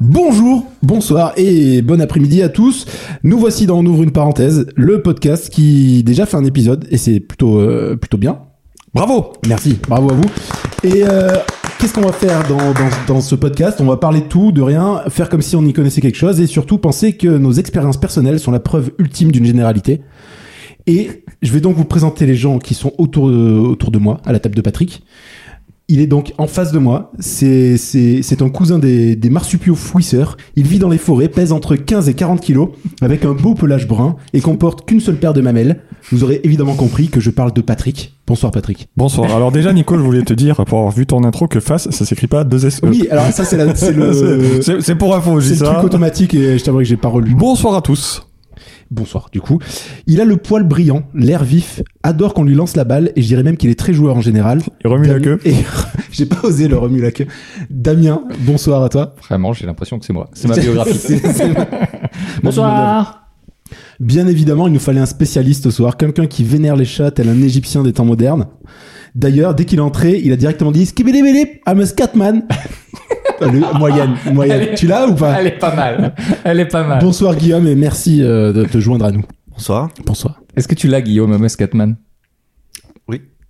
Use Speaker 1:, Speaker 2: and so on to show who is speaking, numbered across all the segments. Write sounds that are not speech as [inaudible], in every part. Speaker 1: Bonjour, bonsoir et bon après-midi à tous. Nous voici dans On ouvre une parenthèse, le podcast qui déjà fait un épisode et c'est plutôt euh, plutôt bien. Bravo, merci, bravo à vous. Et euh, qu'est-ce qu'on va faire dans, dans, dans ce podcast On va parler de tout, de rien, faire comme si on y connaissait quelque chose et surtout penser que nos expériences personnelles sont la preuve ultime d'une généralité. Et je vais donc vous présenter les gens qui sont autour de, autour de moi, à la table de Patrick. Il est donc en face de moi. C'est, c'est, c'est un cousin des, des marsupiaux fouisseurs. Il vit dans les forêts, pèse entre 15 et 40 kilos, avec un beau pelage brun et comporte qu'une seule paire de mamelles. Vous aurez évidemment compris que je parle de Patrick. Bonsoir Patrick.
Speaker 2: Bonsoir. Alors déjà, Nico, je voulais te dire, pour avoir vu ton intro, que face, ça s'écrit pas 2 S. E. Ah,
Speaker 1: Oui, alors ça c'est, la, c'est
Speaker 2: [laughs]
Speaker 1: le, c'est,
Speaker 2: c'est c'est pour info, je dis
Speaker 1: le
Speaker 2: Euh, ça.
Speaker 1: truc automatique et je t'avoue que j'ai pas relu.
Speaker 2: Bonsoir à tous.
Speaker 1: Bonsoir du coup. Il a le poil brillant, l'air vif, adore qu'on lui lance la balle et je dirais même qu'il est très joueur en général.
Speaker 2: Il remue la
Speaker 1: Damien-
Speaker 2: queue.
Speaker 1: Et [laughs] j'ai pas osé le remuer la queue. Damien, bonsoir à toi.
Speaker 3: Vraiment, j'ai l'impression que c'est moi.
Speaker 1: [laughs]
Speaker 3: C'est ma biographie.
Speaker 1: C'est- c'est-
Speaker 3: [laughs]
Speaker 1: Bien évidemment, il nous fallait un spécialiste ce soir, quelqu'un qui vénère les chats tel un égyptien des temps modernes. D'ailleurs, dès qu'il est entré, il a directement dit Skibidi I'm a scatman.
Speaker 3: [laughs]
Speaker 1: Le- moyenne, moyenne.
Speaker 3: Allez.
Speaker 1: Tu l'as ou pas
Speaker 3: Elle est pas mal. Elle est pas mal.
Speaker 1: Bonsoir Guillaume et merci euh, de te joindre à nous.
Speaker 4: Bonsoir.
Speaker 1: Bonsoir.
Speaker 3: Est-ce que tu l'as, Guillaume, Amos Catman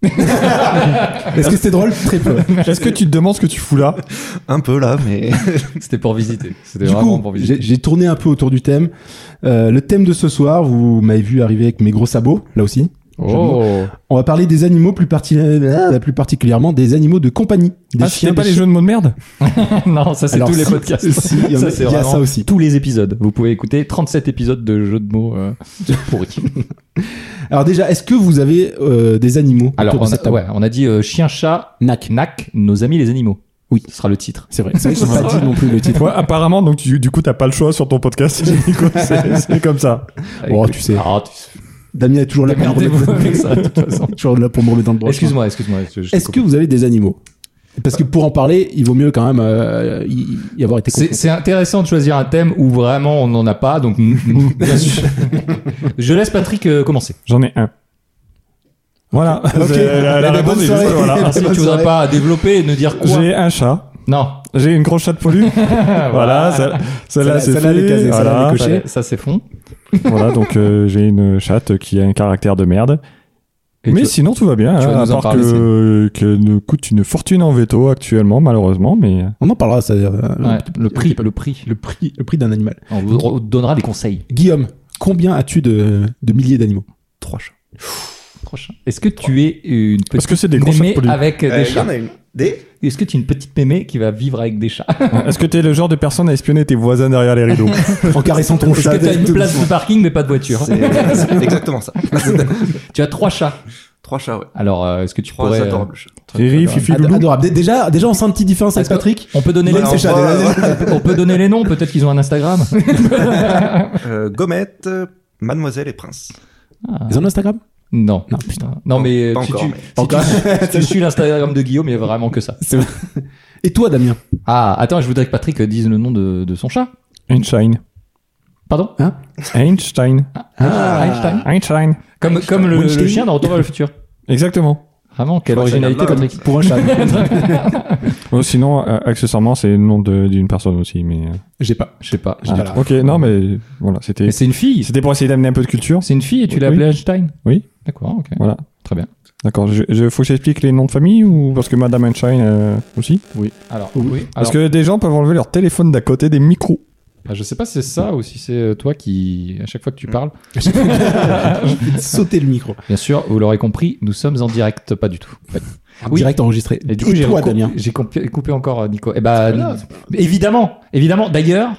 Speaker 1: Est-ce que c'était drôle Très peu.
Speaker 2: Est-ce que tu te demandes ce que tu
Speaker 1: [laughs]
Speaker 2: fous là
Speaker 4: Un peu là,
Speaker 3: [laughs]
Speaker 4: mais
Speaker 3: C'était pour visiter. C'était
Speaker 1: Du
Speaker 3: vraiment
Speaker 1: coup,
Speaker 3: pour
Speaker 1: j'ai
Speaker 3: visiter.
Speaker 1: j'ai tourné un peu autour du thème. Euh, le thème de ce soir, vous m'avez vu arriver avec mes gros sabots, là aussi.
Speaker 3: Oh
Speaker 1: On va parler des animaux, plus, parti- euh, plus particulièrement des animaux de compagnie. Des
Speaker 2: Ah,
Speaker 1: chiens,
Speaker 2: c'était pas
Speaker 1: des
Speaker 2: les
Speaker 1: chats.
Speaker 2: jeux de mots
Speaker 3: [laughs]
Speaker 2: de merde
Speaker 3: Non, ça, c'est
Speaker 1: Alors,
Speaker 3: tous les
Speaker 1: si-
Speaker 3: podcasts.
Speaker 1: si, il y en a-
Speaker 3: ça, c'est
Speaker 1: il y a
Speaker 3: vraiment
Speaker 1: ça aussi.
Speaker 3: Tous les épisodes. Vous pouvez écouter 37 épisodes de jeux de mots euh, pourris. [laughs]
Speaker 1: Alors déjà, est-ce que vous avez euh, des animaux
Speaker 3: Alors,
Speaker 1: autour de
Speaker 3: on
Speaker 1: cette
Speaker 3: a,
Speaker 1: table
Speaker 3: ouais, on a dit euh, chien, chat,
Speaker 1: Nac.
Speaker 3: knack, nos amis les animaux.
Speaker 1: Oui.
Speaker 3: Ce sera le titre.
Speaker 1: C'est vrai. C'est vrai que
Speaker 3: [laughs]
Speaker 1: j'ai pas dit non plus le titre.
Speaker 2: Ouais, apparemment, donc tu- du coup, t'as pas le choix sur
Speaker 1: [laughs]
Speaker 2: ton podcast, Nico. C'est c'est comme ça.
Speaker 1: Oh, tu sais.
Speaker 3: Ah, tu
Speaker 1: Damien est toujours là pour me
Speaker 3: Démerdez-vous avec
Speaker 1: remettre-
Speaker 3: ça, de toute
Speaker 1: [laughs]
Speaker 3: façon.
Speaker 1: toujours là pour me remettre dans le droit.
Speaker 3: Excuse-moi, excuse-moi. je- je te
Speaker 1: Est-ce
Speaker 3: coupe.
Speaker 1: que vous avez des animaux Parce que pour en parler, il vaut mieux quand même euh, y, y avoir été
Speaker 3: C'est
Speaker 1: confronté.
Speaker 3: c'est intéressant de choisir un thème où vraiment on n'en a pas, donc bien sûr. Je laisse Patrick euh, commencer.
Speaker 2: J'en ai un. Voilà.
Speaker 1: Ok.
Speaker 2: C'est- La, la
Speaker 1: Eh ben,
Speaker 2: réponse
Speaker 1: bonne
Speaker 2: est juste,
Speaker 1: soirée. [laughs]
Speaker 2: voilà.
Speaker 1: Bonne
Speaker 3: Si tu voudrais
Speaker 1: soirée.
Speaker 3: pas développer et ne dire quoi
Speaker 2: J'ai un chat.
Speaker 3: Non.
Speaker 2: J'ai une grosse chatte
Speaker 1: [laughs]
Speaker 2: pollue. voilà. celle- Celle-là,
Speaker 1: Celle-là-
Speaker 2: c'est
Speaker 1: celle-là, elle est
Speaker 2: fait.
Speaker 1: casée, celle-là, elle est
Speaker 2: Voilà.
Speaker 1: cochée. Cocher.
Speaker 3: Ça, ça, c'est fond.
Speaker 2: Voilà, donc euh, j'ai une chatte qui a un caractère de merde.
Speaker 3: Et
Speaker 2: mais
Speaker 3: tu-
Speaker 2: sinon, tout va bien,
Speaker 3: tu
Speaker 2: hein,
Speaker 3: vas
Speaker 2: à
Speaker 3: nous en
Speaker 2: part
Speaker 3: parler,
Speaker 2: que, que nous coûte une fortune en veto actuellement, malheureusement, mais...
Speaker 1: On en parlera, ça. euh,
Speaker 3: Ouais, le prix,
Speaker 1: Le
Speaker 3: le prix.
Speaker 1: le prix, le prix d'un animal.
Speaker 3: On vous re- donnera des conseils.
Speaker 1: Guillaume, combien as-tu de, de milliers d'animaux
Speaker 4: trois chats.
Speaker 3: Prochain. Est-ce que tu es une
Speaker 2: Parce
Speaker 3: petite
Speaker 2: que c'est des grosses chattes
Speaker 3: mémé
Speaker 2: pollues.
Speaker 3: avec des
Speaker 4: Il Eh, y
Speaker 3: chats
Speaker 4: en a une. Des
Speaker 3: Est-ce que tu es une petite mémé qui va vivre avec des chats
Speaker 2: Est-ce que t'es le genre de personne à espionner tes voisins derrière
Speaker 3: [laughs]
Speaker 2: les rideaux
Speaker 1: [laughs] En caressant Ah, ton
Speaker 3: Est-ce
Speaker 1: chat.
Speaker 3: que tu as une
Speaker 1: tout
Speaker 3: place de
Speaker 1: doucement.
Speaker 3: parking mais pas de voiture
Speaker 4: C'est c'est exactement ça.
Speaker 3: Tu as trois chats.
Speaker 4: trois chats, ouais.
Speaker 3: Alors, euh, est-ce que tu
Speaker 4: Trois
Speaker 3: pourrais... euh,
Speaker 4: adorables chats.
Speaker 2: Riri, Fifi,
Speaker 1: Ad-
Speaker 2: Loulou
Speaker 1: Adorable. Dé- Déjà, déjà, on sent un petit différence avec
Speaker 3: Est-ce que-
Speaker 1: Patrick.
Speaker 3: On peut donner les
Speaker 1: Voilà,
Speaker 3: noms.
Speaker 1: on va-
Speaker 3: On peut donner les noms. Peut-être qu'ils ont un Instagram.
Speaker 4: Euh, Gommette, euh, Mademoiselle et Prince.
Speaker 3: Ah.
Speaker 1: Ils ont un Instagram
Speaker 3: Non.
Speaker 1: Non, putain.
Speaker 3: Non, mais euh,
Speaker 4: Pas
Speaker 3: si
Speaker 4: encore,
Speaker 3: tu,
Speaker 4: mais-
Speaker 3: si tu- si tu suis l'Instagram de Guillaume, il y a vraiment que ça.
Speaker 1: Et
Speaker 3: [laughs]
Speaker 1: toi, Damien
Speaker 3: Ah, attends, je voudrais que Patrick dise le nom de, de son chat.
Speaker 2: Einstein.
Speaker 3: Pardon
Speaker 2: Einstein.
Speaker 3: Ah, Einstein.
Speaker 2: Einstein.
Speaker 3: Comme, comme le,
Speaker 1: Weinstein.
Speaker 3: le chien dans Retour vers le futur.
Speaker 2: Exactement.
Speaker 3: Vraiment, quelle
Speaker 4: Ouais, ça
Speaker 3: originalité,
Speaker 4: vient de là,
Speaker 3: Patrick.
Speaker 1: Pour un chat.
Speaker 2: Bon, sinon, euh, accessoirement, c'est le nom de- d'une personne aussi, mais... euh,
Speaker 1: J'ai pas.
Speaker 3: Je sais pas.
Speaker 1: Ah, voilà.
Speaker 2: Ok, non, mais voilà, c'était...
Speaker 3: Mais c'est une fille.
Speaker 2: C'était pour essayer d'amener un peu de culture.
Speaker 3: C'est une fille et tu l'as
Speaker 2: Oui.
Speaker 3: appelée Einstein
Speaker 2: Oui.
Speaker 3: D'accord, ok.
Speaker 2: Voilà.
Speaker 3: Très bien.
Speaker 2: D'accord, je, je- faut que j'explique les noms de famille ou parce que Madame Einstein euh, aussi
Speaker 3: Oui. Alors,
Speaker 1: Oui.
Speaker 3: oui.
Speaker 2: Parce
Speaker 3: Alors,
Speaker 2: que des gens peuvent enlever leur téléphone d'à côté des micros.
Speaker 3: ah, je sais pas si c'est ça ou si c'est euh, toi qui, à chaque fois que tu parles.
Speaker 1: Sauter le micro.
Speaker 3: Bien sûr, vous l'aurez compris, nous sommes en direct, pas du tout.
Speaker 1: En
Speaker 3: Ah Oui.
Speaker 1: Direct enregistré.
Speaker 3: Et du coup, j'ai
Speaker 1: toi,
Speaker 3: recou-
Speaker 1: Damien
Speaker 3: j'ai compi- coupé encore euh, Nico. Eh ben, évidemment, évidemment. D'ailleurs,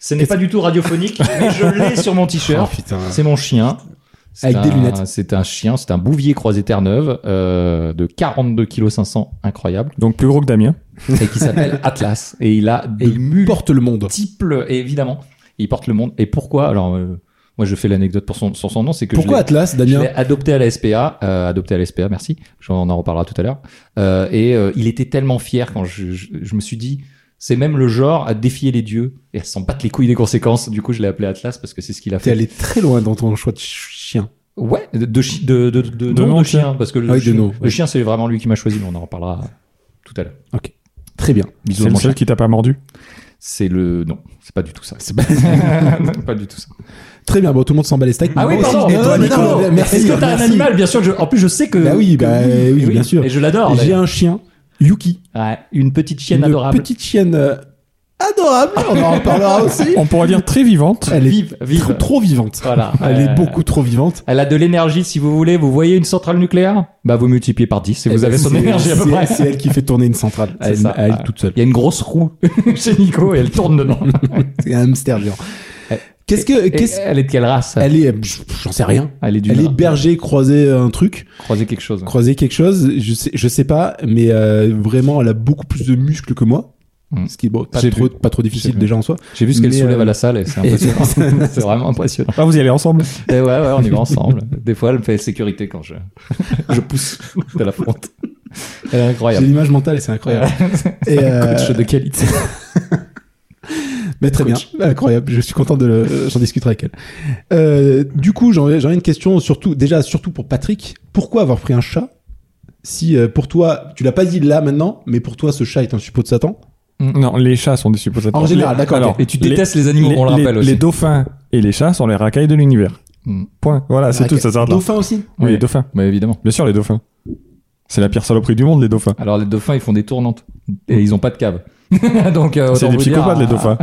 Speaker 3: ce n'est pas du tout [laughs] radiophonique, mais je l'ai sur mon t-shirt. c'est mon chien. Oh, C'est
Speaker 1: Avec des
Speaker 3: un-
Speaker 1: lunettes.
Speaker 3: C'est un chien, c'est un bouvier croisé Terre-Neuve euh, de 42 kg 500, incroyable,
Speaker 2: Donc plus gros que Damien.
Speaker 3: et qui [laughs] s'appelle Atlas. Et il a
Speaker 1: Et
Speaker 3: de
Speaker 1: il porte le monde.
Speaker 3: multiples, et évidemment, il porte le monde. Et pourquoi Alors, euh, moi, je fais l'anecdote pour son, sur son nom, c'est que je
Speaker 1: Pourquoi
Speaker 3: l'ai-
Speaker 1: Atlas,
Speaker 3: je
Speaker 1: Damien
Speaker 3: l'ai adopté à la SPA, euh, adopté à la SPA, merci. J'en en reparlera tout à l'heure. Euh, et euh, il était tellement fier quand je, je, je me suis dit, c'est même le genre à défier les dieux et à s'en battre les couilles des conséquences. Du coup, je l'ai appelé Atlas parce que c'est ce qu'il a
Speaker 1: T'es
Speaker 3: fait.
Speaker 1: allé très loin dans ton choix de ch- chien.
Speaker 3: Ouais, de, de, chi- de, de, de,
Speaker 2: De
Speaker 3: nom
Speaker 2: nom,
Speaker 3: de chien, parce que le,
Speaker 1: Ah oui, de
Speaker 3: chien,
Speaker 1: nom,
Speaker 3: le
Speaker 1: ouais.
Speaker 3: chien, c'est vraiment lui qui m'a choisi, mais on en reparlera tout à l'heure.
Speaker 1: Très bien.
Speaker 3: Bisous,
Speaker 2: C'est le
Speaker 3: mon
Speaker 2: seul
Speaker 3: chat.
Speaker 2: qui t'a pas mordu.
Speaker 3: C'est le. Non, c'est pas du tout ça. C'est pas... [laughs] pas du tout ça.
Speaker 1: Très bien, bon, tout le monde s'en bat les steaks.
Speaker 3: Ah oui,
Speaker 1: Moi aussi,
Speaker 3: pardon.
Speaker 1: je
Speaker 3: non,
Speaker 1: détonne.
Speaker 3: non, non, non.
Speaker 1: Merci,
Speaker 3: Est-ce que t'as un
Speaker 1: merci.
Speaker 3: animal Bien sûr. je- En plus, je sais que.
Speaker 1: Bah oui, bah
Speaker 3: que-
Speaker 1: oui, bien sûr.
Speaker 3: Et je l'adore.
Speaker 1: J'ai
Speaker 3: d'ailleurs.
Speaker 1: un chien, Yuki.
Speaker 3: Ouais, une petite chienne
Speaker 1: une
Speaker 3: adorable. Ah,
Speaker 1: petite chienne euh, adorable. On en [laughs] reparlera aussi.
Speaker 2: On pourrait dire très vivante.
Speaker 1: Elle est
Speaker 3: Vive, vive.
Speaker 1: trop, trop vivante.
Speaker 3: Voilà.
Speaker 1: Elle
Speaker 3: Euh,
Speaker 1: est beaucoup trop vivante.
Speaker 3: Elle a de l'énergie, si vous voulez. Vous voyez une centrale nucléaire Bah, vous multipliez par 10 et vous
Speaker 1: Eh
Speaker 3: avez
Speaker 1: ben,
Speaker 3: son
Speaker 1: c'est-
Speaker 3: énergie à peu
Speaker 1: c'est-
Speaker 3: près.
Speaker 1: C'est elle qui fait tourner une centrale.
Speaker 3: C'est
Speaker 1: C'est
Speaker 3: ça.
Speaker 1: elle toute seule.
Speaker 3: Il y a une grosse
Speaker 1: [laughs]
Speaker 3: roue chez Nico et elle tourne dedans.
Speaker 1: C'est un hamster géant.
Speaker 3: Eh,
Speaker 1: Qu'est-ce que,
Speaker 3: Et
Speaker 1: qu'est-ce,
Speaker 3: elle est de quelle race
Speaker 1: elle est, pff, j'en sais rien.
Speaker 3: Elle est du
Speaker 1: Elle est
Speaker 3: Nord.
Speaker 1: berger, croisée un truc,
Speaker 3: Croiser quelque chose.
Speaker 1: croisée quelque chose, je sais, je sais pas, mais euh, vraiment, elle a beaucoup plus de muscles que moi.
Speaker 3: Hmm.
Speaker 1: Ce qui est bon, pas
Speaker 3: J'ai
Speaker 1: trop,
Speaker 3: vu.
Speaker 1: pas trop difficile
Speaker 3: vu.
Speaker 1: déjà en soi.
Speaker 3: J'ai vu ce qu'elle
Speaker 1: Mais,
Speaker 3: soulève
Speaker 1: euh,
Speaker 3: à la salle et
Speaker 1: [laughs]
Speaker 3: c'est impressionnant. c'est vraiment impressionnant.
Speaker 2: Ah, vous y allez ensemble.
Speaker 3: Et ouais, ouais, on y va ensemble. Des fois, elle me fait sécurité quand je, [laughs] je pousse de la fronte. Elle est
Speaker 1: J'ai
Speaker 3: incroyable.
Speaker 1: l'image mentale et
Speaker 3: [laughs]
Speaker 1: c'est incroyable. et, euh,
Speaker 3: Coach de qualité.
Speaker 1: [laughs] mais très
Speaker 3: coach.
Speaker 1: bien, incroyable. Je suis content de, le- j'en discuterai avec elle. Euh, du coup, j'en j'en ai une question surtout, déjà surtout pour Patrick. Pourquoi avoir pris un chat si euh, pour toi, tu l'as pas dit là maintenant, mais pour toi, ce chat est un suppôt de Satan
Speaker 2: Non, les chats sont des supposatoires.
Speaker 1: En général,
Speaker 2: Les-
Speaker 1: d'accord,
Speaker 2: alors,
Speaker 1: ok.
Speaker 3: Et tu
Speaker 2: les-
Speaker 3: détestes les animaux,
Speaker 2: les-
Speaker 3: on le
Speaker 2: les-
Speaker 3: rappelle aussi.
Speaker 2: Les dauphins et les chats sont les racailles de l'univers.
Speaker 3: Mm.
Speaker 2: Point. Voilà, Ah, c'est tout, ça s'arrête là.
Speaker 1: Dauphin aussi.
Speaker 2: Oui,
Speaker 3: Ouais.
Speaker 2: les dauphins.
Speaker 3: Mais évidemment.
Speaker 2: Bien sûr, les dauphins. C'est la pire saloperie du monde, les dauphins.
Speaker 3: Alors les dauphins ils font des tournantes et ils ont pas de cave. [laughs] Donc euh,
Speaker 2: C'est
Speaker 3: autant
Speaker 2: des
Speaker 3: vous dire,
Speaker 2: psychopathes,
Speaker 3: ah,
Speaker 2: les dauphins.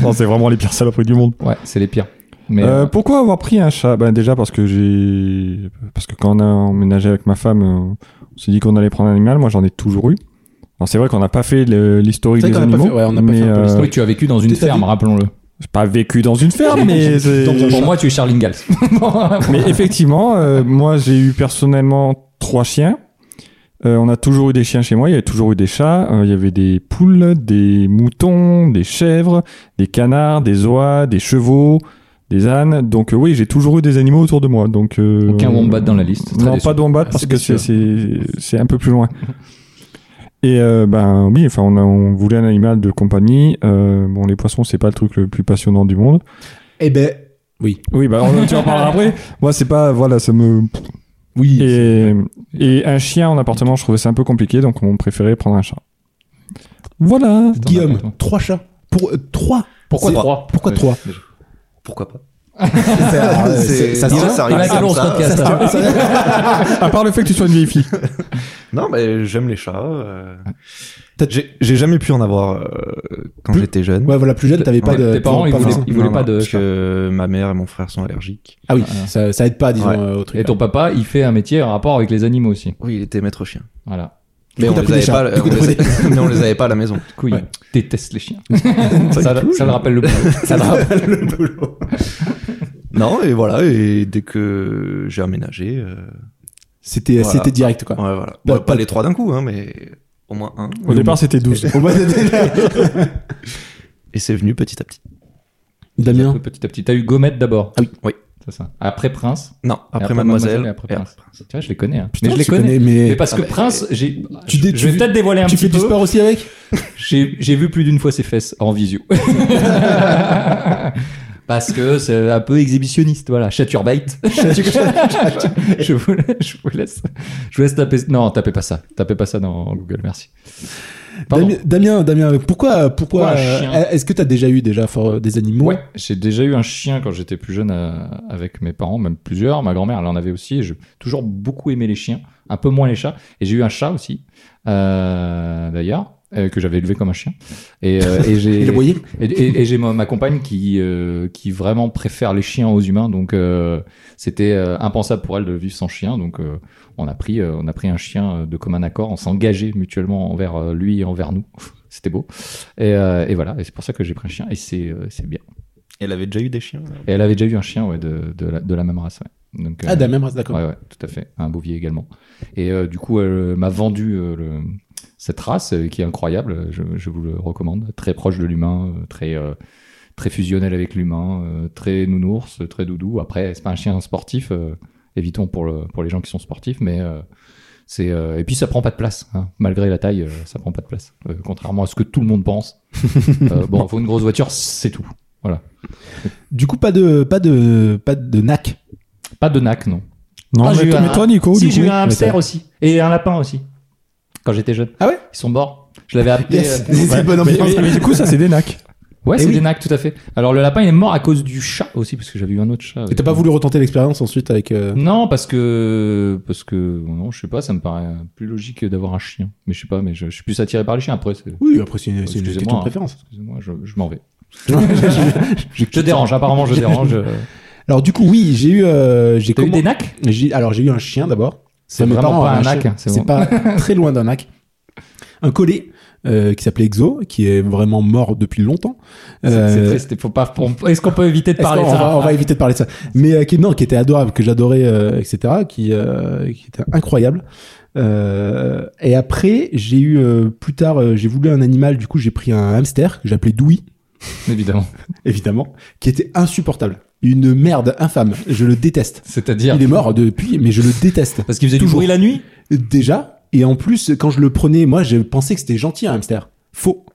Speaker 2: non, c'est vraiment les pires saloperies du monde.
Speaker 3: Ouais, c'est les pires. Mais
Speaker 2: Euh,
Speaker 3: euh,
Speaker 2: pourquoi avoir pris un chat Ben déjà parce que j'ai parce que quand on a emménagé avec ma femme, euh, on s'est dit qu'on allait prendre un animal. Moi, j'en ai toujours eu. Alors c'est vrai qu'on n'a pas fait le- l'historique
Speaker 1: C'est
Speaker 2: des
Speaker 1: vrai qu'on n'a pas
Speaker 2: animaux,
Speaker 1: fait- ouais, on n'a pas
Speaker 2: mais euh,
Speaker 1: fait un peu l'historique.
Speaker 3: oui, tu as vécu dans une
Speaker 1: t'es
Speaker 3: ferme,
Speaker 1: habillé-
Speaker 3: rappelons-le.
Speaker 2: j'ai pas vécu dans une
Speaker 3: [laughs]
Speaker 2: ferme,
Speaker 1: [laughs]
Speaker 2: mais c'est-
Speaker 1: Dans un
Speaker 3: Pour moi, tu es Charles Ingalls.
Speaker 2: [laughs] mais effectivement, euh, moi j'ai eu personnellement trois chiens. Euh, on a toujours eu des chiens chez moi, il y avait toujours eu des chats, euh, il y avait des poules, des moutons, des chèvres, des canards, des oies, des chevaux, des ânes. Donc euh, oui, j'ai toujours eu des animaux autour de moi. Donc, euh,
Speaker 3: Aucun wombat dans la liste, très
Speaker 2: Non,
Speaker 3: déçu.
Speaker 2: pas de wombat
Speaker 3: Ah,
Speaker 2: parce
Speaker 3: c'est
Speaker 2: que
Speaker 3: déçu.
Speaker 2: c'est c'est- c'est un peu plus loin. Et euh, ben oui, enfin on, a- on voulait un animal de compagnie. Euh, bon, les poissons c'est pas le truc le plus passionnant du monde.
Speaker 1: Eh ben, oui.
Speaker 2: Oui, bah on- tu en parleras après. Moi, c'est pas voilà, ça me
Speaker 1: Oui.
Speaker 2: et, et un chien en appartement, je trouvais ça un peu compliqué, donc on préférait prendre un chat. Voilà.
Speaker 1: Guillaume,
Speaker 3: Attends, attends.
Speaker 1: trois chats. Pour euh, trois.
Speaker 3: [laughs] Pourquoi
Speaker 1: C'est-
Speaker 3: trois
Speaker 1: Pourquoi
Speaker 3: Ouais.
Speaker 1: trois
Speaker 4: Pourquoi pas
Speaker 1: C'est-
Speaker 4: C'est-
Speaker 1: ça se
Speaker 4: déjà,
Speaker 1: tient
Speaker 4: ça
Speaker 3: Ah,
Speaker 4: arrive
Speaker 3: c'est long,
Speaker 4: comme
Speaker 3: ce
Speaker 4: ça.
Speaker 3: podcast.
Speaker 2: À part le fait que tu sois une vieille fille.
Speaker 4: Non, mais j'aime les chats. euh, J'ai j'ai jamais pu en avoir euh, quand
Speaker 1: Plus-
Speaker 4: j'étais jeune.
Speaker 1: Ouais, voilà, plus jeune, t'avais pas
Speaker 3: Tes-
Speaker 1: de.
Speaker 3: tes parents, ils
Speaker 1: pas
Speaker 3: voulaient-
Speaker 1: forcément.
Speaker 3: il voulait pas de
Speaker 4: Parce
Speaker 3: chat.
Speaker 4: que ma mère et mon frère sont allergiques.
Speaker 1: Ah oui, ça, ça aide pas, disons,
Speaker 4: Ouais.
Speaker 1: euh, au truc.
Speaker 3: Et ton papa, il fait un métier en rapport avec les animaux aussi.
Speaker 4: Oui, il était maître chien.
Speaker 3: Voilà.
Speaker 1: Du coup, t'as pris des chats. Du
Speaker 4: pas,
Speaker 1: coup,
Speaker 4: on
Speaker 1: t'as
Speaker 4: les a- mais on les avait pas à la maison.
Speaker 3: Couille.
Speaker 1: Ouais.
Speaker 3: Déteste les chiens. ça, ça le rappelle le boulot. Ça le rappelle.
Speaker 4: le boulot. non, et voilà, et dès que j'ai aménagé, euh,
Speaker 1: C'était,
Speaker 4: Voilà.
Speaker 1: c'était direct, quoi.
Speaker 4: ouais, voilà.
Speaker 1: Pas-
Speaker 4: Bon, pas
Speaker 1: pas-
Speaker 4: les trois d'un coup, hein, mais au moins un.
Speaker 2: [laughs] Au départ, c'était 12.
Speaker 1: Au
Speaker 3: [laughs]
Speaker 1: moins, c'était-
Speaker 4: Et c'est venu petit à petit.
Speaker 3: Un peu
Speaker 1: Damien.
Speaker 3: Petit à petit. T'as eu Gomette d'abord.
Speaker 1: Ah oui.
Speaker 4: Oui.
Speaker 3: C'est ça. Après Prince.
Speaker 4: Non,
Speaker 3: et
Speaker 4: après, mademoiselle.
Speaker 3: et après
Speaker 4: et
Speaker 3: Prince. Tu vois, je les connais. hein.
Speaker 1: Putain,
Speaker 3: mais je les
Speaker 1: tu
Speaker 3: connais. Mais
Speaker 1: mais.
Speaker 3: parce
Speaker 4: Ah,
Speaker 3: que
Speaker 4: mais-
Speaker 3: Prince, j'ai.
Speaker 1: Tu
Speaker 3: je-
Speaker 1: dis-
Speaker 3: je
Speaker 1: tu-
Speaker 3: vais peut-être dévoiler un
Speaker 1: Tu
Speaker 3: petit
Speaker 1: fais
Speaker 3: peu.
Speaker 1: du sport aussi avec
Speaker 3: [laughs] J'ai j'ai vu plus d'une fois ses fesses en
Speaker 1: [laughs]
Speaker 3: visio. Parce que c'est un peu exhibitionniste, voilà.
Speaker 1: [laughs]
Speaker 3: Chaturbate. je, vous, je vous laisse, je vous laisse taper. Non, tapez pas ça. Tapez pas ça dans Google, merci. Pardon.
Speaker 1: Damien, Damien, Damien, pourquoi, pourquoi,
Speaker 3: Pourquoi un
Speaker 1: euh,
Speaker 3: chien
Speaker 1: est-ce que t'as déjà eu déjà for- euh, des animaux
Speaker 3: Ouais, j'ai déjà eu un chien quand j'étais plus jeune euh, avec mes parents, même plusieurs. Ma grand-mère, elle en avait aussi. et J'ai toujours beaucoup aimé les chiens, un peu moins les chats. Et j'ai eu un chat aussi, euh, d'ailleurs, euh, que j'avais élevé comme un chien. Et, euh, et j'ai.
Speaker 1: [laughs] Il est voyé
Speaker 3: Et, et- et j'ai ma, ma compagne qui, euh, qui vraiment préfère les chiens aux humains, donc euh, c'était euh, impensable pour elle de vivre sans chien, donc euh, on, a pris, euh, on a pris un chien euh, de commun accord, on s'est engagé mutuellement envers euh, lui et envers nous, [laughs] c'était beau. Et, euh, et voilà, et c'est pour ça que j'ai pris un chien, et c'est euh, c'est bien.
Speaker 4: Elle avait déjà eu des chiens. euh,
Speaker 3: Et elle avait déjà eu un chien ouais, de, de, la, de la même race. Ouais. Donc, euh,
Speaker 1: Ah, Damien, reste d'accord.
Speaker 3: Ouais, ouais, tout à fait. Un Bouvier également. Et euh, du coup, elle m'a vendu euh, le- cette race euh, qui est incroyable. Je, je vous le recommande. Très proche de l'humain, euh, très euh, très fusionnel avec l'humain, euh, très nounours, très doudou. Après, c'est pas un chien sportif. euh, évitons pour le- pour les gens qui sont sportifs, mais euh, c'est euh, et puis ça prend pas de place. hein. Malgré la taille, euh, ça prend pas de place. Euh, contrairement à ce que tout le monde pense. Euh, bon, faut une grosse voiture, c'est tout.
Speaker 1: Du coup, pas de, pas de, pas de nac.
Speaker 3: Pas de nac, non.
Speaker 2: Non,
Speaker 3: Ah, j'ai eu
Speaker 2: mais,
Speaker 3: un-
Speaker 2: mais toi, Nico,
Speaker 3: si,
Speaker 2: du
Speaker 3: j'ai
Speaker 2: coup,
Speaker 3: eu un hamster
Speaker 1: ça-
Speaker 3: aussi. Et un lapin aussi. Quand j'étais jeune.
Speaker 1: Ah ouais
Speaker 3: Ils sont morts. Je l'avais appelé.
Speaker 1: Yes.
Speaker 3: euh,
Speaker 1: [laughs] C'est bonne
Speaker 2: mais,
Speaker 1: ambiance.
Speaker 2: mais- mais du coup, ça, c'est des nacs.
Speaker 3: Ouais,
Speaker 1: Eh
Speaker 3: c'est
Speaker 1: oui.
Speaker 3: des nacs, tout à fait. Alors le lapin, il est mort à cause du chat aussi, parce que j'avais eu un autre chat.
Speaker 1: Et t'as
Speaker 3: avec-
Speaker 1: pas voulu retenter l'expérience ensuite avec. euh,
Speaker 3: Non, parce que parce que non, je sais pas, ça me paraît euh, plus logique d'avoir un chien. Mais je sais pas, mais je, je suis plus attiré par les chiens après. c'est-
Speaker 1: Oui, après, c'est une, c'est une
Speaker 3: Euh, Excusez-moi,
Speaker 1: question de
Speaker 3: hein.
Speaker 1: préférence.
Speaker 3: Excusez-moi, je, je m'en vais. [laughs] je, je dérange, apparemment [laughs] je dérange. euh.
Speaker 1: Alors, du coup, oui, j'ai eu. euh, j'ai
Speaker 3: T'as eu
Speaker 1: comment-
Speaker 3: des nacs
Speaker 1: J'ai- Alors, j'ai eu un chien d'abord.
Speaker 3: C'est
Speaker 1: Mes
Speaker 3: vraiment
Speaker 1: parents
Speaker 3: pas
Speaker 1: avaient
Speaker 3: un
Speaker 1: chien.
Speaker 3: nac. hein,
Speaker 1: C'est
Speaker 3: bon. [laughs]
Speaker 1: pas très loin d'un hack. Un collet euh, qui s'appelait Exo, qui est vraiment mort depuis longtemps.
Speaker 3: C'est- c'est
Speaker 1: Euh,
Speaker 3: triste, faut pas. on- Est-ce qu'on peut éviter de
Speaker 1: Est-ce
Speaker 3: parler de
Speaker 1: qu'on- on
Speaker 3: ça Ah,
Speaker 1: va, on va éviter de parler de ça. Mais euh, qui, non, qui était adorable, que j'adorais, euh, etc., qui, euh, qui était incroyable. Euh, et après, j'ai eu euh, plus tard, euh, j'ai voulu un animal. Du coup, j'ai pris un hamster que j'appelais Douy,
Speaker 3: Évidemment.
Speaker 1: évidemment, qui était insupportable, une merde infâme. Je le déteste.
Speaker 3: C'est-à-dire.
Speaker 1: Il est mort depuis, mais je le déteste
Speaker 3: Parce qu'il faisait du
Speaker 1: Toujours.
Speaker 3: bruit la nuit
Speaker 1: déjà. Et en plus, quand je le prenais, moi, je pensais que c'était gentil un hamster. Faux.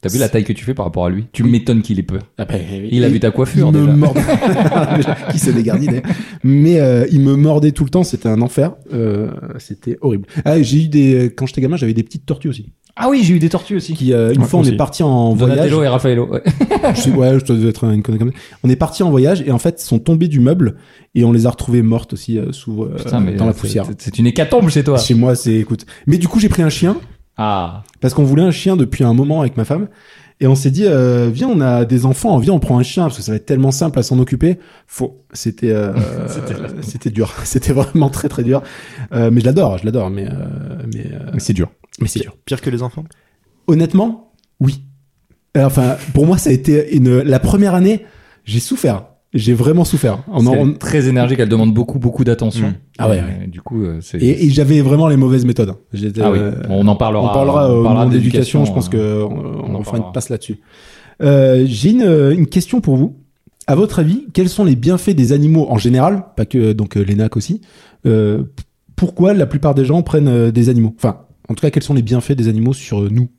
Speaker 3: T'as vu la taille que tu fais par rapport à lui Tu m'étonnes qu'il ait peur.
Speaker 1: Ah ben,
Speaker 3: Il a vu ta coiffure
Speaker 1: il me
Speaker 3: déjà.
Speaker 1: mordait. [laughs] qui se dégarnit d'ailleurs. Mais euh, il me mordait tout le temps, c'était un enfer. Euh, c'était horrible. Ah, j'ai eu des quand j'étais gamin, j'avais des petites tortues aussi.
Speaker 3: Ah oui, j'ai eu des tortues aussi.
Speaker 1: Qui euh, une
Speaker 2: Ouais,
Speaker 1: fois on
Speaker 2: aussi.
Speaker 1: est parti en voyage,
Speaker 3: Donatello et Raffaello. ouais.
Speaker 1: je sais, ouais, je devais être une connerie comme ça. On est parti en voyage et en fait, ils sont tombés du meuble et on les a retrouvées mortes aussi euh, sous euh,
Speaker 3: Putain, mais
Speaker 1: dans la
Speaker 3: c'est-
Speaker 1: poussière.
Speaker 3: c'est- C'est une hécatombe chez
Speaker 1: [laughs]
Speaker 3: toi.
Speaker 1: Chez moi, c'est écoute. Mais du coup, j'ai pris un chien
Speaker 3: Ah.
Speaker 1: parce qu'on voulait un chien depuis un moment avec ma femme. Et on s'est dit, euh, viens, on a des enfants, viens, on prend un chien parce que ça va être tellement simple à s'en occuper. Faux. C'était, euh, c'était dur. [laughs] C'était vraiment très très dur. Euh, mais je l'adore, je l'adore. Mais, euh, mais, euh,
Speaker 2: c'est dur.
Speaker 1: mais c'est dur.
Speaker 4: Pire que les enfants
Speaker 1: Honnêtement, oui. Euh, Enfin, pour moi, ça a été une. La première année, j'ai souffert. J'ai vraiment souffert. On
Speaker 3: Parce
Speaker 1: en-
Speaker 3: qu'elle est très énergique, elle demande beaucoup, beaucoup d'attention.
Speaker 4: Mm.
Speaker 1: Ah ouais,
Speaker 3: Et,
Speaker 1: ouais.
Speaker 3: euh, Du coup, euh, c'est.
Speaker 1: Et, et j'avais vraiment les mauvaises méthodes. J'étais,
Speaker 3: ah oui,
Speaker 1: euh,
Speaker 3: on en parlera.
Speaker 1: On parlera au
Speaker 3: parlera
Speaker 1: moment de
Speaker 3: d'éducation,
Speaker 1: l'éducation, je pense
Speaker 3: euh,
Speaker 1: que euh, on,
Speaker 3: on en
Speaker 1: fera une
Speaker 3: parlera.
Speaker 1: passe là-dessus. Euh, J'ai une, une question pour vous. À votre avis, quels sont les bienfaits des animaux en général, pas que donc euh, les nacs aussi euh, p- Pourquoi la plupart des gens prennent euh, des animaux Enfin, en tout cas, quels sont les bienfaits des animaux sur euh, nous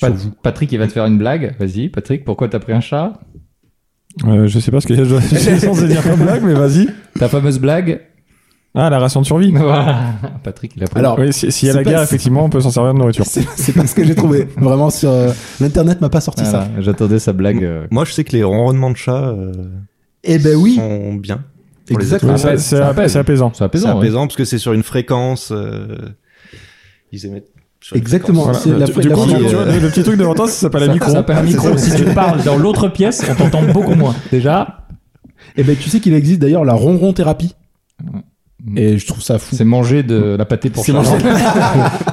Speaker 3: Pat-
Speaker 1: Sur vous
Speaker 3: Patrick, il va te faire une blague. Vas-y, Patrick, pourquoi t'as pris un chat
Speaker 2: Euh, je sais pas ce que [laughs] j'ai censé dire comme blague, mais vas-y.
Speaker 3: Ta fameuse
Speaker 1: [laughs]
Speaker 3: blague.
Speaker 2: Ah, la ration de survie.
Speaker 3: Voilà. [laughs] Patrick, il a pris.
Speaker 1: Alors,
Speaker 2: Oui, si- s'il y a
Speaker 1: c'est
Speaker 2: la
Speaker 1: pas-
Speaker 2: guerre, effectivement, on peut s'en servir de nourriture.
Speaker 1: c'est c'est pas ce que j'ai trouvé. Vraiment, sur euh, l'internet m'a pas sorti
Speaker 3: Voilà,
Speaker 1: ça.
Speaker 3: J'attendais sa blague. euh.
Speaker 4: Moi, je sais que les ronronnements de chats euh,
Speaker 1: Eh ben oui,
Speaker 4: sont bien. pour les
Speaker 1: exactement.
Speaker 2: Oui, ça-
Speaker 3: apaise,
Speaker 2: C'est
Speaker 3: ça
Speaker 2: apa-
Speaker 3: apaise.
Speaker 2: c'est apaisant.
Speaker 3: C'est
Speaker 4: C'est
Speaker 3: apaisant. ouais.
Speaker 4: apaisant parce que c'est sur une fréquence. euh, ils émettent. sur une
Speaker 1: Exactement.
Speaker 4: fréquence.
Speaker 1: C'est la-
Speaker 2: Du, du
Speaker 1: la
Speaker 2: coup,
Speaker 1: fille,
Speaker 2: tu- tu vois,
Speaker 4: euh,
Speaker 2: le, le petit truc devant toi, ça s'appelle un
Speaker 3: Ça-
Speaker 2: micro.
Speaker 3: Ça s'appelle un
Speaker 1: [laughs]
Speaker 3: micro. Si tu parles dans l'autre pièce, on t'entend beaucoup moins. Déjà,
Speaker 1: Eh ben, tu sais qu'il existe d'ailleurs la ronron thérapie. Et je trouve ça fou.
Speaker 3: c'est manger de la pâtée pour
Speaker 1: C'est
Speaker 3: chat.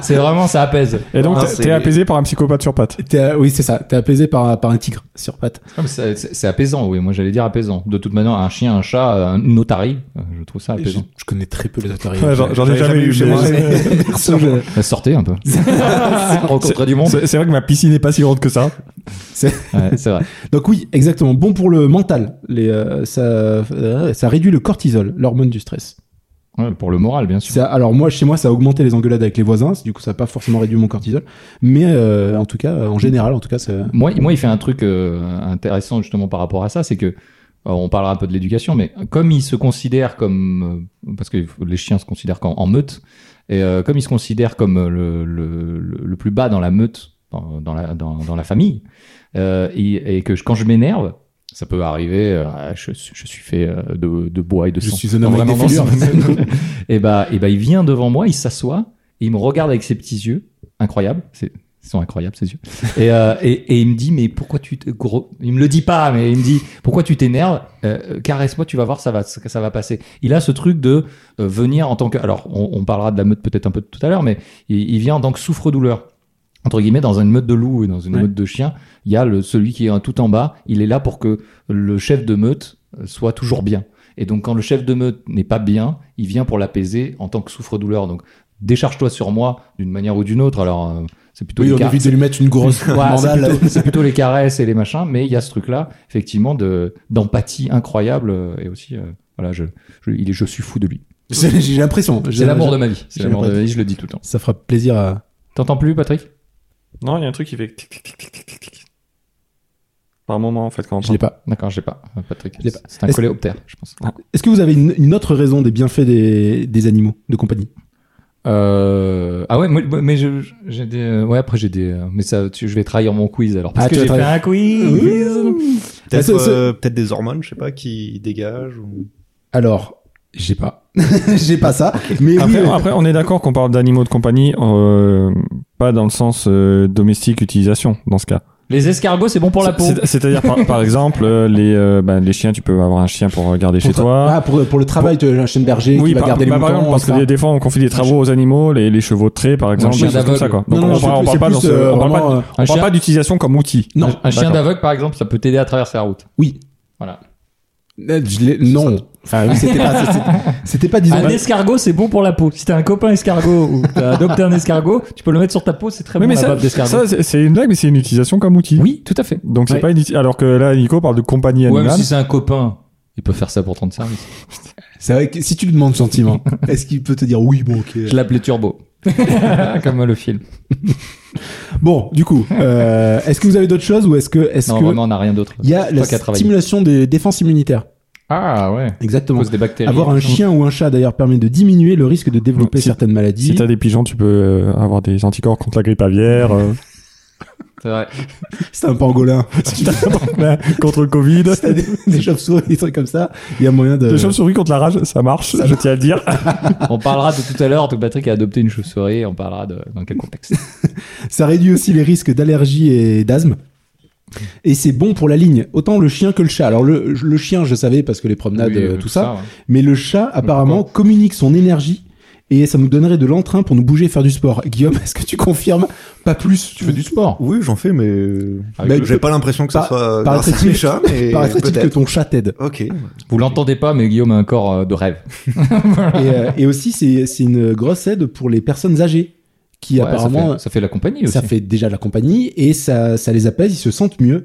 Speaker 3: [laughs] C'est vraiment, ça apaise.
Speaker 2: Et donc,
Speaker 4: Ah,
Speaker 2: t'es-
Speaker 4: c'est-
Speaker 2: t'es apaisé par un psychopathe sur patte.
Speaker 1: T'es, euh, oui, c'est ça. T'es apaisé par, par un tigre sur patte.
Speaker 3: Ah, mais C'est c'est- c'est apaisant, oui. Moi, j'allais dire apaisant. De toute manière, un chien, un chat, un- une otarie, euh, je trouve ça
Speaker 1: Je,
Speaker 3: apaisant.
Speaker 1: je connais très peu les otaries.
Speaker 2: Ouais, J'en j'en ai
Speaker 4: j'avais
Speaker 2: jamais eu.
Speaker 4: chez
Speaker 2: mais-
Speaker 4: moi.
Speaker 1: [laughs] Perso, je-
Speaker 3: Bah, Sortez un peu. Rencontrer du monde.
Speaker 2: C'est c'est vrai que ma piscine n'est pas si grande que ça.
Speaker 3: Ouais, c'est vrai.
Speaker 1: Donc oui, exactement. Bon pour le mental. Les, euh, ça, euh, ça réduit le cortisol, l'hormone du stress.
Speaker 3: Ouais, pour le moral, bien sûr.
Speaker 1: Ça- alors moi, chez moi, ça a augmenté les engueulades avec les voisins. Du coup, ça n'a pas forcément réduit mon cortisol. Mais euh, en tout cas, euh, en général, en tout cas, ça...
Speaker 3: Moi, moi, il fait un truc euh, intéressant justement par rapport à ça, c'est que euh, on parlera un peu de l'éducation, mais comme ils se considèrent comme euh, parce que les chiens se considèrent qu'en en meute, et euh, comme ils se considèrent comme euh, le, le, le- le plus bas dans la meute, dans, dans la, dans, dans la famille, euh, et, et que je- quand je m'énerve, ça peut arriver, euh, Ah, je, suis- je suis fait euh, de, de bois et de
Speaker 1: Je
Speaker 3: sang.
Speaker 1: suis un homme
Speaker 3: Non,
Speaker 1: avec
Speaker 3: vraiment,
Speaker 1: des
Speaker 3: non,
Speaker 1: [laughs]
Speaker 3: [laughs] et bah, et bah, il vient devant moi, il s'assoit, et il me regarde avec ses petits yeux, incroyable, c'est ils sont incroyables ces yeux. Et, euh, et, et il me dit mais pourquoi tu te- gros il me le dit pas mais il me dit pourquoi tu t'énerves Euh, caresse-moi tu vas voir ça va ça va passer. Il a ce truc de euh, venir en tant que alors on, on parlera de la meute peut-être un peu tout à l'heure mais il, il vient en tant que souffre-douleur entre guillemets dans une meute de loups et dans une
Speaker 1: Ouais.
Speaker 3: meute de chiens il y a le celui qui est un tout en bas il est là pour que le chef de meute euh, soit toujours bien. Et donc quand le chef de meute n'est pas bien il vient pour l'apaiser en tant que souffre-douleur donc décharge-toi sur moi d'une manière ou d'une autre alors euh, c'est plutôt
Speaker 1: Oui,
Speaker 3: les
Speaker 1: on
Speaker 3: car- [laughs]
Speaker 1: évite de lui mettre une
Speaker 2: [laughs]
Speaker 1: grosse
Speaker 3: Ouais, c'est
Speaker 1: mandale.
Speaker 3: plutôt- c'est plutôt les caresses et les machins, mais il y a ce truc-là, effectivement, de d'empathie incroyable euh, et aussi, euh, voilà, je, je, il est, je suis fou de lui.
Speaker 1: [laughs] J'ai j'ai l'impression.
Speaker 3: C'est l'amour de ma vie. C'est
Speaker 1: j'ai
Speaker 3: l'amour de ma
Speaker 1: l'impression.
Speaker 3: vie, je le dis tout le temps.
Speaker 1: Ça fera plaisir à...
Speaker 3: T'entends plus, Patrick
Speaker 2: Non, il y a un truc qui fait. clic, clic, clic, clic, clic, clic, clic. Par moment, en fait, quand on
Speaker 1: Je l'ai
Speaker 2: parle.
Speaker 1: pas.
Speaker 3: D'accord, je sais pas, Ah. euh, Patrick.
Speaker 1: Je l'ai pas.
Speaker 3: C'est un
Speaker 1: Est-ce-
Speaker 3: coléoptère, je pense.
Speaker 1: Est-ce que vous avez une, une autre raison des bienfaits des, des animaux de compagnie
Speaker 3: Euh, ah ouais, moi- moi- mais je- je- j'ai des. euh, Ouais, après j'ai des. euh, Mais ça, tu- je vais trahir mon quiz alors. Parce
Speaker 1: Ah,
Speaker 3: que
Speaker 1: tu vas
Speaker 3: j'ai fait
Speaker 1: trahir.
Speaker 3: un quiz.
Speaker 1: Ah,
Speaker 4: Peut-être
Speaker 1: c'est- c'est-
Speaker 4: euh, peut-être des hormones, je sais pas, qui dégagent. Ou...
Speaker 1: Alors, j'ai pas. [laughs] j'ai pas ça. Mais
Speaker 2: Après,
Speaker 1: oui. euh,
Speaker 2: après, on est d'accord qu'on parle d'animaux de compagnie, euh, pas dans le sens euh, domestique utilisation dans ce cas.
Speaker 3: Les escargots, c'est bon pour la peau.
Speaker 2: C'est- C'est-à-dire par, par exemple euh, les euh, bah, les chiens, tu peux avoir un chien pour garder chez
Speaker 1: pour,
Speaker 2: toi.
Speaker 1: ah, pour, pour le travail, tu as un chien de berger qui va garder les
Speaker 2: bah, par
Speaker 1: moutons.
Speaker 2: exemple, parce que
Speaker 1: etc.
Speaker 2: des, des fois on confie des travaux aux animaux, les, les chevaux de trait par exemple,
Speaker 3: chien
Speaker 2: des choses comme
Speaker 3: d'aveugle.
Speaker 2: ça quoi.
Speaker 1: Non,
Speaker 2: Donc
Speaker 1: non,
Speaker 2: on,
Speaker 1: c'est
Speaker 2: parle- on
Speaker 1: plus-
Speaker 2: parle pas
Speaker 1: c'est
Speaker 2: dans
Speaker 1: plus,
Speaker 2: ce-
Speaker 1: euh,
Speaker 2: on parle pas, Ah,
Speaker 1: vraiment, euh,
Speaker 2: on
Speaker 3: Un
Speaker 2: parle
Speaker 3: chien-
Speaker 2: pas d'utilisation comme outil.
Speaker 1: Non.
Speaker 3: Un- un chien
Speaker 2: D'accord.
Speaker 3: d'aveugle, par exemple, ça peut t'aider à traverser la route.
Speaker 1: Oui.
Speaker 3: Voilà.
Speaker 1: Euh, je l'ai- non. Enfin, oui, c'était pas, c'était- c'était
Speaker 2: [laughs]
Speaker 1: pas, disons.
Speaker 3: Un escargot, c'est bon pour la peau. Si t'as un copain escargot ou t'as adopté un escargot, tu peux le mettre sur ta peau, c'est très
Speaker 2: Oui,
Speaker 3: bon
Speaker 2: mais
Speaker 3: la
Speaker 2: ça,
Speaker 3: bave d'escargot.
Speaker 2: ça, c'est- c'est une blague, mais c'est une utilisation comme outil.
Speaker 3: Oui, tout à fait.
Speaker 2: Donc c'est
Speaker 1: Ouais.
Speaker 2: pas une uti- alors que là Nico parle de compagnie
Speaker 3: Ouais, mais
Speaker 2: animale.
Speaker 3: si c'est un copain, il peut faire ça pour te rendre service.
Speaker 1: C'est vrai que si tu lui demandes
Speaker 2: [laughs]
Speaker 1: sentiment, est-ce qu'il peut te dire oui, bon, ok.
Speaker 3: Je l'appelais [laughs] Turbo. Comme le film.
Speaker 1: Bon,
Speaker 3: [laughs]
Speaker 1: du coup, euh, est-ce que vous avez d'autres choses ou est-ce que, est-ce
Speaker 3: Non,
Speaker 1: que
Speaker 3: vraiment, on n'a rien d'autre.
Speaker 1: il y a
Speaker 3: C'est
Speaker 1: la
Speaker 3: toi qui as travaillé.
Speaker 1: stimulation des défenses immunitaires
Speaker 3: Ah ouais. À
Speaker 1: Exactement.
Speaker 3: cause des bactéries.
Speaker 1: Avoir un chien ou un chat d'ailleurs permet de diminuer le risque de développer
Speaker 2: Si-
Speaker 1: certaines
Speaker 2: Si
Speaker 1: maladies.
Speaker 2: t'as des pigeons, tu peux euh, avoir des anticorps contre la grippe aviaire, [laughs] euh,
Speaker 3: C'est vrai.
Speaker 1: C'est un pangolin.
Speaker 3: [laughs]
Speaker 1: [laughs]
Speaker 2: si t'as- contre le Covid.
Speaker 1: Si t'as des, des chauves-souris, des trucs comme ça, il y a moyen de.
Speaker 2: Les chauves-souris contre la rage, euh, ça marche, je tiens à le dire.
Speaker 3: On parlera de tout à l'heure. donc Patrick a adopté une chauve-souris. On parlera de dans quel
Speaker 1: [laughs]
Speaker 3: contexte.
Speaker 1: Ça réduit aussi les risques d'allergie et d'asthme. Et c'est bon pour la ligne, autant le chien que le chat. Alors le, le chien, je savais parce que les promenades,
Speaker 3: Oui,
Speaker 1: euh,
Speaker 3: euh,
Speaker 1: tout ça.
Speaker 3: ouais.
Speaker 1: Mais le chat, apparemment, communique son énergie et ça nous donnerait de l'entrain pour nous bouger et faire du sport. [laughs] Guillaume, est-ce que tu confirmes Pas plus.
Speaker 3: Tu fais du sport.
Speaker 4: Oui, j'en fais, mais
Speaker 1: Avec-
Speaker 4: j'ai pas l'impression que ça
Speaker 1: Ah, Par-
Speaker 4: soit
Speaker 1: par
Speaker 4: grâce à
Speaker 1: esthétique-
Speaker 4: mes chats,
Speaker 1: [laughs]
Speaker 4: mais
Speaker 1: Paraîtrait-il que
Speaker 4: peut-être.
Speaker 1: ton
Speaker 3: [laughs]
Speaker 1: chat t'aide.
Speaker 4: Ok.
Speaker 3: Vous l'entendez pas, mais Guillaume a un corps euh, de rêve.
Speaker 1: et, euh, et aussi, c'est c'est une grosse aide pour les personnes âgées qui
Speaker 3: Ouais, ça,
Speaker 1: apparemment
Speaker 3: fait, ça fait la compagnie aussi.
Speaker 1: ça fait déjà la compagnie et ça, ça les apaise, ils se sentent mieux.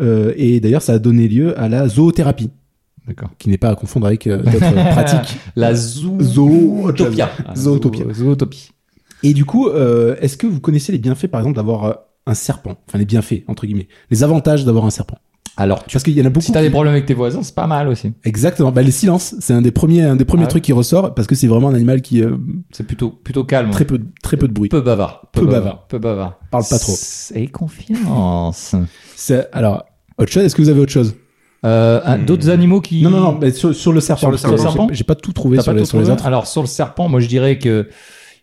Speaker 1: Euh, et d'ailleurs, ça a donné lieu à la zoothérapie,
Speaker 3: D'accord.
Speaker 1: qui n'est pas à confondre avec euh,
Speaker 3: [laughs]
Speaker 1: d'autres pratiques.
Speaker 3: La zoo...
Speaker 1: Zootopia.
Speaker 3: Zootopia.
Speaker 1: Zootopia.
Speaker 3: Zoo- Zootopie.
Speaker 1: Et du coup, euh, est-ce que vous connaissez les bienfaits, par exemple, d'avoir euh, un serpent Enfin, les bienfaits, entre guillemets. Les avantages d'avoir un serpent.
Speaker 3: Alors,
Speaker 1: Parce qu'il y en a beaucoup.
Speaker 3: si t'as des
Speaker 1: qui-
Speaker 3: problèmes avec tes voisins, c'est pas mal aussi.
Speaker 1: Exactement. Bah, les silences, c'est un des premiers, un des
Speaker 3: Ah
Speaker 1: premiers
Speaker 3: ouais.
Speaker 1: trucs qui ressort, parce que c'est vraiment un animal qui euh,
Speaker 3: C'est plutôt, plutôt calme.
Speaker 1: très peu, très peu de bruit.
Speaker 3: Peu bavard.
Speaker 1: Peu
Speaker 3: Peu bavard.
Speaker 1: Parle pas trop.
Speaker 3: Et confiance.
Speaker 1: C'est- Alors, autre chose. Est-ce que vous avez autre chose
Speaker 3: Euh, un- D'autres animaux qui.
Speaker 1: Hmm. Non, non, non. mais sur, sur le serpent.
Speaker 4: Sur le
Speaker 1: parce que
Speaker 3: serpent.
Speaker 1: j'ai- J'ai pas tout trouvé
Speaker 3: T'as
Speaker 1: sur
Speaker 3: pas
Speaker 1: les,
Speaker 3: tout
Speaker 1: sur les
Speaker 3: trouvé
Speaker 1: autres.
Speaker 3: Alors, sur le serpent, moi, je dirais que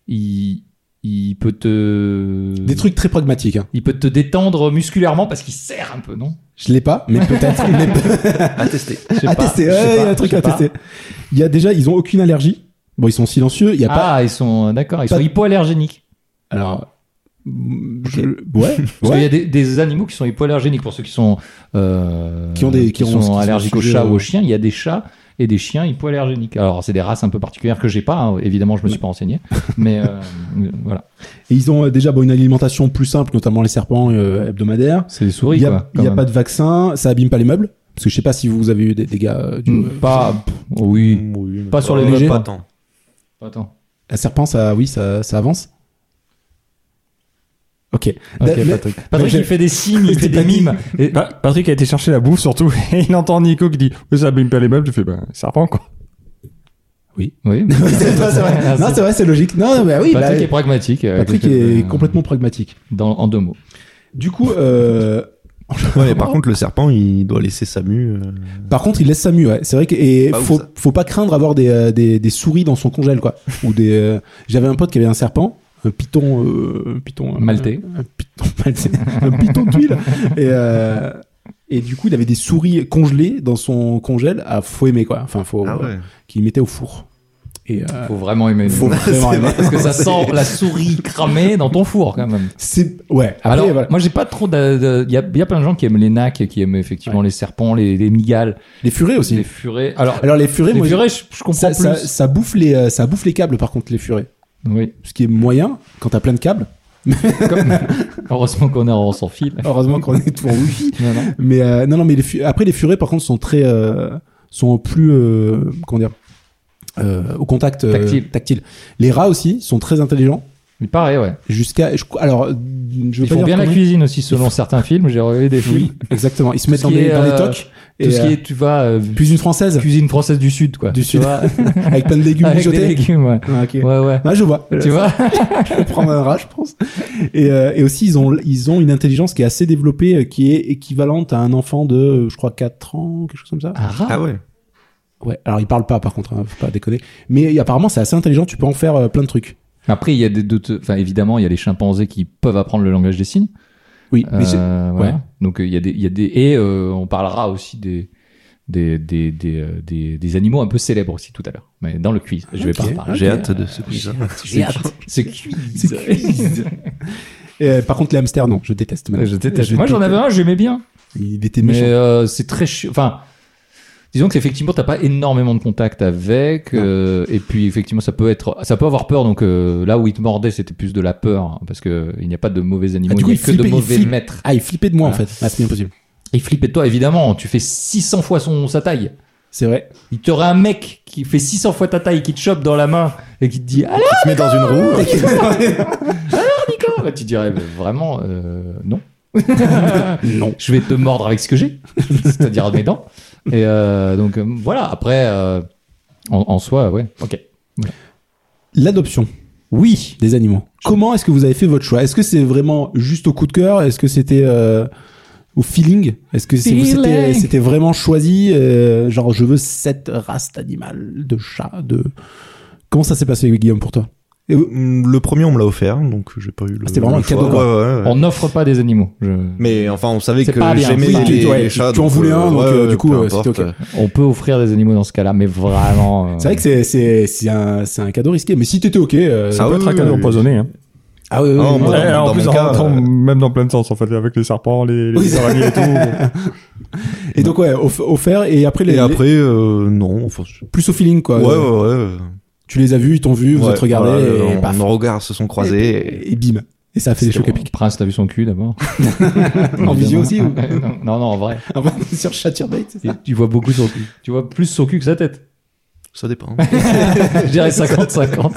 Speaker 3: il, il peut te.
Speaker 1: Des trucs très pragmatiques. hein.
Speaker 3: Il peut te détendre musculairement parce qu'il serre un peu, non
Speaker 1: Je l'ai pas,
Speaker 3: [laughs]
Speaker 1: mais peut-être. mais peut-
Speaker 4: À tester.
Speaker 3: Je sais
Speaker 1: [laughs] à
Speaker 3: pas,
Speaker 1: tester.
Speaker 3: je sais
Speaker 1: ouais, Il y a
Speaker 3: pas,
Speaker 1: un truc
Speaker 3: je sais
Speaker 1: à
Speaker 3: pas.
Speaker 1: tester. Il y a déjà, ils ont aucune allergie. Bon, ils sont silencieux. Il y a pas.
Speaker 3: Ah, ils sont. D'accord, ils
Speaker 1: Pas-
Speaker 3: sont hypoallergéniques.
Speaker 1: Alors. je-
Speaker 3: [laughs] Parce
Speaker 1: Ouais. ouais.
Speaker 3: qu'il y a des, des animaux qui sont hypoallergéniques pour ceux qui sont euh,
Speaker 1: Qui ont des- qui ont- qui
Speaker 3: sont
Speaker 1: sont
Speaker 3: allergiques aux
Speaker 1: sujets
Speaker 3: chats
Speaker 1: au-
Speaker 3: ou aux chiens. Il y a des chats et des chiens hypoallergéniques. Alors c'est des races un peu particulières que j'ai pas. hein. Évidemment, je me suis pas
Speaker 1: [laughs]
Speaker 3: renseigné, mais euh, voilà.
Speaker 1: Et ils ont euh, déjà bon, une alimentation plus simple, notamment les serpents euh, hebdomadaires.
Speaker 3: C'est des
Speaker 1: Il
Speaker 3: souris
Speaker 1: n'y
Speaker 3: quoi.
Speaker 1: a, il
Speaker 3: quand
Speaker 1: y a
Speaker 3: même.
Speaker 1: pas de vaccin, ça abîme pas les meubles. Parce que je sais pas si vous avez eu des dégâts euh, du.
Speaker 3: Mm, pas. pff, Oui.
Speaker 4: Mm, Oui, mais
Speaker 3: Pas sur les
Speaker 4: ouais,
Speaker 3: légers.
Speaker 4: Pas tant.
Speaker 3: Attends.
Speaker 1: Un serpent, ça, oui, ça, ça avance. Ok.
Speaker 3: Ok,
Speaker 1: Mais-
Speaker 3: Patrick. Patrick,
Speaker 1: j'ai-
Speaker 3: il fait des signes, il [laughs]
Speaker 1: C'était
Speaker 3: fait des
Speaker 1: pas dit.
Speaker 3: mimes. Et-
Speaker 2: Pa- Patrick a été chercher la bouffe surtout, [laughs] et il entend Nico qui dit Oui, ça abîme pas les meubles. Je fais Ben, serpent quoi.
Speaker 3: Oui.
Speaker 1: [laughs] c'est pas- c'est
Speaker 3: Ah,
Speaker 1: vrai. Non, c'est vrai, c'est logique. Non, mais oui,
Speaker 3: Patrick
Speaker 1: bah,
Speaker 3: est pragmatique. euh,
Speaker 1: Patrick
Speaker 3: quelque-
Speaker 1: est
Speaker 3: euh,
Speaker 1: complètement pragmatique.
Speaker 3: dans- en deux mots.
Speaker 1: Du coup, euh,
Speaker 4: Ouais, mais par contre, le serpent, il doit laisser sa mue. euh,
Speaker 1: par contre, il laisse sa mue. ouais. C'est vrai que et
Speaker 4: Pas Bah, ouf,
Speaker 1: faut
Speaker 4: ça.
Speaker 1: faut pas craindre avoir des, euh, des des souris dans son congèle quoi. Ou des. euh, J'avais un pote qui avait un serpent, un python, euh, un python euh,
Speaker 3: Maltais.
Speaker 1: un python, maltais, [laughs] un python tuile. Et, euh, et du coup, il avait des souris congelées dans son congèle. Ah, faut aimer quoi. Enfin, faut
Speaker 4: Ah ouais.
Speaker 1: qu'il mettait au four. Et euh,
Speaker 3: Faut vraiment aimer.
Speaker 1: faut vraiment
Speaker 4: C'est
Speaker 1: aimer.
Speaker 4: vrai.
Speaker 3: Parce que ça sent la souris cramée dans ton four quand même.
Speaker 1: C'est ouais. Après,
Speaker 3: Alors,
Speaker 1: voilà.
Speaker 3: moi, j'ai pas trop. Il y, a- y a plein de gens qui aiment les nacs, qui aiment effectivement les serpents, les, les migales,
Speaker 1: les furets aussi.
Speaker 3: les furets. Alors,
Speaker 1: Alors les furets,
Speaker 3: les
Speaker 1: moi,
Speaker 3: furets, Ah, je, je comprends
Speaker 1: ça,
Speaker 3: plus.
Speaker 1: ça, ça bouffe les euh, ça bouffe les câbles par contre les furets.
Speaker 3: Oui.
Speaker 1: Ce qui est moyen quand t'as plein de câbles.
Speaker 3: Comme- [laughs] heureusement qu'on est en sans fil.
Speaker 1: Heureusement qu'on est tout en wifi.
Speaker 3: Non, non.
Speaker 1: Mais euh, non non mais les fu- après les furets par contre sont très euh, sont plus euh, comment dire euh, au contact euh,
Speaker 3: Tactile.
Speaker 1: tactile. Les rats aussi sont très intelligents
Speaker 3: Mais pareil, ouais.
Speaker 1: Jusqu'à. je- Alors, je veux
Speaker 3: Ils font
Speaker 1: pas dire
Speaker 3: bien la
Speaker 1: comment-
Speaker 3: cuisine aussi, selon certains films. J'ai regardé des films.
Speaker 1: Oui, exactement. Ils se
Speaker 3: Tout
Speaker 1: mettent
Speaker 3: ce
Speaker 1: dans
Speaker 3: qui
Speaker 1: des,
Speaker 3: est,
Speaker 1: dans des
Speaker 3: euh,
Speaker 1: tocs.
Speaker 3: Tout ce qui est, tu vas, euh,
Speaker 1: Cuisine française.
Speaker 3: cuisine française du Sud, quoi.
Speaker 1: [laughs] Du
Speaker 3: Tu
Speaker 1: Sud.
Speaker 3: vois,
Speaker 1: [laughs] Avec plein de légumes
Speaker 3: avec des
Speaker 1: mijotés.
Speaker 3: légumes, ouais.
Speaker 1: Ah, ok.
Speaker 3: Ouais, ouais.
Speaker 1: Ah, je vois.
Speaker 3: Tu vois
Speaker 1: peux prendre un rat, je pense. Et, euh, et aussi, ils ont, ils ont une intelligence qui est assez développée, euh, qui est équivalente à un enfant de, euh, je crois, 4 ans, quelque chose comme ça.
Speaker 3: Un
Speaker 4: Ah
Speaker 3: rat
Speaker 4: ouais.
Speaker 1: Ouais. Alors, ils parlent pas, par contre, hein, faut pas déconner. Mais euh, apparemment, c'est assez intelligent, tu peux en faire euh, plein de trucs.
Speaker 3: Après, il y a des doutes. Enfin, évidemment, il y a les chimpanzés qui peuvent apprendre le langage des signes.
Speaker 1: Oui.
Speaker 3: [laughs]
Speaker 1: mais c'est-
Speaker 3: Euh,
Speaker 1: ouais.
Speaker 3: voilà. Donc euh, il y a des, il y a des, et euh, on parlera aussi des des, des, des, euh, des, des animaux un peu célèbres aussi tout à l'heure. Mais dans le quiz, je vais pas
Speaker 1: Ok.
Speaker 3: en parler.
Speaker 4: J'ai
Speaker 1: Ok.
Speaker 4: hâte de ce quiz.
Speaker 3: J'ai hâte. Ce quiz.
Speaker 1: Ce quiz. Euh, par contre, les hamsters, non, je déteste. madame.
Speaker 3: Je déteste. Moi j'en avais un, j'aimais bien.
Speaker 1: Il était méchant.
Speaker 3: Mais euh, c'est très chiant. Enfin. Disons qu'effectivement, t'as pas énormément de contact avec, euh, et puis effectivement, ça peut être, ça peut avoir peur. Donc euh, là où il te mordait, c'était plus de la peur, hein, parce que il n'y a pas de mauvais animaux,
Speaker 1: Ah, du
Speaker 3: il
Speaker 1: coup,
Speaker 3: n'y a
Speaker 1: il
Speaker 3: que de
Speaker 1: flippait, il
Speaker 3: mauvais
Speaker 1: flippe.
Speaker 3: maîtres.
Speaker 1: Ah, il flippait de moi,
Speaker 3: Voilà.
Speaker 1: en fait. Ah, c'est impossible.
Speaker 3: Il flippait de toi, évidemment. Tu fais 600 fois son sa taille.
Speaker 1: C'est vrai.
Speaker 3: Il t'aurait un mec qui fait 600 fois ta taille, qui te chope dans la main et qui te dit Alors,
Speaker 4: Tu te mets dans une roue.
Speaker 3: Nico Bah, Tu dirais bah, Vraiment, euh, [laughs] non.
Speaker 1: non.
Speaker 3: Je vais te mordre avec ce que j'ai, c'est-à-dire mes dents. Et euh, donc, euh, voilà. Après, euh, en, en soi, ouais, ok.
Speaker 1: [laughs] L'adoption.
Speaker 3: Oui.
Speaker 1: des animaux. Comment est-ce que vous avez fait votre choix Est-ce que c'est vraiment juste au coup de cœur Est-ce que c'était euh, au feeling Est-ce que c'est- vous- c'était
Speaker 3: Feeling.
Speaker 1: c'était vraiment choisi euh, Genre, je veux cette race d'animal, de chat, de... Comment ça s'est passé, Guillaume, pour toi
Speaker 4: Et, euh, le premier, on me l'a offert, donc j'ai pas eu le.
Speaker 1: Ah, c'était vraiment
Speaker 4: le
Speaker 1: un cadeau,
Speaker 4: choix. Ouais, ouais, ouais.
Speaker 3: On n'offre pas des animaux. Je-
Speaker 4: Mais enfin, on savait
Speaker 3: C'est
Speaker 4: que
Speaker 3: pas bien.
Speaker 4: j'aimais
Speaker 3: Oui,
Speaker 4: les,
Speaker 1: tu- ouais,
Speaker 4: les chats.
Speaker 1: tu en
Speaker 4: donc,
Speaker 1: voulais un, donc, euh, du coup,
Speaker 4: peu
Speaker 1: euh, c'était
Speaker 4: importe.
Speaker 1: ok.
Speaker 3: On peut offrir des animaux dans ce cas-là, mais vraiment. euh,
Speaker 1: C'est vrai que c'est- c'est c'est un, c'est un cadeau risqué, mais si t'étais OK... euh,
Speaker 4: Ça
Speaker 2: Ça peut être un
Speaker 4: Ah oui,
Speaker 2: cadeau
Speaker 4: oui, oui.
Speaker 2: empoisonné. Hein.
Speaker 1: Ah oui, oui,
Speaker 4: Ah,
Speaker 1: oui,
Speaker 4: moi,
Speaker 1: oui.
Speaker 4: dans-
Speaker 2: Eh, en
Speaker 4: dans
Speaker 2: plus,
Speaker 4: mon
Speaker 2: en
Speaker 4: cas,
Speaker 2: rentrant,
Speaker 4: euh,
Speaker 2: même dans plein de sens, en fait, avec les serpents, les, les
Speaker 1: Oui.
Speaker 2: araignées et tout.
Speaker 4: [laughs]
Speaker 2: bon.
Speaker 1: Et donc, ouais, off- offert, et après, les, Bah,
Speaker 4: Et après, euh, non. enfin, je-
Speaker 1: les- plus au feeling, quoi.
Speaker 4: Ouais, ouais, ouais.
Speaker 1: Tu les as vus, ils t'ont vu, vous
Speaker 4: Ouais,
Speaker 1: êtes regardés,
Speaker 4: voilà,
Speaker 1: et
Speaker 4: on-
Speaker 1: paf.
Speaker 4: Nos regards se sont croisés. et-
Speaker 1: et, et bim. Et ça a fait des
Speaker 3: c'était
Speaker 1: chocs à
Speaker 3: bon. Prince, t'as vu son cul [laughs] d'abord
Speaker 1: En visio aussi [laughs] ou...
Speaker 3: Non, non, en vrai.
Speaker 1: Sur Shatterbait, c'est ça
Speaker 3: Et tu vois beaucoup son cul. Tu vois plus son cul que sa tête.
Speaker 4: Ça dépend.
Speaker 3: Je [laughs] dirais 50-50.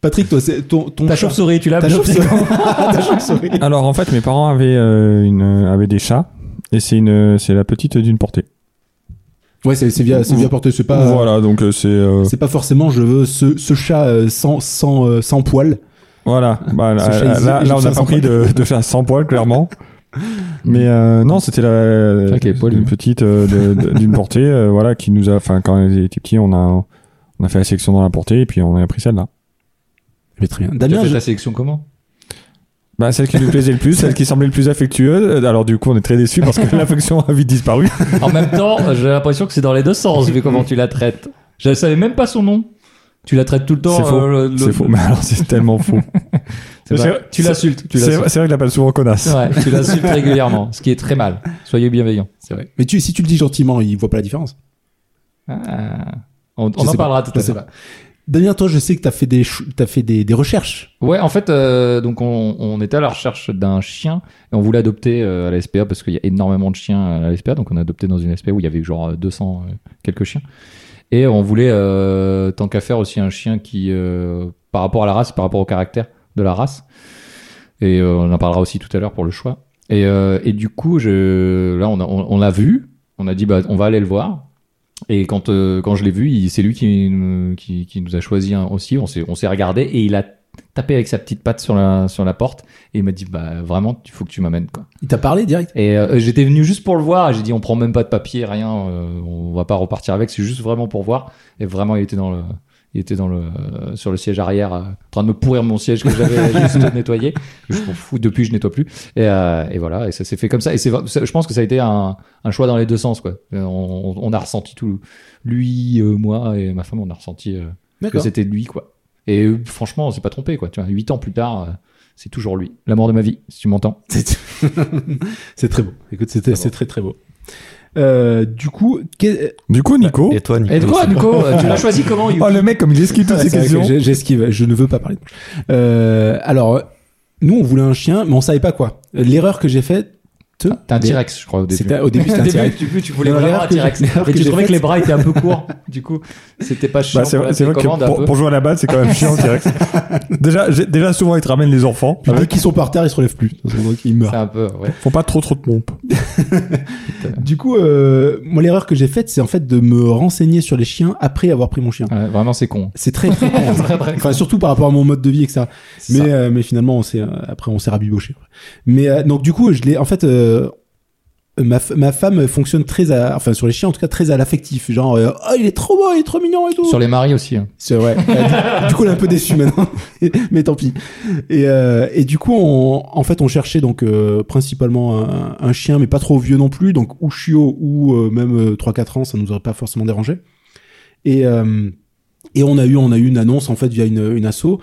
Speaker 1: Patrick, toi, c'est ton, ton
Speaker 3: Ta
Speaker 1: chat-
Speaker 3: chauve-souris, [laughs] tu l'as
Speaker 1: Ta
Speaker 3: adoptée
Speaker 1: chauve-souris. [laughs] Ta chauve-souris.
Speaker 2: Alors, en fait, mes parents avaient, euh, une, avaient des chats. Et c'est une, euh, c'est la petite d'une portée.
Speaker 1: Ouais, c'est c'est bien, c'est bien porté. C'est pas,
Speaker 2: Voilà, donc euh, c'est, euh,
Speaker 1: c'est pas forcément. Je veux ce, ce chat euh, sans sans euh, sans poils.
Speaker 2: Voilà, bah,
Speaker 1: Ce
Speaker 2: là,
Speaker 1: chat
Speaker 2: là-
Speaker 1: is-
Speaker 2: là,
Speaker 1: is-
Speaker 2: là, on
Speaker 1: chat
Speaker 2: n'a pas
Speaker 1: sans
Speaker 2: pris de, de chat sans poil, clairement. Mais euh, non, c'était la,
Speaker 3: vrai qu'il y avait poil,
Speaker 2: une
Speaker 3: lui.
Speaker 2: petite euh, de- de- d'une portée, euh, voilà, qui nous a, enfin, quand elle était petite, on a, on a fait la sélection dans la portée et puis on a pris celle-là.
Speaker 1: Mais très bien.
Speaker 3: Tu as
Speaker 1: Damien,
Speaker 3: fait
Speaker 1: je-
Speaker 3: ta sélection comment
Speaker 2: Bah, celle qui nous plaisait le plus, celle qui semblait le plus affectueuse. Euh, Alors du coup, on est très déçus parce [laughs] que l'affection a vite disparu.
Speaker 3: En même temps, euh, j'ai l'impression que c'est dans les deux sens, vu comment tu la traites. Je savais même pas son nom. Tu la traites tout le temps.
Speaker 2: C'est faux.
Speaker 3: euh, le-
Speaker 2: C'est faux. Mais alors, c'est tellement [laughs] faux.
Speaker 3: C'est
Speaker 2: C'est-
Speaker 3: vrai. tu
Speaker 2: c'est-
Speaker 3: l'insultes. Tu
Speaker 2: C'est c'est vrai
Speaker 3: l'insultes.
Speaker 2: qu'il l'appelle souvent connasse.
Speaker 3: Ouais, tu l'insultes régulièrement, ce qui est très mal. Soyez bienveillants. C'est vrai.
Speaker 1: mais tu, si tu le dis gentiment, il voit pas la différence.
Speaker 3: On, on
Speaker 1: Je
Speaker 3: en
Speaker 1: sais pas.
Speaker 3: parlera tout
Speaker 1: Je sais
Speaker 3: à l'heure.
Speaker 1: Damien, toi, je sais que t'as fait des ch- t'as fait des, des recherches.
Speaker 3: Ouais, en fait, euh, donc on, on était à la recherche d'un chien et on voulait adopter euh, à la SPA parce qu'il y a énormément de chiens à la SPA, donc on a adopté dans une SPA où il y avait genre euh, 200 euh, quelques chiens. Et on voulait, euh, tant qu'à faire, aussi un chien qui, euh, par rapport à la race, par rapport au caractère de la race, et euh, on en parlera aussi tout à l'heure pour le choix. Et, euh, et du coup, je, là, on, a- on, on l'a vu, on a dit, bah, on va aller le voir. Et quand, euh, quand je l'ai vu, il- c'est lui qui, nous- qui, qui nous a choisi un aussi. On s'est on s'est regardé et il a tapé avec sa petite patte sur la, sur la porte et il m'a dit bah vraiment il faut que tu m'amènes quoi
Speaker 1: Il t'a parlé direct.
Speaker 3: et euh, j'étais venu juste pour le voir et j'ai dit on prend même pas de papier rien euh, on va pas repartir avec c'est juste vraiment pour voir et vraiment il était dans le il était dans le euh, sur le siège arrière euh, en train de me pourrir mon siège que j'avais juste nettoyé je m'en fous depuis je nettoie plus et, euh, et voilà et ça s'est fait comme ça et c'est vrai- ça- je pense que ça a été un, un choix dans les deux sens quoi Euh, on, on a ressenti tout lui euh, moi et ma femme on a ressenti euh, que
Speaker 1: D'accord.
Speaker 3: c'était lui quoi. Et euh, franchement, on s'est pas trompé quoi. Tu vois, huit ans plus tard, euh, c'est toujours lui. La mort de ma vie, si tu m'entends.
Speaker 1: C'est [laughs] c'est très beau. Écoute, c'était
Speaker 3: Ah bon.
Speaker 1: c'est très très beau. Euh, du coup, que-
Speaker 2: Du coup,
Speaker 1: Oh
Speaker 2: Nico.
Speaker 4: Et toi, Nico
Speaker 3: Et de quoi, [laughs] Nico Tu l'as choisi comment
Speaker 2: Oh le mec, comme il esquive toutes
Speaker 1: C'est
Speaker 2: ces
Speaker 1: vrai que
Speaker 2: questions.
Speaker 1: j'ai- J'esquive, je ne veux pas parler. de- Euh, alors, nous, on voulait un chien, mais on savait pas quoi. L'erreur que j'ai faite,
Speaker 3: T'as un T-Rex, je crois, au début. [laughs]
Speaker 1: C'était- [laughs] au début, c'était un T-Rex.
Speaker 3: tu, tu voulais
Speaker 1: Mais la
Speaker 3: vraiment
Speaker 1: dernière
Speaker 3: un
Speaker 1: que j'ai-
Speaker 3: T-Rex.
Speaker 1: la dernière
Speaker 3: Mais
Speaker 1: que
Speaker 3: tu
Speaker 1: j'ai
Speaker 3: trouvais que
Speaker 1: faite-
Speaker 3: les bras étaient
Speaker 1: [laughs]
Speaker 3: un peu courts. Du coup, c'était pas chiant.
Speaker 2: Bah, c'est
Speaker 3: pour
Speaker 2: vrai,
Speaker 3: la
Speaker 2: c'est vrai que
Speaker 3: télécommande, un
Speaker 2: pour,
Speaker 3: peu.
Speaker 2: pour jouer à la balle, c'est quand même chiant, T-Rex. [laughs] déjà, j'ai- déjà, souvent, ils te ramènent les enfants.
Speaker 1: Puis dès qu'ils sont par terre, ils se relèvent plus. Donc, ils meurent.
Speaker 3: C'est un peu,
Speaker 1: [laughs]
Speaker 3: ouais.
Speaker 2: Faut pas trop trop de pompe.
Speaker 1: Du coup, euh, moi, l'erreur que j'ai faite, c'est en fait de me renseigner sur les chiens après avoir pris mon chien.
Speaker 3: Ouais, Vraiment, c'est con.
Speaker 1: C'est très [laughs] très con.
Speaker 3: Très, très con.
Speaker 1: Enfin, surtout par rapport à mon mode de vie, etc.
Speaker 3: C'est
Speaker 1: Mais,
Speaker 3: ça.
Speaker 1: euh, mais finalement, on s'est, euh, après, on s'est rabiboché. quoi. Mais euh, donc, du coup, je l'ai, en fait, euh, ma, f- ma femme fonctionne très à, enfin, sur les chiens, en tout cas, très à l'affectif. Genre, euh, oh, il est trop beau, il est trop mignon et tout.
Speaker 3: Sur les maris aussi.
Speaker 1: [laughs]
Speaker 3: hein.
Speaker 1: C'est vrai. Euh, [laughs] du- du coup, elle est un peu déçue maintenant, mais tant pis. Et, euh, et du coup, on, en fait, on cherchait donc euh, principalement un, un chien, mais pas trop vieux non plus, donc ou chiot ou euh, même euh, 3-4 ans, ça nous aurait pas forcément dérangé. Et euh, et on a eu on a eu une annonce en fait via une une asso.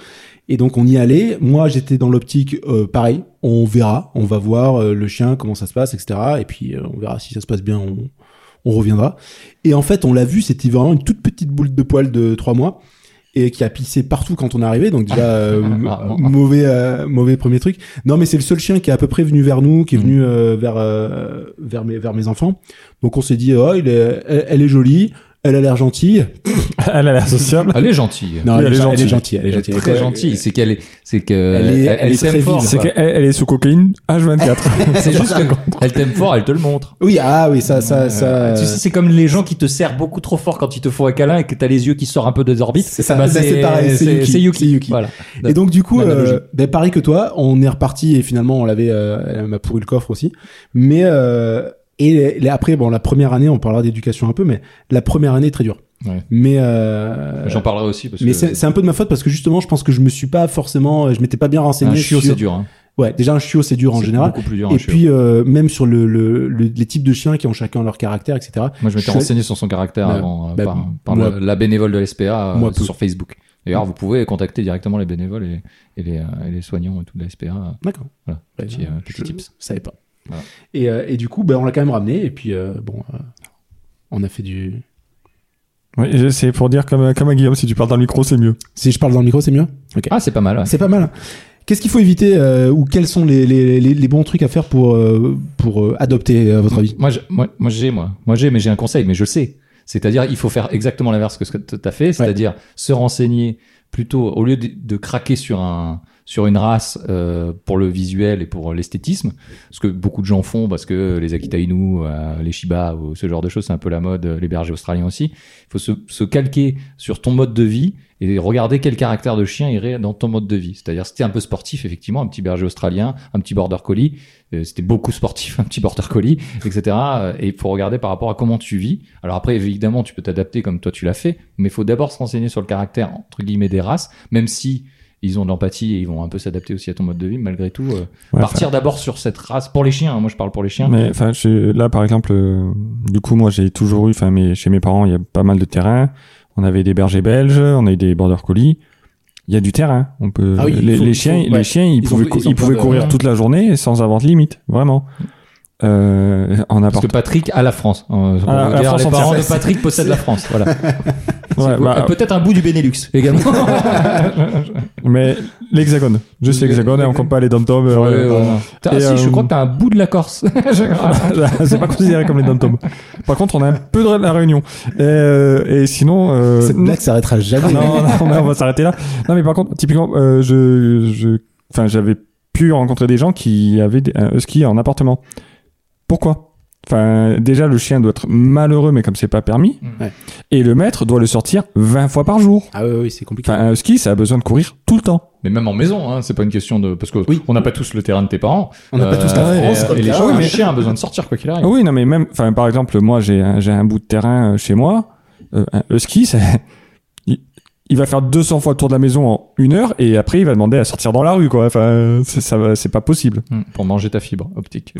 Speaker 1: Et donc on y allait. Moi j'étais dans l'optique euh, pareil. On verra, on va voir euh, le chien comment ça se passe, etc. Et puis euh, on verra si ça se passe bien, on, on reviendra. Et en fait on l'a vu, c'était vraiment une toute petite boule de poils de trois mois et qui a pissé partout quand on est arrivé. Donc déjà euh, m- mauvais euh, mauvais premier truc. Non mais c'est le seul chien qui est à peu près venu vers nous, qui est venu euh, vers euh, vers mes vers mes enfants. Donc on s'est dit oh il est elle, elle est jolie. Elle a l'air gentille.
Speaker 2: [laughs] Elle a l'air [laughs] sociable.
Speaker 3: Elle est gentille.
Speaker 1: Non,
Speaker 2: Oui,
Speaker 1: elle,
Speaker 2: elle
Speaker 1: est
Speaker 2: est
Speaker 1: gen- elle est gentille.
Speaker 2: gentille.
Speaker 1: Elle est
Speaker 3: Elle est
Speaker 1: gentille.
Speaker 3: très gentille. C'est qu'elle est, c'est que,
Speaker 1: Elle est- elle est
Speaker 3: t'aime
Speaker 1: très
Speaker 3: fort.
Speaker 1: vive.
Speaker 2: C'est
Speaker 3: quoi.
Speaker 2: qu'elle elle est sous cocaïne H24.
Speaker 3: C'est juste
Speaker 1: [laughs]
Speaker 3: qu'elle t'aime fort, elle te le montre.
Speaker 1: Oui, ah oui, ça, ça, ça.
Speaker 3: Euh, tu sais, c'est comme les gens qui te serrent beaucoup trop fort quand ils te font un câlin et que t'as les yeux qui sortent un peu des orbites.
Speaker 1: C'est ça, bah, c'est pareil, c'est Yuki.
Speaker 3: C'est Yuki.
Speaker 1: C'est Yuki.
Speaker 3: Voilà.
Speaker 1: et donc du coup,
Speaker 3: Même
Speaker 1: euh,
Speaker 3: analogie.
Speaker 1: ben, pareil que toi, on est reparti et finalement on l'avait, euh, elle m'a pourri le coffre aussi. Mais euh, et les- après, bon, la première année, on parlera d'éducation un peu, mais la première année est très dure.
Speaker 3: Ouais.
Speaker 1: Mais euh,
Speaker 3: J'en parlerai aussi parce
Speaker 1: mais
Speaker 3: que
Speaker 1: c'est c'est un peu de ma faute parce que justement, je pense que je me suis pas forcément, je m'étais pas bien renseigné.
Speaker 3: un chiot,
Speaker 1: sur-
Speaker 3: c'est dur. hein.
Speaker 1: Ouais, déjà un chiot, c'est dur en
Speaker 3: C'est
Speaker 1: général.
Speaker 3: beaucoup plus dur.
Speaker 1: Et
Speaker 3: un chiot.
Speaker 1: puis euh, même sur le, le- le- les types de chiens qui ont chacun leur caractère, etc.
Speaker 3: moi, je m'étais
Speaker 1: je-
Speaker 3: renseigné sur son caractère
Speaker 1: Bah,
Speaker 3: avant euh,
Speaker 1: bah,
Speaker 3: par, par
Speaker 1: moi-
Speaker 3: le- la bénévole de l'SPA euh,
Speaker 1: Moi, peu.
Speaker 3: sur Facebook. D'ailleurs, vous pouvez contacter directement les bénévoles et, et les, euh, et les soignants et tout de la SPA. euh,
Speaker 1: D'accord.
Speaker 3: Voilà.
Speaker 1: Ben,
Speaker 3: Petit, euh, petit
Speaker 1: je
Speaker 3: tips.
Speaker 1: savais pas.
Speaker 3: Voilà.
Speaker 1: Et, euh, et du coup, ben, on l'a quand même ramené. Et puis, euh, bon, euh, on a fait du.
Speaker 2: Oui, je- c'est pour dire comme, euh, comme à Guillaume, si tu parles dans le micro, c'est mieux.
Speaker 1: Si je parle dans le micro, c'est mieux
Speaker 3: Ah, c'est pas mal. ouais.
Speaker 1: C'est pas mal. hein. Qu'est-ce qu'il faut éviter euh, ou quels sont les, les, les, les bons trucs à faire pour, euh, pour euh, adopter, à votre avis
Speaker 3: Moi, je- moi, moi, j'ai, moi. Moi, j'ai, mais j'ai un conseil, mais je le sais. C'est-à-dire, il faut faire exactement l'inverse que ce que tu as fait, c'est-à-dire se renseigner plutôt, au lieu de, de craquer sur un sur une race euh, pour le visuel et pour l'esthétisme, ce que beaucoup de gens font parce que les Akita Inu, euh, les Shiba ou ce genre de choses, c'est un peu la mode, euh, les bergers australiens aussi. Il faut se, se calquer sur ton mode de vie et regarder quel caractère de chien irait dans ton mode de vie. C'est-à-dire, si t'es un peu sportif, effectivement, un petit berger australien, un petit border collie, euh, c'était beaucoup sportif, [laughs] un petit border collie, [laughs] etc. Euh, Et il faut regarder par rapport à comment tu vis. Alors après, évidemment, tu peux t'adapter comme toi tu l'as fait, mais il faut d'abord se renseigner sur le caractère, entre guillemets, des races, même si ils ont de l'empathie et ils vont un peu s'adapter aussi à ton mode de vie, malgré tout. euh,
Speaker 2: Ouais,
Speaker 3: partir d'abord sur cette race, pour les chiens, hein, moi je parle pour les chiens.
Speaker 2: Mais enfin, je- là, par exemple, euh, du coup, moi, j'ai toujours eu, enfin, mes- chez mes parents, il y a pas mal de terrain. On avait des bergers belges, on a eu des border collies. Il y a du terrain. On peut.
Speaker 1: Ah oui, il
Speaker 2: les,
Speaker 1: faut-
Speaker 2: les
Speaker 1: il
Speaker 2: chiens,
Speaker 1: faut- ouais.
Speaker 2: les chiens, ils,
Speaker 1: Ils ont-
Speaker 2: pouvaient, cou-
Speaker 1: ils ont
Speaker 2: ils pouvaient
Speaker 1: pas de-
Speaker 2: courir toute la journée sans avoir de limite, vraiment. Euh, en
Speaker 3: Parce
Speaker 2: appart.
Speaker 3: que Patrick a la France. Euh, pour
Speaker 2: Ah,
Speaker 3: vous
Speaker 2: la
Speaker 3: dire,
Speaker 2: France
Speaker 3: les parents
Speaker 2: entière.
Speaker 3: de Patrick possèdent la France.
Speaker 2: [laughs]
Speaker 3: Voilà.
Speaker 2: Ouais,
Speaker 3: C'est-
Speaker 2: bah,
Speaker 3: euh, Peut-être un bout du Benelux
Speaker 2: [laughs]
Speaker 3: également.
Speaker 2: mais l'hexagone, juste l'hexagone, et on compte pas les euh, dom toms
Speaker 3: [laughs] Ouais, ouais, ouais. Putain,
Speaker 2: Et,
Speaker 3: si, je
Speaker 2: euh,
Speaker 3: crois que t'as un bout de la
Speaker 2: [laughs]
Speaker 3: Corse. [laughs]
Speaker 2: Ah, c'est pas considéré comme les dom toms Par contre, on a un peu de la réunion. Euh, et sinon, euh,
Speaker 1: Cette blague s'arrêtera jamais.
Speaker 2: non, non, non, on va s'arrêter là. Non, mais par contre, typiquement, euh, je, je, enfin, j'avais pu rencontrer des gens qui avaient des- un husky en appartement. Pourquoi Enfin, déjà, le chien doit être malheureux, mais comme c'est pas permis,
Speaker 1: Ouais.
Speaker 2: et le maître doit le sortir 20 fois par jour.
Speaker 1: Ah oui, oui, c'est compliqué.
Speaker 2: Enfin, un husky, ça a besoin de courir tout le temps.
Speaker 3: Mais même en maison, hein, c'est pas une question de parce que
Speaker 1: Oui.
Speaker 3: on n'a pas tous le terrain de tes parents.
Speaker 1: On n'a pas tous la
Speaker 3: euh, et-
Speaker 1: France comme
Speaker 3: Et, les
Speaker 1: terrain,
Speaker 3: gens,
Speaker 1: mais-
Speaker 3: le chien a besoin de sortir quoi qu'il arrive.
Speaker 2: Ah oui, non, mais même, enfin, par exemple, moi, j'ai un, j'ai un bout de terrain euh, chez moi, euh, un husky, ça- [laughs] il, il va faire 200 fois le tour de la maison en une heure, et après, il va demander à sortir dans la rue, quoi. Enfin, c'est- ça va- c'est pas possible.
Speaker 3: Hmm, Pour manger ta fibre optique.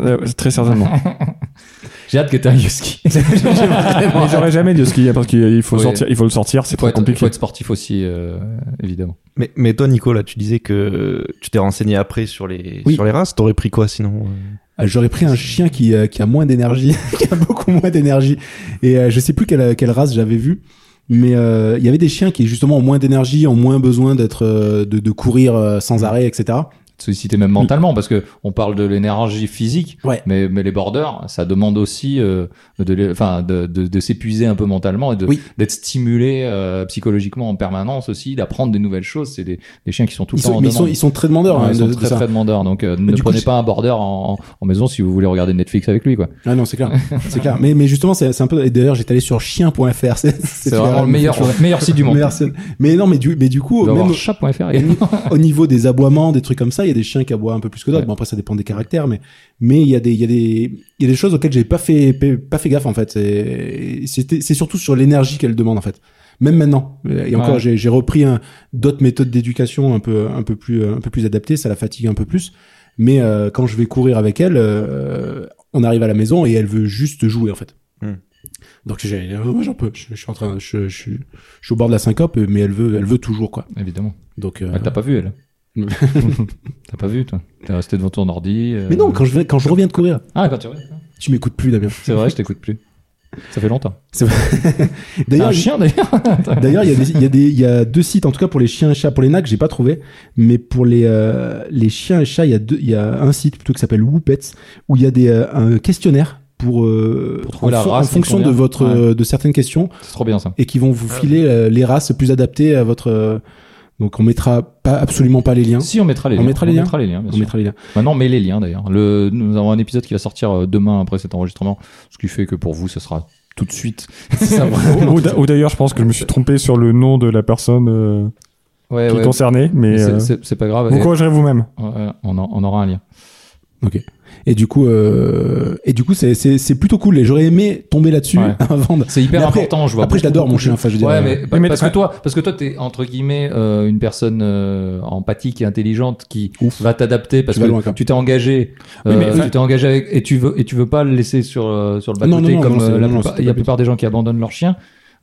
Speaker 2: Euh, très certainement.
Speaker 3: J'ai hâte que t'aies un
Speaker 1: [laughs]
Speaker 3: husky. J'ai vraiment
Speaker 2: [laughs] Mais j'aurais
Speaker 3: hâte.
Speaker 2: jamais dit au ski hein, parce qu'il faut
Speaker 3: Oui.
Speaker 2: sortir, il faut le sortir, c'est
Speaker 3: faut
Speaker 2: trop
Speaker 3: être, faut
Speaker 2: compliqué.
Speaker 3: être sportif aussi, euh, évidemment.
Speaker 4: Mais, mais toi, Nico, là, tu disais que euh, tu t'es renseigné après sur les,
Speaker 1: Oui.
Speaker 4: sur les races. T'aurais pris quoi sinon euh
Speaker 1: Euh, J'aurais pris un chien qui, euh, qui a moins d'énergie, [laughs] qui a beaucoup moins d'énergie. Et euh, je sais plus quelle, quelle race j'avais vu, mais euh, il y avait des chiens qui justement ont moins d'énergie, ont moins besoin d'être euh, de, de courir euh, sans arrêt, etc.
Speaker 3: sollicité même mentalement parce que on parle de l'énergie physique,
Speaker 1: Ouais.
Speaker 3: mais, mais les borders, ça demande aussi euh, de, l'é- enfin, de, de, de s'épuiser un peu mentalement et de,
Speaker 1: Oui.
Speaker 3: d'être stimulé euh, psychologiquement en permanence aussi, d'apprendre des nouvelles choses. C'est des, des chiens qui sont tout le
Speaker 1: Ils
Speaker 3: temps
Speaker 1: sont,
Speaker 3: en
Speaker 1: mais ils sont,
Speaker 3: demande.
Speaker 1: ils sont très demandeurs.
Speaker 3: Ouais,
Speaker 1: hein,
Speaker 3: ils
Speaker 1: de-
Speaker 3: sont
Speaker 1: de
Speaker 3: très
Speaker 1: ça.
Speaker 3: très demandeurs, donc euh, ne
Speaker 1: du coup,
Speaker 3: prenez
Speaker 1: je-
Speaker 3: pas un border en, en- en maison si vous voulez regarder Netflix avec lui. quoi.
Speaker 1: Ah non, c'est
Speaker 3: [laughs]
Speaker 1: clair, c'est clair. Mais, mais justement, c'est c'est un peu. Et d'ailleurs, j'étais allé sur [laughs] chien.fr.
Speaker 3: C'est vraiment le meilleur, le [laughs] meilleur site
Speaker 1: [laughs]
Speaker 3: du monde.
Speaker 1: Meilleur site. Mais non, mais du, mais du coup,
Speaker 3: Vous devez
Speaker 1: Oh, même
Speaker 3: avoir chat.fr
Speaker 1: au
Speaker 3: et- [laughs]
Speaker 1: ni- au niveau des aboiements, des trucs comme ça, il y a des chiens qui aboient un peu plus que d'autres.
Speaker 3: Ouais.
Speaker 1: Bon, après, ça dépend des caractères, mais mais il y a des, il y a des, il y a des choses auxquelles j'ai pas fait, pa- pas fait gaffe en fait. Et c'était- C'est surtout sur l'énergie qu'elle demande en fait. Même maintenant. Et encore,
Speaker 3: Ouais.
Speaker 1: j'ai j'ai repris un- d'autres méthodes d'éducation un peu, un peu plus, un peu plus adaptées. Ça la fatigue un peu plus. Mais euh, quand je vais courir avec elle, euh, on arrive à la maison et elle veut juste jouer en fait.
Speaker 4: Hmm.
Speaker 1: Donc j'ai, euh, moi, j'en peux, je, je suis en train, je, je, suis- je suis au bord de la syncope, mais elle veut, elle veut toujours quoi.
Speaker 3: Évidemment.
Speaker 1: Donc euh,
Speaker 3: Bah, T'as pas vu,
Speaker 1: [laughs]
Speaker 3: elle. T'as pas vu, toi. T'es resté devant ton ordi. euh,
Speaker 1: Mais non, quand je, vais- quand je reviens de courir,
Speaker 3: Ah, quand tu reviens.
Speaker 1: tu m'écoutes plus, Damien.
Speaker 3: C'est vrai, je t'écoute plus. Ça fait longtemps. T'as
Speaker 1: D'ailleurs,
Speaker 3: un
Speaker 1: il-
Speaker 3: chien, d'ailleurs.
Speaker 1: d'ailleurs, il y a des- il y, a des- il y a deux sites, en tout cas pour les chiens et chats, pour les nacs, j'ai pas trouvé, mais pour les, euh, les chiens et chats, il y a deux, il y a un site plutôt qui s'appelle Whoopets où il y a des, euh, un questionnaire pour, euh,
Speaker 3: Pour trouver
Speaker 1: en,
Speaker 3: la
Speaker 1: fon-
Speaker 3: race
Speaker 1: en fonction
Speaker 3: qui
Speaker 1: de
Speaker 3: convient.
Speaker 1: votre, euh, de certaines questions
Speaker 3: C'est trop bien, ça.
Speaker 1: et qui vont vous
Speaker 3: Ah,
Speaker 1: filer euh, les races plus adaptées à votre, euh, donc on mettra pas, absolument pas les liens.
Speaker 3: Si, on mettra les
Speaker 1: On
Speaker 3: liens.
Speaker 1: mettra les liens.
Speaker 3: liens, bien
Speaker 1: On
Speaker 3: sûr.
Speaker 1: mettra les liens.
Speaker 3: Maintenant, mets les liens, d'ailleurs. Le... Nous avons un épisode qui va sortir euh, demain après cet enregistrement. Ce qui fait que pour vous, ce sera tout de suite. [laughs] Ça va.
Speaker 2: ou d'a- ou d'ailleurs, je pense que je me suis trompé sur le nom de la personne euh,
Speaker 3: Ouais,
Speaker 2: qui est
Speaker 3: ouais.
Speaker 2: concernée, mais
Speaker 3: C'est-
Speaker 2: euh,
Speaker 3: C'est c'est pas grave.
Speaker 2: vous
Speaker 3: Et-
Speaker 2: corrigerez vous-même.
Speaker 3: Ouais, on, en- on aura un lien.
Speaker 1: Et du coup, euh, et du coup, c'est, c'est, c'est plutôt cool. Et j'aurais aimé tomber là-dessus
Speaker 3: Ouais.
Speaker 1: [laughs] avant de-
Speaker 3: C'est hyper
Speaker 1: Mais après-
Speaker 3: important, je vois.
Speaker 1: après, je
Speaker 3: beaucoup,
Speaker 1: l'adore,
Speaker 3: beaucoup
Speaker 1: mon
Speaker 3: de
Speaker 1: chien.
Speaker 3: gens.
Speaker 1: Enfin, je veux dire,
Speaker 3: ouais,
Speaker 1: euh,
Speaker 3: mais,
Speaker 2: mais-
Speaker 3: parce que toi, [laughs] parce que toi, t'es entre guillemets euh, une personne euh, empathique et intelligente qui va t'adapter parce
Speaker 1: Tu vas
Speaker 3: que
Speaker 1: loin, quand même.
Speaker 3: tu t'es engagé,
Speaker 2: Oui,
Speaker 3: euh,
Speaker 2: mais-
Speaker 3: tu t'es engagé avec, et tu veux et tu veux pas le laisser sur euh, sur le bas
Speaker 1: Non, non,
Speaker 3: côté
Speaker 1: non,
Speaker 3: comme
Speaker 1: non, c'est-
Speaker 3: euh, la
Speaker 1: non, non,
Speaker 3: plupart-
Speaker 1: c'est
Speaker 3: il y a la
Speaker 1: pas
Speaker 3: plupart des gens qui abandonnent leur chien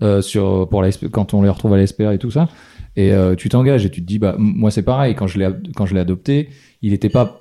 Speaker 3: euh, sur pour la SP quand on les retrouve à la SPR et tout ça. Et euh, tu t'engages et tu te dis bah m- moi c'est pareil quand je l'ai ad- quand je l'ai adopté, il était pas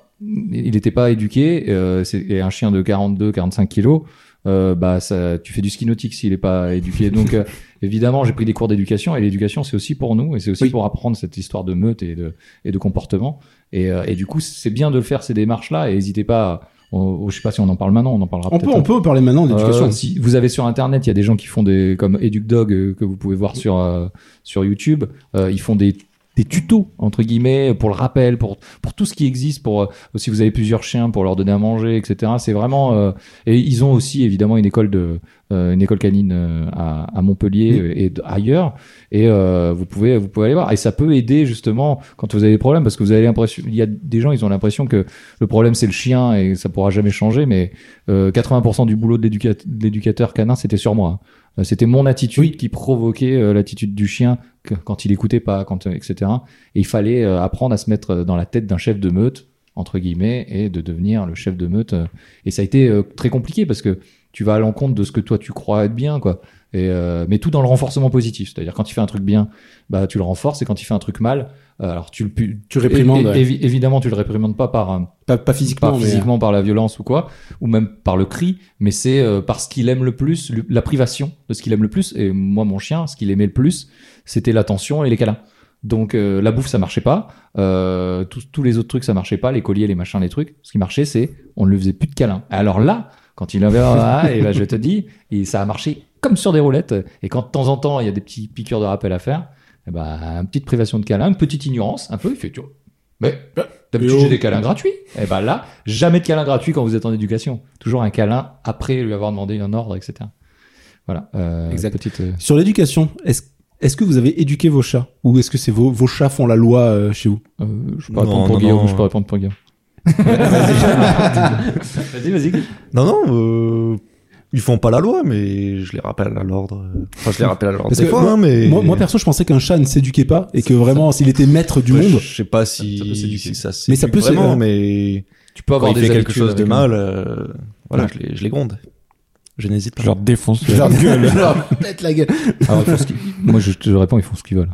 Speaker 3: il était pas éduqué euh, c'est et un chien de 42 45 kilos euh, bah ça tu fais du ski nautique s'il est pas éduqué
Speaker 1: [laughs]
Speaker 3: donc euh, évidemment j'ai pris des cours d'éducation et l'éducation c'est aussi pour nous et c'est aussi
Speaker 1: Oui.
Speaker 3: pour apprendre cette histoire de meute et de et de comportement et, euh, et du coup c'est bien de le faire ces démarches là et n'hésitez pas à- on- je sais pas si on en parle maintenant on en parlera
Speaker 1: On
Speaker 3: peut-être
Speaker 1: peut, on peut parler maintenant d'éducation.
Speaker 3: euh, si vous avez sur internet, il y a des gens qui font des comme EducDog euh, que vous pouvez voir sur euh, sur YouTube. Euh, ils font des des tutos entre guillemets pour le rappel, pour pour tout ce qui existe, pour euh, si vous avez plusieurs chiens, pour leur donner à manger, etc. C'est vraiment euh, et ils ont aussi évidemment une école de euh, une école canine euh, à, à Montpellier euh, et d- ailleurs et euh, vous pouvez vous pouvez aller voir et ça peut aider justement quand vous avez des problèmes parce que vous avez l'impression il y a des gens ils ont l'impression que le problème c'est le chien et ça pourra jamais changer mais euh, 80% du boulot de l'éducat- de l'éducateur canin, c'était sur moi. Euh, C'était mon attitude qui provoquait euh, l'attitude du chien que- quand il écoutait pas, quand, euh, etc. Et il fallait euh, apprendre à se mettre euh, dans la tête d'un chef de meute, entre guillemets, et de devenir le chef de meute. euh. Et ça a été euh, très compliqué parce que tu vas à l'encontre de ce que toi tu crois être bien, quoi. Et, euh, mais tout dans le renforcement positif. C'est-à-dire quand il fait un truc bien, bah, tu le renforces et quand il fait un truc mal, euh, alors tu le pu-
Speaker 1: Tu réprimandes,
Speaker 3: é- é-
Speaker 1: ouais.
Speaker 3: évi- évidemment, tu le réprimandes pas par euh, un
Speaker 1: Pas, pas physiquement,
Speaker 3: pas
Speaker 1: mais-
Speaker 3: physiquement par la violence ou quoi, ou même par le cri, mais c'est euh, parce qu'il aime le plus, lu- la privation de ce qu'il aime le plus. Et moi, mon chien, ce qu'il aimait le plus, c'était l'attention et les câlins. Donc euh, la bouffe, ça marchait pas. Euh, tous- tous les autres trucs, ça marchait pas. Les colliers, les machins, les trucs. Ce qui marchait, c'est on ne lui faisait plus de câlins. Alors là, quand il avait, ah, et ben, je te dis, et ça a marché comme sur des roulettes. Et quand de temps en temps, il y a des petits piqûres de rappel à faire, eh ben, une petite privation de câlin, une petite ignorance, un peu, il fait, tu vois, mais bah, d'habitude,
Speaker 1: Mais oh.
Speaker 3: j'ai des câlins gratuits. Et ben là, jamais de câlin gratuit quand vous êtes en éducation. Toujours un câlin après lui avoir demandé un ordre, etc. Voilà. Euh,
Speaker 1: Exact.
Speaker 3: Petite, euh,
Speaker 1: Sur l'éducation, est-ce est-ce que vous avez éduqué vos chats ou est-ce que c'est vos, vos chats font la loi euh, chez vous
Speaker 3: euh, je peux
Speaker 4: Non,
Speaker 3: répondre pour
Speaker 4: non,
Speaker 3: Guillaume, hein.
Speaker 4: non.
Speaker 3: je peux répondre pour Guillaume. [laughs] vas-y, vas-y.
Speaker 4: Non, non, euh, ils font pas la loi, mais je les rappelle à l'ordre. euh, Enfin, je les rappelle à l'ordre
Speaker 1: Parce
Speaker 4: des
Speaker 1: que
Speaker 4: fois, hein, mais...
Speaker 1: moi, moi perso, je pensais qu'un chat ne s'éduquait pas et que vraiment s'il était maître du
Speaker 4: Ouais,
Speaker 1: monde,
Speaker 4: Je sais pas
Speaker 3: Ça- ça peut
Speaker 4: si,
Speaker 3: s'éduquer.
Speaker 4: si ça
Speaker 1: Mais ça
Speaker 4: s'éduque
Speaker 1: peut se-
Speaker 4: vraiment, mais
Speaker 3: Tu peux
Speaker 4: quand
Speaker 3: avoir
Speaker 4: il
Speaker 3: des
Speaker 4: fait quelque
Speaker 3: habitudes
Speaker 4: chose de
Speaker 3: avec
Speaker 4: mal, euh, voilà,
Speaker 2: Ouais.
Speaker 4: je, les, je les gronde. Je n'hésite pas.
Speaker 2: Je leur défonce.
Speaker 1: je
Speaker 2: la-
Speaker 1: leur [laughs] gueule, je leur pète la gueule.
Speaker 3: Alors, Ah ils font ce
Speaker 4: [laughs]
Speaker 3: qu'ils- Moi, je te réponds, ils font ce qu'ils veulent.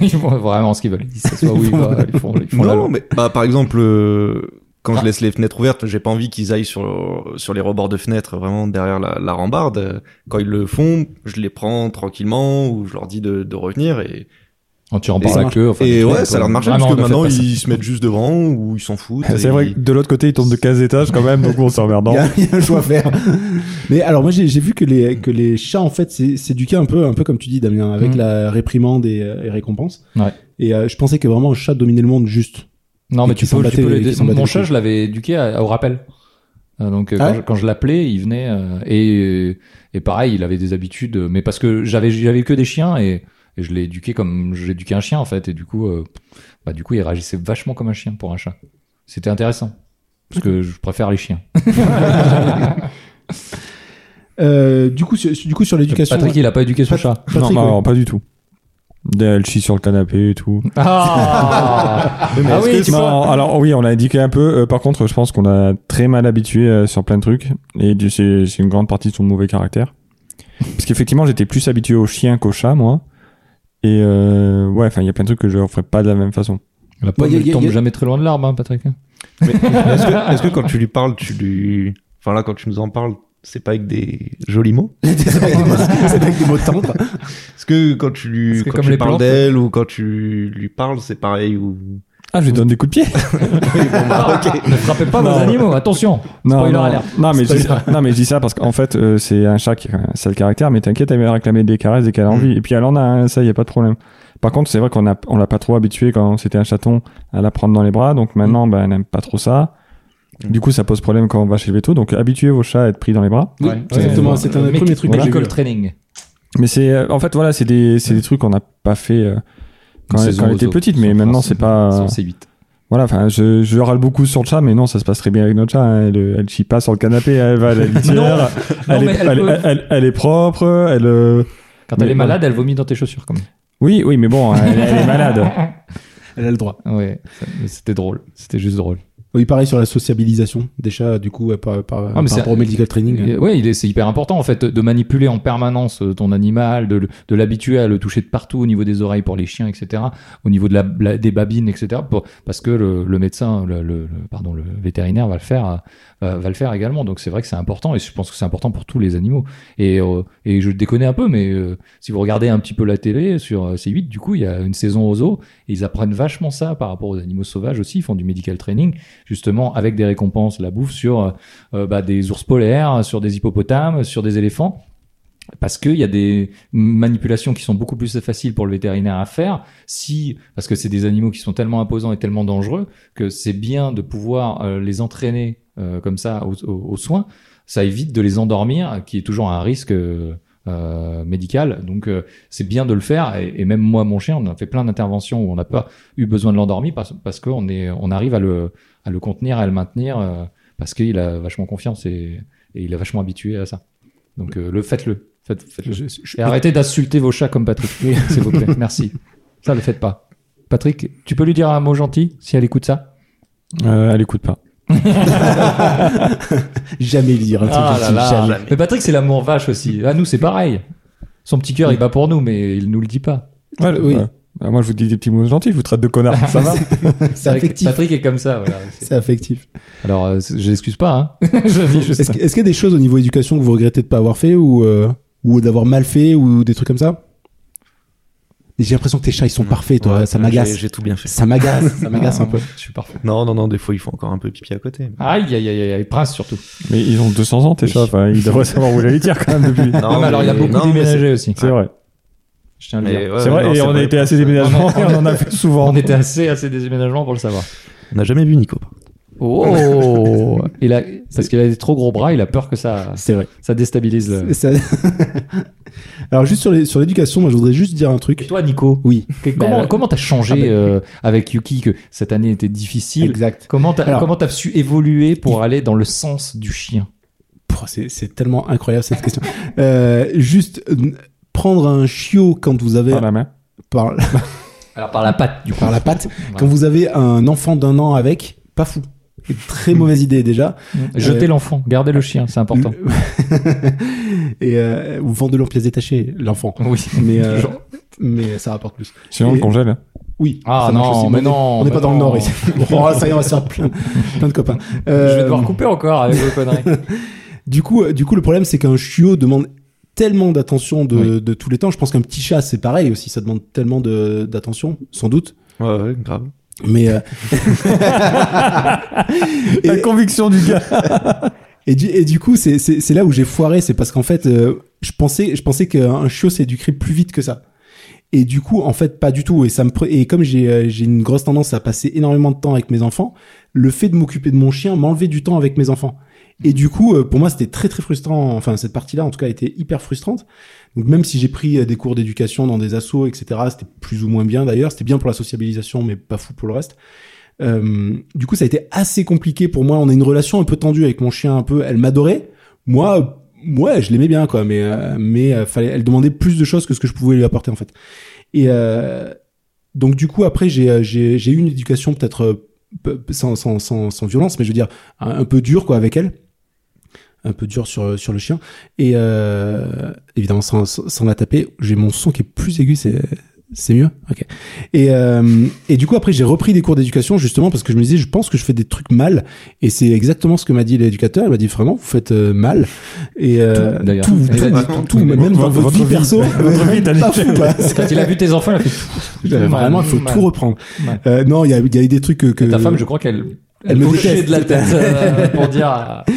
Speaker 3: Ils font vraiment ce qu'ils veulent. Ils s'assoient où ils veulent. bah, Ils font, ils font la
Speaker 4: non,
Speaker 3: loi.
Speaker 4: mais bah, par exemple, euh, quand
Speaker 3: Ah.
Speaker 4: je laisse les fenêtres ouvertes, j'ai pas envie qu'ils aillent sur sur les rebords de fenêtres, vraiment derrière la, la rambarde. Quand ils le font, je les prends tranquillement ou je leur dis de, de revenir et
Speaker 3: Quand tu en
Speaker 4: Et
Speaker 3: parles
Speaker 4: ça
Speaker 3: avec eux. enfin,
Speaker 4: Et
Speaker 3: tu vois,
Speaker 4: ouais, Ah ça leur marche parce
Speaker 3: vraiment,
Speaker 4: que
Speaker 3: ne faites
Speaker 4: maintenant
Speaker 3: pas ça.
Speaker 4: ils se mettent juste devant ou ils s'en [laughs] foutent.
Speaker 2: [laughs] C'est
Speaker 4: et
Speaker 2: vrai
Speaker 4: ils-
Speaker 2: que de l'autre côté, ils tombent de 15 étages quand même, donc bon, c'est emmerdant.
Speaker 1: Il y, a, il y a un choix à faire. Mais alors moi j'ai j'ai vu que les que les chats en fait s'é- s'éduquaient un peu un peu comme tu dis Damien avec
Speaker 3: Mhm.
Speaker 1: la réprimande et, euh, et récompense.
Speaker 3: Ouais.
Speaker 1: Et euh, je pensais que vraiment le chat dominait le monde juste.
Speaker 3: Non,
Speaker 1: Et
Speaker 3: mais
Speaker 1: qui
Speaker 3: tu peux,
Speaker 1: s'en
Speaker 3: tu peux
Speaker 1: battait-
Speaker 3: l'aider.
Speaker 1: qui s'en
Speaker 3: Mon
Speaker 1: battait
Speaker 3: chat,
Speaker 1: les
Speaker 3: je l'avais éduqué à- au rappel. Euh, Donc euh,
Speaker 1: Ah
Speaker 3: quand,
Speaker 1: ouais
Speaker 3: je, quand je l'appelais, il venait euh, et et pareil, il avait des habitudes, euh, mais parce que j'avais j'avais que des chiens et, et je l'ai éduqué comme j'éduquais un chien en fait et du coup euh, bah du coup il réagissait vachement comme un chien pour un chat. C'était intéressant parce que je préfère les
Speaker 4: [laughs]
Speaker 3: chiens. [laughs]
Speaker 1: Euh, du coup sur, du coup sur l'éducation.
Speaker 3: Patrick, il a pas éduqué son
Speaker 1: Pat-
Speaker 3: chat.
Speaker 1: Patrick,
Speaker 2: non, bah,
Speaker 1: ouais.
Speaker 2: non, pas du tout. Elle chie sur le canapé et tout.
Speaker 3: [laughs] Ah,
Speaker 4: Mais
Speaker 3: Ah
Speaker 4: est-ce
Speaker 3: oui,
Speaker 4: que
Speaker 3: tu
Speaker 2: non,
Speaker 3: vois.
Speaker 2: alors oui, on a indiqué un peu. Euh, par contre, je pense qu'on a très mal habitué euh, sur plein de trucs. Et du- c'est c'est une grande partie de son mauvais caractère. Parce qu'effectivement, j'étais plus habitué au chien qu'au chat, moi. Et euh, ouais, enfin, il y a plein de trucs que je ne ferais pas de la même façon.
Speaker 3: La pomme
Speaker 1: Ouais, y a-
Speaker 3: elle
Speaker 1: y a-
Speaker 3: tombe
Speaker 1: y a-
Speaker 3: jamais très loin de l'arbre, hein, Patrick.
Speaker 4: [laughs] Mais est-ce que, est-ce que quand tu lui parles, tu lui. Enfin là, quand tu nous en parles, c'est pas avec des jolis mots
Speaker 1: [laughs] c'est avec des mots tendres.
Speaker 4: Est-ce que quand tu lui
Speaker 3: Est-ce que
Speaker 4: quand
Speaker 3: comme
Speaker 4: tu
Speaker 3: les
Speaker 4: parles
Speaker 3: plantes-
Speaker 4: d'elle ou quand tu lui parles, c'est pareil ou.
Speaker 2: Ah, je lui donne des coups de pied.
Speaker 3: Ne frappez pas vos
Speaker 2: Non.
Speaker 3: animaux, attention.
Speaker 2: non,
Speaker 3: Spoiler
Speaker 2: non,
Speaker 3: alert.
Speaker 2: non, mais je dis
Speaker 3: Spoiler.
Speaker 2: ça, non, mais je dis ça parce qu'en fait, euh, c'est un chat qui a un sale caractère. Mais t'inquiète, elle va réclamer des caresses dès qu'elle
Speaker 3: Mm.
Speaker 2: a envie. Et puis elle en a, hein, ça, il y a pas de problème. Par contre, c'est vrai qu'on a, on l'a pas trop habitué quand c'était un chaton à la prendre dans les bras. Donc maintenant,
Speaker 3: Mm.
Speaker 2: ben, elle n'aime pas trop ça.
Speaker 4: Mm.
Speaker 2: Du coup, ça pose problème quand on va chez le veto. Donc, habituez vos chats à être pris dans les bras.
Speaker 1: Oui,
Speaker 3: Ouais.
Speaker 1: exactement.
Speaker 3: Ouais.
Speaker 1: C'est un
Speaker 3: Le
Speaker 1: des
Speaker 3: mec-
Speaker 1: premiers trucs que j'ai
Speaker 3: Medical
Speaker 1: vu.
Speaker 3: training.
Speaker 2: Mais c'est, euh, en fait, voilà, c'est des, c'est des trucs qu'on n'a pas fait euh, quand,
Speaker 3: Une
Speaker 2: elle-
Speaker 3: saison
Speaker 2: quand elle
Speaker 3: aux
Speaker 2: était
Speaker 3: eaux.
Speaker 2: petite. Mais
Speaker 3: Sans
Speaker 2: maintenant,
Speaker 3: France.
Speaker 2: c'est pas, euh,
Speaker 3: C'est 8.
Speaker 2: voilà. Enfin, je, je râle beaucoup sur le chat, mais non, ça se passe très bien avec notre chat. hein. Elle, elle chie pas sur le canapé.
Speaker 3: [laughs]
Speaker 2: Elle va à la litière.
Speaker 3: Non,
Speaker 2: elle,
Speaker 3: mais
Speaker 2: est,
Speaker 3: elle
Speaker 2: elle-
Speaker 3: peut-
Speaker 2: elle- elle est propre, elle. euh,
Speaker 3: Quand
Speaker 2: Mais
Speaker 3: elle est
Speaker 2: voilà.
Speaker 3: malade, elle vomit dans tes chaussures quand même.
Speaker 2: Oui, oui, mais bon, elle, elle est malade.
Speaker 1: Elle a le droit.
Speaker 3: Ouais, ça- mais c'était drôle. C'était juste drôle.
Speaker 1: Oui, pareil sur la sociabilisation des chats. Du coup, ouais, par, par,
Speaker 3: mais
Speaker 1: par
Speaker 3: c'est- Euh,
Speaker 1: rapport au medical training.
Speaker 3: Et ouais, il est- c'est hyper important en fait de manipuler en permanence euh, ton animal, de, le- de l'habituer à le toucher de partout au niveau des oreilles pour les chiens, etc. Au niveau de la, la- des babines, etc. pour- parce que le, le médecin, le, le- le- pardon, le vétérinaire va le faire, euh, va, va le faire également. Donc c'est vrai que c'est important et je pense que c'est important pour tous les animaux. Et, euh, et je déconne un peu, mais euh, si vous regardez un petit peu la télé sur euh, C8, du coup il y a une saison aux zoo et ils apprennent vachement ça par rapport aux animaux sauvages aussi. Ils font du medical training justement avec des récompenses, la bouffe sur euh, euh, bah, des ours polaires, sur des hippopotames, sur des éléphants. Parce qu'il y a des manipulations qui sont beaucoup plus faciles pour le vétérinaire à faire, si parce que c'est des animaux qui sont tellement imposants et tellement dangereux que c'est bien de pouvoir euh, les entraîner euh, comme ça aux, aux- aux soins. Ça évite de les endormir, qui est toujours un risque euh, euh, médical. Donc euh, c'est bien de le faire. Et, et même moi, mon chien, on a fait plein d'interventions où on n'a pas eu besoin de l'endormir parce, parce qu'on est, on arrive à le, à le contenir, à le maintenir. euh, parce qu'il a vachement confiance et, et il est vachement habitué à ça. Donc euh, le faites-le. Faites, le Et arrêtez d'insulter vos chats comme Patrick, [laughs] s'il vous plaît. Merci. Ça, le faites pas. Patrick, tu peux lui dire un mot gentil si elle écoute ça
Speaker 2: Euh, elle écoute pas.
Speaker 1: Jamais lui dire un
Speaker 3: Ah
Speaker 1: truc gentil, jamais.
Speaker 3: Mais Patrick, c'est l'amour vache aussi. À nous, c'est pareil. Son petit cœur, il bat pour nous, mais il nous le dit pas.
Speaker 2: Ouais, le-
Speaker 1: Oui.
Speaker 2: euh, bah, moi, je vous dis des petits mots gentils, je vous traite
Speaker 3: [laughs]
Speaker 2: de connard. Ça va
Speaker 1: [laughs] C'est
Speaker 3: vrai que
Speaker 1: affectif.
Speaker 3: Patrick est comme ça. Voilà.
Speaker 1: C'est affectif.
Speaker 3: Alors, euh, c'est- je l'excuse pas. Hein. je dis juste
Speaker 1: Est-ce que- est-ce qu'il y a des choses au niveau éducation que vous regrettez de pas avoir fait ou, euh, ou d'avoir mal fait ou des trucs comme ça J'ai l'impression que tes chats
Speaker 4: Oh,
Speaker 1: ils sont parfaits, toi.
Speaker 4: Mmh. Ouais,
Speaker 1: ça
Speaker 4: j'ai-
Speaker 1: m'agace.
Speaker 4: J'ai tout bien fait.
Speaker 1: Ça m'agace. ça m'agace un peu.
Speaker 3: Je suis parfait.
Speaker 4: Non, non, non, des fois, il faut encore un peu pipi à côté.
Speaker 3: Aïe, aïe, aïe, aïe, aïe, prince surtout.
Speaker 2: Mais ils ont 200 ans, tes
Speaker 4: Oui.
Speaker 2: chats. Enfin, ils devraient savoir où la litière quand même depuis.
Speaker 4: Non,
Speaker 3: Ah, mais alors, il a
Speaker 4: mais-
Speaker 3: beaucoup
Speaker 4: non, mais
Speaker 3: déménagé aussi.
Speaker 2: C'est vrai.
Speaker 3: Je tiens à le dire.
Speaker 4: Mais ouais,
Speaker 2: c'est vrai,
Speaker 4: non,
Speaker 2: et on a
Speaker 4: vrai.
Speaker 2: été assez déménagements, et [laughs] on en a fait souvent.
Speaker 3: On était assez, assez des déménagements pour le savoir.
Speaker 4: On n'a jamais vu Nico.
Speaker 3: Oh [laughs] il a, Parce qu'il a des trop gros bras, il a peur que ça,
Speaker 1: C'est vrai.
Speaker 3: ça déstabilise. Le...
Speaker 1: Ça- [laughs] Alors juste sur les- sur l'éducation, moi je voudrais juste dire un
Speaker 3: Et
Speaker 1: truc.
Speaker 3: toi, Nico,
Speaker 1: Oui.
Speaker 3: que- comment
Speaker 1: Bah,
Speaker 3: comment t'as changé
Speaker 1: ah, bah,
Speaker 3: euh, avec Yuki que cette année était difficile
Speaker 1: Exact.
Speaker 3: Comment t'as
Speaker 1: Alors-
Speaker 3: comment t'as su évoluer pour aller dans le sens du chien
Speaker 1: Pouah, C'est c'est tellement incroyable cette question. Euh, juste euh, prendre un chiot quand vous avez
Speaker 2: Par la main.
Speaker 1: par,
Speaker 3: Alors par la patte, du coup.
Speaker 1: par la patte,
Speaker 3: Voilà.
Speaker 1: quand vous avez un enfant d'un an avec, pas fou. Très mauvaise idée déjà.
Speaker 3: Jeter
Speaker 1: Euh,
Speaker 3: l'enfant, garder le chien, c'est Hmm.
Speaker 1: [laughs]
Speaker 3: important.
Speaker 1: Le- et euh, ou vendez-le en pièces détachées, l'enfant.
Speaker 3: Oui.
Speaker 1: Mais, euh,
Speaker 3: Genre-
Speaker 1: mais ça rapporte plus.
Speaker 2: Sinon, on le
Speaker 1: Et-
Speaker 2: congèle. hein.
Speaker 1: Oui.
Speaker 3: Ah
Speaker 1: ça marche
Speaker 3: non,
Speaker 1: aussi.
Speaker 3: mais
Speaker 1: On est-
Speaker 3: non,
Speaker 1: On n'est
Speaker 3: mais
Speaker 1: pas dans le
Speaker 3: non. [laughs]
Speaker 1: Nord ici. Oh, ça y est, on va se faire plein, plein de copains.
Speaker 3: Je
Speaker 1: Euh,
Speaker 3: vais devoir couper encore avec vos conneries.
Speaker 1: Du coup, euh, du coup, le problème, c'est qu'un chiot demande tellement d'attention de,
Speaker 3: Oui.
Speaker 1: de tous les temps. Je pense qu'un petit chat, c'est pareil aussi. Ça demande tellement de- d'attention, sans doute.
Speaker 4: Ouais, ouais, grave.
Speaker 1: Mais euh, [laughs]
Speaker 2: La conviction du gars.
Speaker 1: et, du, et du coup, c'est- c'est c'est là où j'ai foiré. C'est parce qu'en fait, euh, je pensais, je pensais qu'un chiot s'éduquerait plus vite que ça. Et du coup, en fait, pas du tout. Et ça me pre- et comme j'ai euh, j'ai une grosse tendance à passer énormément de temps avec mes enfants, le fait de m'occuper de mon chien m'enlevait du temps avec mes enfants. Et du coup, euh, pour moi, c'était très très frustrant. Enfin, cette partie-là, en tout cas, était hyper frustrante. Donc, même si j'ai pris euh, des cours d'éducation dans des assos, etc., c'était plus ou moins bien d'ailleurs. C'était bien pour la sociabilisation, mais pas fou pour le reste. Euh, du coup, ça a été assez compliqué pour moi. On a une relation un peu tendue avec mon chien. Un peu, elle m'adorait. Moi, euh, ouais, je l'aimais bien, quoi. Mais euh, mais euh, fallait, elle demandait plus de choses que ce que je pouvais lui apporter en fait. Et euh, donc du coup, après, j'ai euh, j'ai j'ai eu une éducation peut-être euh, peu- sans sans sans sans violence, mais je veux dire un, un peu dure, quoi, avec elle. Un peu dure sur sur le chien. Et euh, évidemment, sans sans sans la taper, j'ai mon son qui est plus aigu. C'est c'est mieux. Ok. Et, euh, et du coup, après, j'ai repris des cours d'éducation, justement, parce que je me disais, je pense que je fais des trucs mal. Et c'est exactement ce que m'a dit l'éducateur. Il m'a dit, vraiment, vous faites euh, mal. Et euh,
Speaker 3: Tout, d'ailleurs.
Speaker 1: tout,
Speaker 3: Il a
Speaker 1: tout,
Speaker 3: dit
Speaker 1: tout,
Speaker 3: tout.
Speaker 1: même dans votre, vie perso.
Speaker 2: Votre vie, t'as
Speaker 1: [laughs] Pas fou, quoi.
Speaker 3: [laughs] Quand il a vu tes enfants, il a fait
Speaker 1: Vraiment, il faut
Speaker 3: Mal.
Speaker 1: tout reprendre.
Speaker 3: Mal.
Speaker 1: Euh, non, il y a, il y a eu des trucs que... que-
Speaker 3: Ta femme, je crois qu'elle.
Speaker 1: Elle me
Speaker 3: hochait
Speaker 1: déteste.
Speaker 3: de la tête euh, pour dire. euh,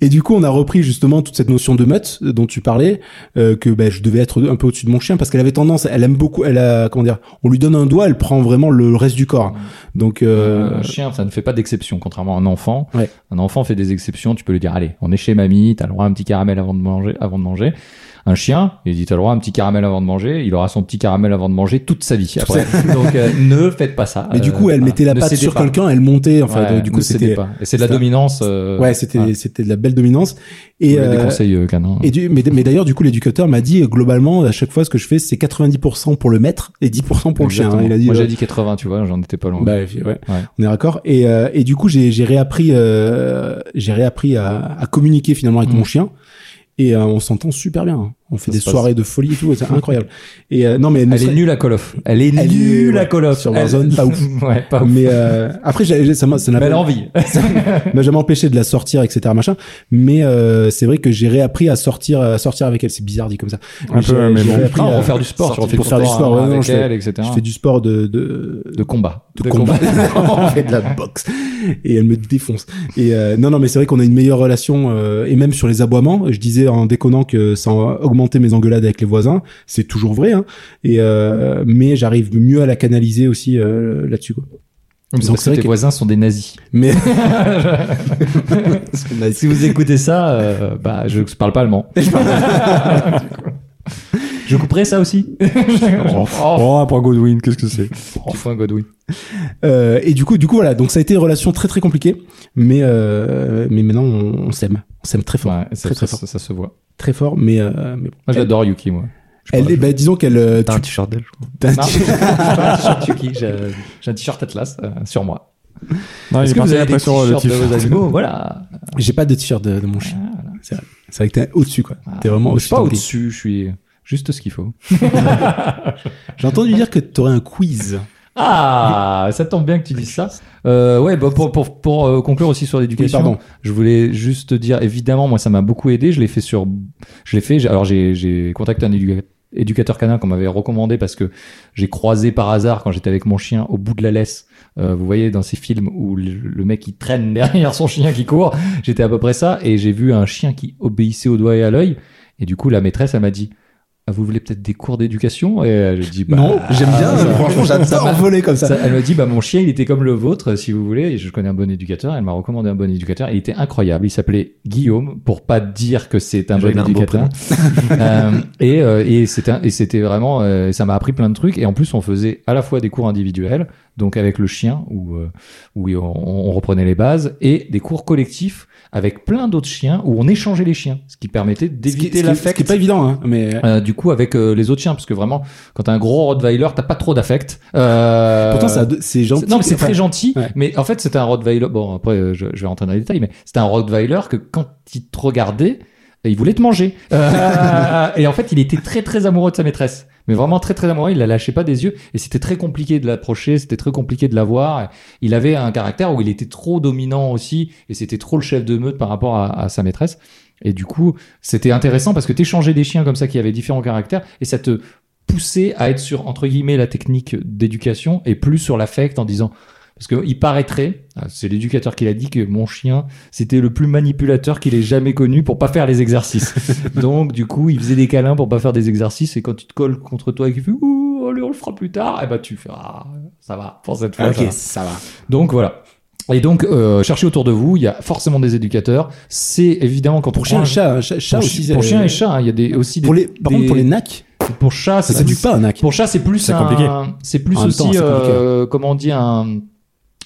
Speaker 1: Et du coup, on a repris justement toute cette notion de meute euh, dont tu parlais, euh, que ben, je devais être un peu au-dessus de mon chien parce qu'elle avait tendance, elle aime beaucoup, elle a comment dire, on lui donne un doigt, elle prend vraiment le reste du corps. Donc euh,
Speaker 3: Un chien, ça ne fait pas d'exception, contrairement à un enfant.
Speaker 1: Ouais.
Speaker 3: Un enfant fait des exceptions, tu peux lui dire, allez, on est chez mamie, t'as le droit à un petit caramel avant de manger, avant de manger. Un chien, il dit, t'as le droit à un petit caramel avant de manger, il aura son petit caramel avant de manger toute sa vie après. Donc, euh, [laughs] ne faites pas ça.
Speaker 1: Mais du
Speaker 3: Euh,
Speaker 1: coup, elle
Speaker 3: voilà.
Speaker 1: mettait la
Speaker 3: Ne
Speaker 1: patte
Speaker 3: cédez
Speaker 1: sur
Speaker 3: pas.
Speaker 1: quelqu'un, elle montait. Enfin,
Speaker 3: Ouais,
Speaker 1: donc, du coup,
Speaker 3: ne cédez
Speaker 1: c'était
Speaker 3: pas. Et c'est de la
Speaker 1: c'était-
Speaker 3: dominance. euh,
Speaker 1: ouais, c'était
Speaker 3: voilà.
Speaker 1: c'était de la belle dominance.
Speaker 3: Je
Speaker 1: Et
Speaker 3: vous le
Speaker 1: euh,
Speaker 3: déconseille, euh, canin.
Speaker 1: et du, mais, mais d'ailleurs, du coup, l'éducateur m'a dit euh, globalement à chaque fois ce que je fais, c'est 90% pour le maître et 10% pour le chien. hein.
Speaker 3: Exactement.
Speaker 1: Il a dit.
Speaker 3: Moi,
Speaker 1: euh,
Speaker 3: j'ai dit hein. 80, tu vois, j'en étais pas loin.
Speaker 1: bah, ouais,
Speaker 3: Ouais.
Speaker 1: on est d'accord. Et, euh, et du coup, j'ai j'ai réappris, euh, j'ai réappris à, à communiquer finalement avec
Speaker 3: Mm.
Speaker 1: mon chien. Et euh, on s'entend super bien. hein. On fait
Speaker 3: Ça
Speaker 1: des
Speaker 3: se passe.
Speaker 1: soirées de folie et tout. C'est incroyable. Et euh, non, mais
Speaker 3: elle est nulle à Call of. Elle est
Speaker 1: Elle est
Speaker 3: nulle
Speaker 1: nulle,
Speaker 3: à Call of.
Speaker 1: Sur
Speaker 3: Elle- [laughs]
Speaker 1: Warzone, pas ouf.
Speaker 3: ouais, pas ouf.
Speaker 1: Mais euh, après, j'ai- j'ai- ça m'a ça n'a
Speaker 3: Mais elle
Speaker 1: pas-
Speaker 3: a envie.
Speaker 1: m'a jamais empêché de la sortir, etc. Machin. Mais euh, c'est vrai que j'ai réappris à sortir, à sortir avec elle. C'est bizarre dit comme ça.
Speaker 2: Un
Speaker 1: J'ai-
Speaker 2: peu, mais
Speaker 1: j'ai
Speaker 2: bon.
Speaker 1: réappris
Speaker 3: Non,
Speaker 1: à-
Speaker 3: euh, pour Ah, faire du sport, tu
Speaker 1: sortir-
Speaker 3: refais
Speaker 1: pour faire du sport. ouais, non,
Speaker 3: avec
Speaker 1: je,
Speaker 3: elle,
Speaker 1: fais,
Speaker 3: etc.
Speaker 1: je fais du sport de de,
Speaker 3: de combat.
Speaker 1: de combat. [laughs] on fait de la boxe et elle me défonce. Et euh, non, non, mais c'est vrai qu'on a une meilleure relation euh, et même sur les aboiements. Je disais en déconnant que ça augmentait mes engueulades avec les voisins. C'est toujours vrai. Hein, et euh, mais j'arrive mieux à la canaliser aussi euh, là-dessus. quoi.
Speaker 3: Parce
Speaker 1: Donc,
Speaker 3: que
Speaker 1: c'est vrai
Speaker 3: tes
Speaker 1: que-
Speaker 3: voisins sont des nazis.
Speaker 1: Mais [laughs] Parce que là,
Speaker 3: Si vous écoutez ça, euh, bah, [laughs] je parle pas allemand. je couperai ça aussi. oh,
Speaker 2: Oh, pour Godwin, qu'est-ce que c'est
Speaker 3: tu fous un Godwin.
Speaker 1: Euh, et du coup, du coup, voilà. Donc, ça a été une relation très très compliquée, mais euh, mais maintenant on, on s'aime, on s'aime très fort,
Speaker 3: Ouais, ça,
Speaker 1: très très
Speaker 3: ça-
Speaker 1: fort,
Speaker 3: ça- ça se voit.
Speaker 1: très fort. Mais, euh, mais bon.
Speaker 3: Moi,
Speaker 1: elle,
Speaker 3: j'adore Yuki, moi.
Speaker 1: elle est- bah, disons qu'elle, euh,
Speaker 4: T'as un
Speaker 1: tu-
Speaker 4: t-shirt d'elle, je crois.
Speaker 1: t'as-
Speaker 3: Non, j'ai [laughs] pas un t-shirt Yuki, j'ai j'ai un t-shirt Atlas euh, sur moi.
Speaker 2: Non, Ah, il
Speaker 3: Est-ce
Speaker 2: est
Speaker 3: que vous
Speaker 2: parti
Speaker 3: avez
Speaker 2: après
Speaker 3: des
Speaker 2: sur le
Speaker 3: t-shirts de vos
Speaker 2: t-shirt.
Speaker 3: [laughs] animaux Voilà.
Speaker 1: j'ai pas de t-shirt de, de mon chien. C'est vrai. C'est vrai que t'es au-dessus, quoi. T'es vraiment
Speaker 3: Je suis
Speaker 1: au-dessus.
Speaker 3: pas
Speaker 1: de ton prix.
Speaker 3: au-dessus, je suis juste ce qu'il faut.
Speaker 1: J'ai entendu dire que t'aurais un quiz.
Speaker 3: Ah, ça tombe bien que tu dises ça. Euh, ouais, bah pour, pour, pour euh, conclure aussi sur l'éducation,
Speaker 1: Oui, pardon.
Speaker 3: je voulais juste te dire, évidemment, moi, ça m'a beaucoup aidé. Je l'ai fait sur, je l'ai fait. j'ai- Alors, j'ai, j'ai contacté un éduca- éducateur canin qu'on m'avait recommandé parce que j'ai croisé par hasard quand j'étais avec mon chien au bout de la laisse. Euh, vous voyez dans ces films où le, le mec il traîne [laughs] derrière son chien qui court. J'étais à peu près ça et j'ai vu un chien qui obéissait au doigt et à l'œil. Et du coup, la maîtresse, elle m'a dit. Ah, vous voulez peut-être des cours d'éducation Et euh, j'ai dit bah,
Speaker 1: non, j'aime bien. euh,
Speaker 3: ça-
Speaker 1: franchement, j'adore voler comme ça.
Speaker 3: ça, elle m'a dit, bah, mon chien, il était comme le vôtre, si vous voulez. Et je connais un bon éducateur. Elle m'a recommandé un bon éducateur. Il était incroyable. Il s'appelait Guillaume, pour pas dire que c'est un
Speaker 4: J'ai
Speaker 3: bon
Speaker 4: un beau
Speaker 1: [laughs]
Speaker 3: éducateur. Euh, et euh, et c'était un- et c'était vraiment, euh, ça m'a appris plein de trucs. Et en plus, on faisait à la fois des cours individuels, donc avec le chien, où, euh, où on, on reprenait les bases, et des cours collectifs avec plein d'autres chiens, où on échangeait les chiens, ce qui permettait
Speaker 1: Ce qui,
Speaker 3: d'éviter
Speaker 1: ce qui- ce
Speaker 3: l'affect.
Speaker 1: qui est pas évident, hein. Mais
Speaker 3: Euh, du coup, avec euh, les autres chiens, parce que vraiment, quand t'as un gros Rottweiler, t'as pas trop d'affect. Euh,
Speaker 1: pourtant, ça, a deux- c'est gentil.
Speaker 3: c'est- Non, mais c'est
Speaker 1: Enfin,
Speaker 3: très gentil.
Speaker 1: ouais.
Speaker 3: Mais en fait, c'était un Rottweiler. Bon, après, euh, je, je vais rentrer dans les détails, mais c'était un Rottweiler que quand il te regardait, euh, il voulait te manger. Euh, [laughs] et en fait, il était très, très amoureux de sa maîtresse. Mais vraiment très, très amoureux. Il la lâchait pas des yeux. Et c'était très compliqué de l'approcher. C'était très compliqué de la voir. Il avait un caractère où il était trop dominant aussi. Et c'était trop le chef de meute par rapport à, à sa maîtresse. Et du coup, c'était intéressant parce que t'échangeais des chiens comme ça qui avaient différents caractères et ça te poussait à être sur, entre guillemets, la technique d'éducation et plus sur l'affect en disant, parce que il paraîtrait, ah, c'est l'éducateur qui l'a dit que mon chien, c'était le plus manipulateur qu'il ait jamais connu pour pas faire les exercices. Donc, du coup, il faisait des câlins pour pas faire des exercices et quand tu te colles contre toi et qu'il fait, ouh, allez, on le fera plus tard, et ben, tu fais, ah, ça va, pour cette
Speaker 1: Ah,
Speaker 3: fois. ça va.
Speaker 1: va.
Speaker 3: Donc voilà. Et donc, euh, cherchez autour de vous, il y a forcément des éducateurs. C'est évidemment quand on
Speaker 1: Pour chien
Speaker 3: prend
Speaker 1: et
Speaker 3: un-
Speaker 1: chat, chat, chat
Speaker 3: pour,
Speaker 1: aussi.
Speaker 3: chi-
Speaker 1: c'est-
Speaker 3: pour chien et chat, hein, il y a des, aussi des,
Speaker 1: Pour les, par
Speaker 3: des-
Speaker 1: contre, pour les nacs,
Speaker 3: pour chat,
Speaker 1: ça
Speaker 3: c'est
Speaker 1: s'éduque pas un nac.
Speaker 3: Pour chat, c'est plus
Speaker 2: C'est
Speaker 3: un-
Speaker 2: compliqué.
Speaker 3: c'est plus
Speaker 1: En même
Speaker 3: aussi,
Speaker 1: temps, c'est compliqué.
Speaker 3: euh, comment on dit un,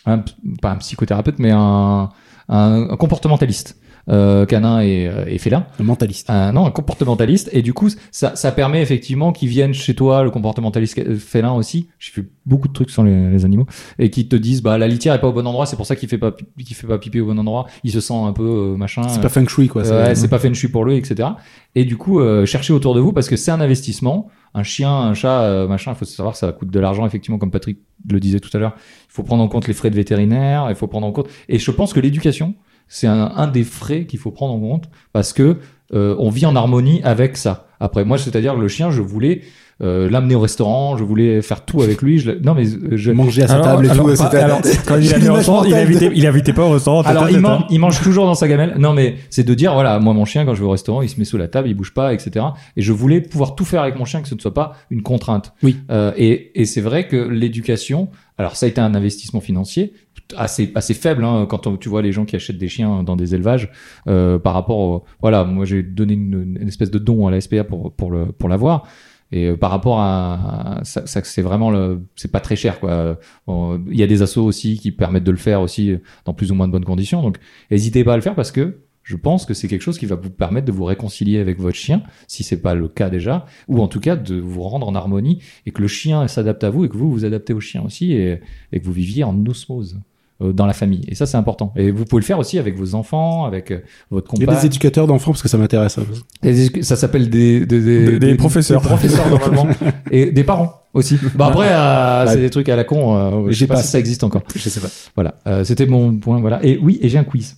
Speaker 3: un- pas un psychothérapeute, mais un, un, un comportementaliste. Euh, canin et, euh, et félin.
Speaker 1: Un mentaliste.
Speaker 3: Un- non, un comportementaliste. Et du coup, ça, ça permet effectivement qu'ils viennent chez toi, le comportementaliste ca- félin aussi. J'ai fait beaucoup de trucs sur les, les animaux. Et qui te disent, bah, la litière est pas au bon endroit, c'est pour ça qu'il fait pas, pi- qu'il fait pas pipi au bon endroit. Il se sent un peu, euh, machin.
Speaker 1: C'est pas feng shui, quoi. c'est-
Speaker 3: Ouais, c'est pas feng shui pour lui, etc. Et du coup, euh, cherchez autour de vous parce que c'est un investissement. Un chien, un chat, euh, machin, il faut savoir ça coûte de l'argent, effectivement, comme Patrick le disait tout à l'heure. Il faut prendre en compte les frais de vétérinaire, il faut prendre en compte. Et je pense que l'éducation, c'est un, un des frais qu'il faut prendre en compte parce que euh, on vit en harmonie avec ça. Après, moi, c'est-à-dire le chien, je voulais euh, l'amener au restaurant, je voulais faire tout avec lui. Je, l'ai- non, mais euh, je,
Speaker 1: Manger à sa table et
Speaker 2: alors,
Speaker 1: tout.
Speaker 2: pas-
Speaker 1: c'était-
Speaker 2: alors,
Speaker 1: [laughs]
Speaker 2: quand
Speaker 1: J'ai
Speaker 2: il allait au
Speaker 1: l'image
Speaker 2: restaurant, il
Speaker 1: mentale de-
Speaker 2: invitait, il invitait pas au restaurant.
Speaker 3: Alors,
Speaker 2: tête,
Speaker 3: il,
Speaker 2: tête,
Speaker 3: man-
Speaker 2: hein.
Speaker 3: il mange toujours dans sa gamelle. Non, mais c'est de dire, voilà, moi, mon chien, quand je vais au restaurant, il se met sous la table, il bouge pas, etc. Et je voulais pouvoir tout faire avec mon chien, que ce ne soit pas une contrainte.
Speaker 1: Oui.
Speaker 3: Euh, et et c'est vrai que l'éducation, alors ça a été un investissement financier assez assez faible hein, quand on- tu vois les gens qui achètent des chiens dans des élevages euh, par rapport au, voilà moi j'ai donné une, une espèce de don à la SPA pour pour le pour l'avoir et euh, par rapport à, à ça, ça, c'est vraiment le c'est pas très cher quoi Bon, il y a des assos aussi qui permettent de le faire aussi dans plus ou moins de bonnes conditions. Donc, n'hésitez pas à le faire parce que je pense que c'est quelque chose qui va vous permettre de vous réconcilier avec votre chien, si c'est pas le cas déjà, ou en tout cas de vous rendre en harmonie et que le chien s'adapte à vous et que vous vous adaptez au chien aussi et, et que vous viviez en osmose euh, dans la famille. Et ça, c'est important. Et vous pouvez le faire aussi avec vos enfants, avec euh, votre
Speaker 1: Il y a
Speaker 3: compagne.
Speaker 1: des éducateurs d'enfants parce que ça m'intéresse. hein.
Speaker 3: Des édu- ça s'appelle des, des,
Speaker 2: Des- des professeurs.
Speaker 3: des professeurs,
Speaker 1: [laughs]
Speaker 3: normalement. et des parents aussi. Bah après, euh,
Speaker 1: Ouais.
Speaker 3: c'est des trucs à la con. euh, je
Speaker 1: J'ai
Speaker 3: sais pas,
Speaker 1: pas-
Speaker 3: si ça existe encore.
Speaker 1: Je sais pas.
Speaker 3: Voilà, Euh, c'était mon point. Voilà. Et oui, et j'ai un quiz.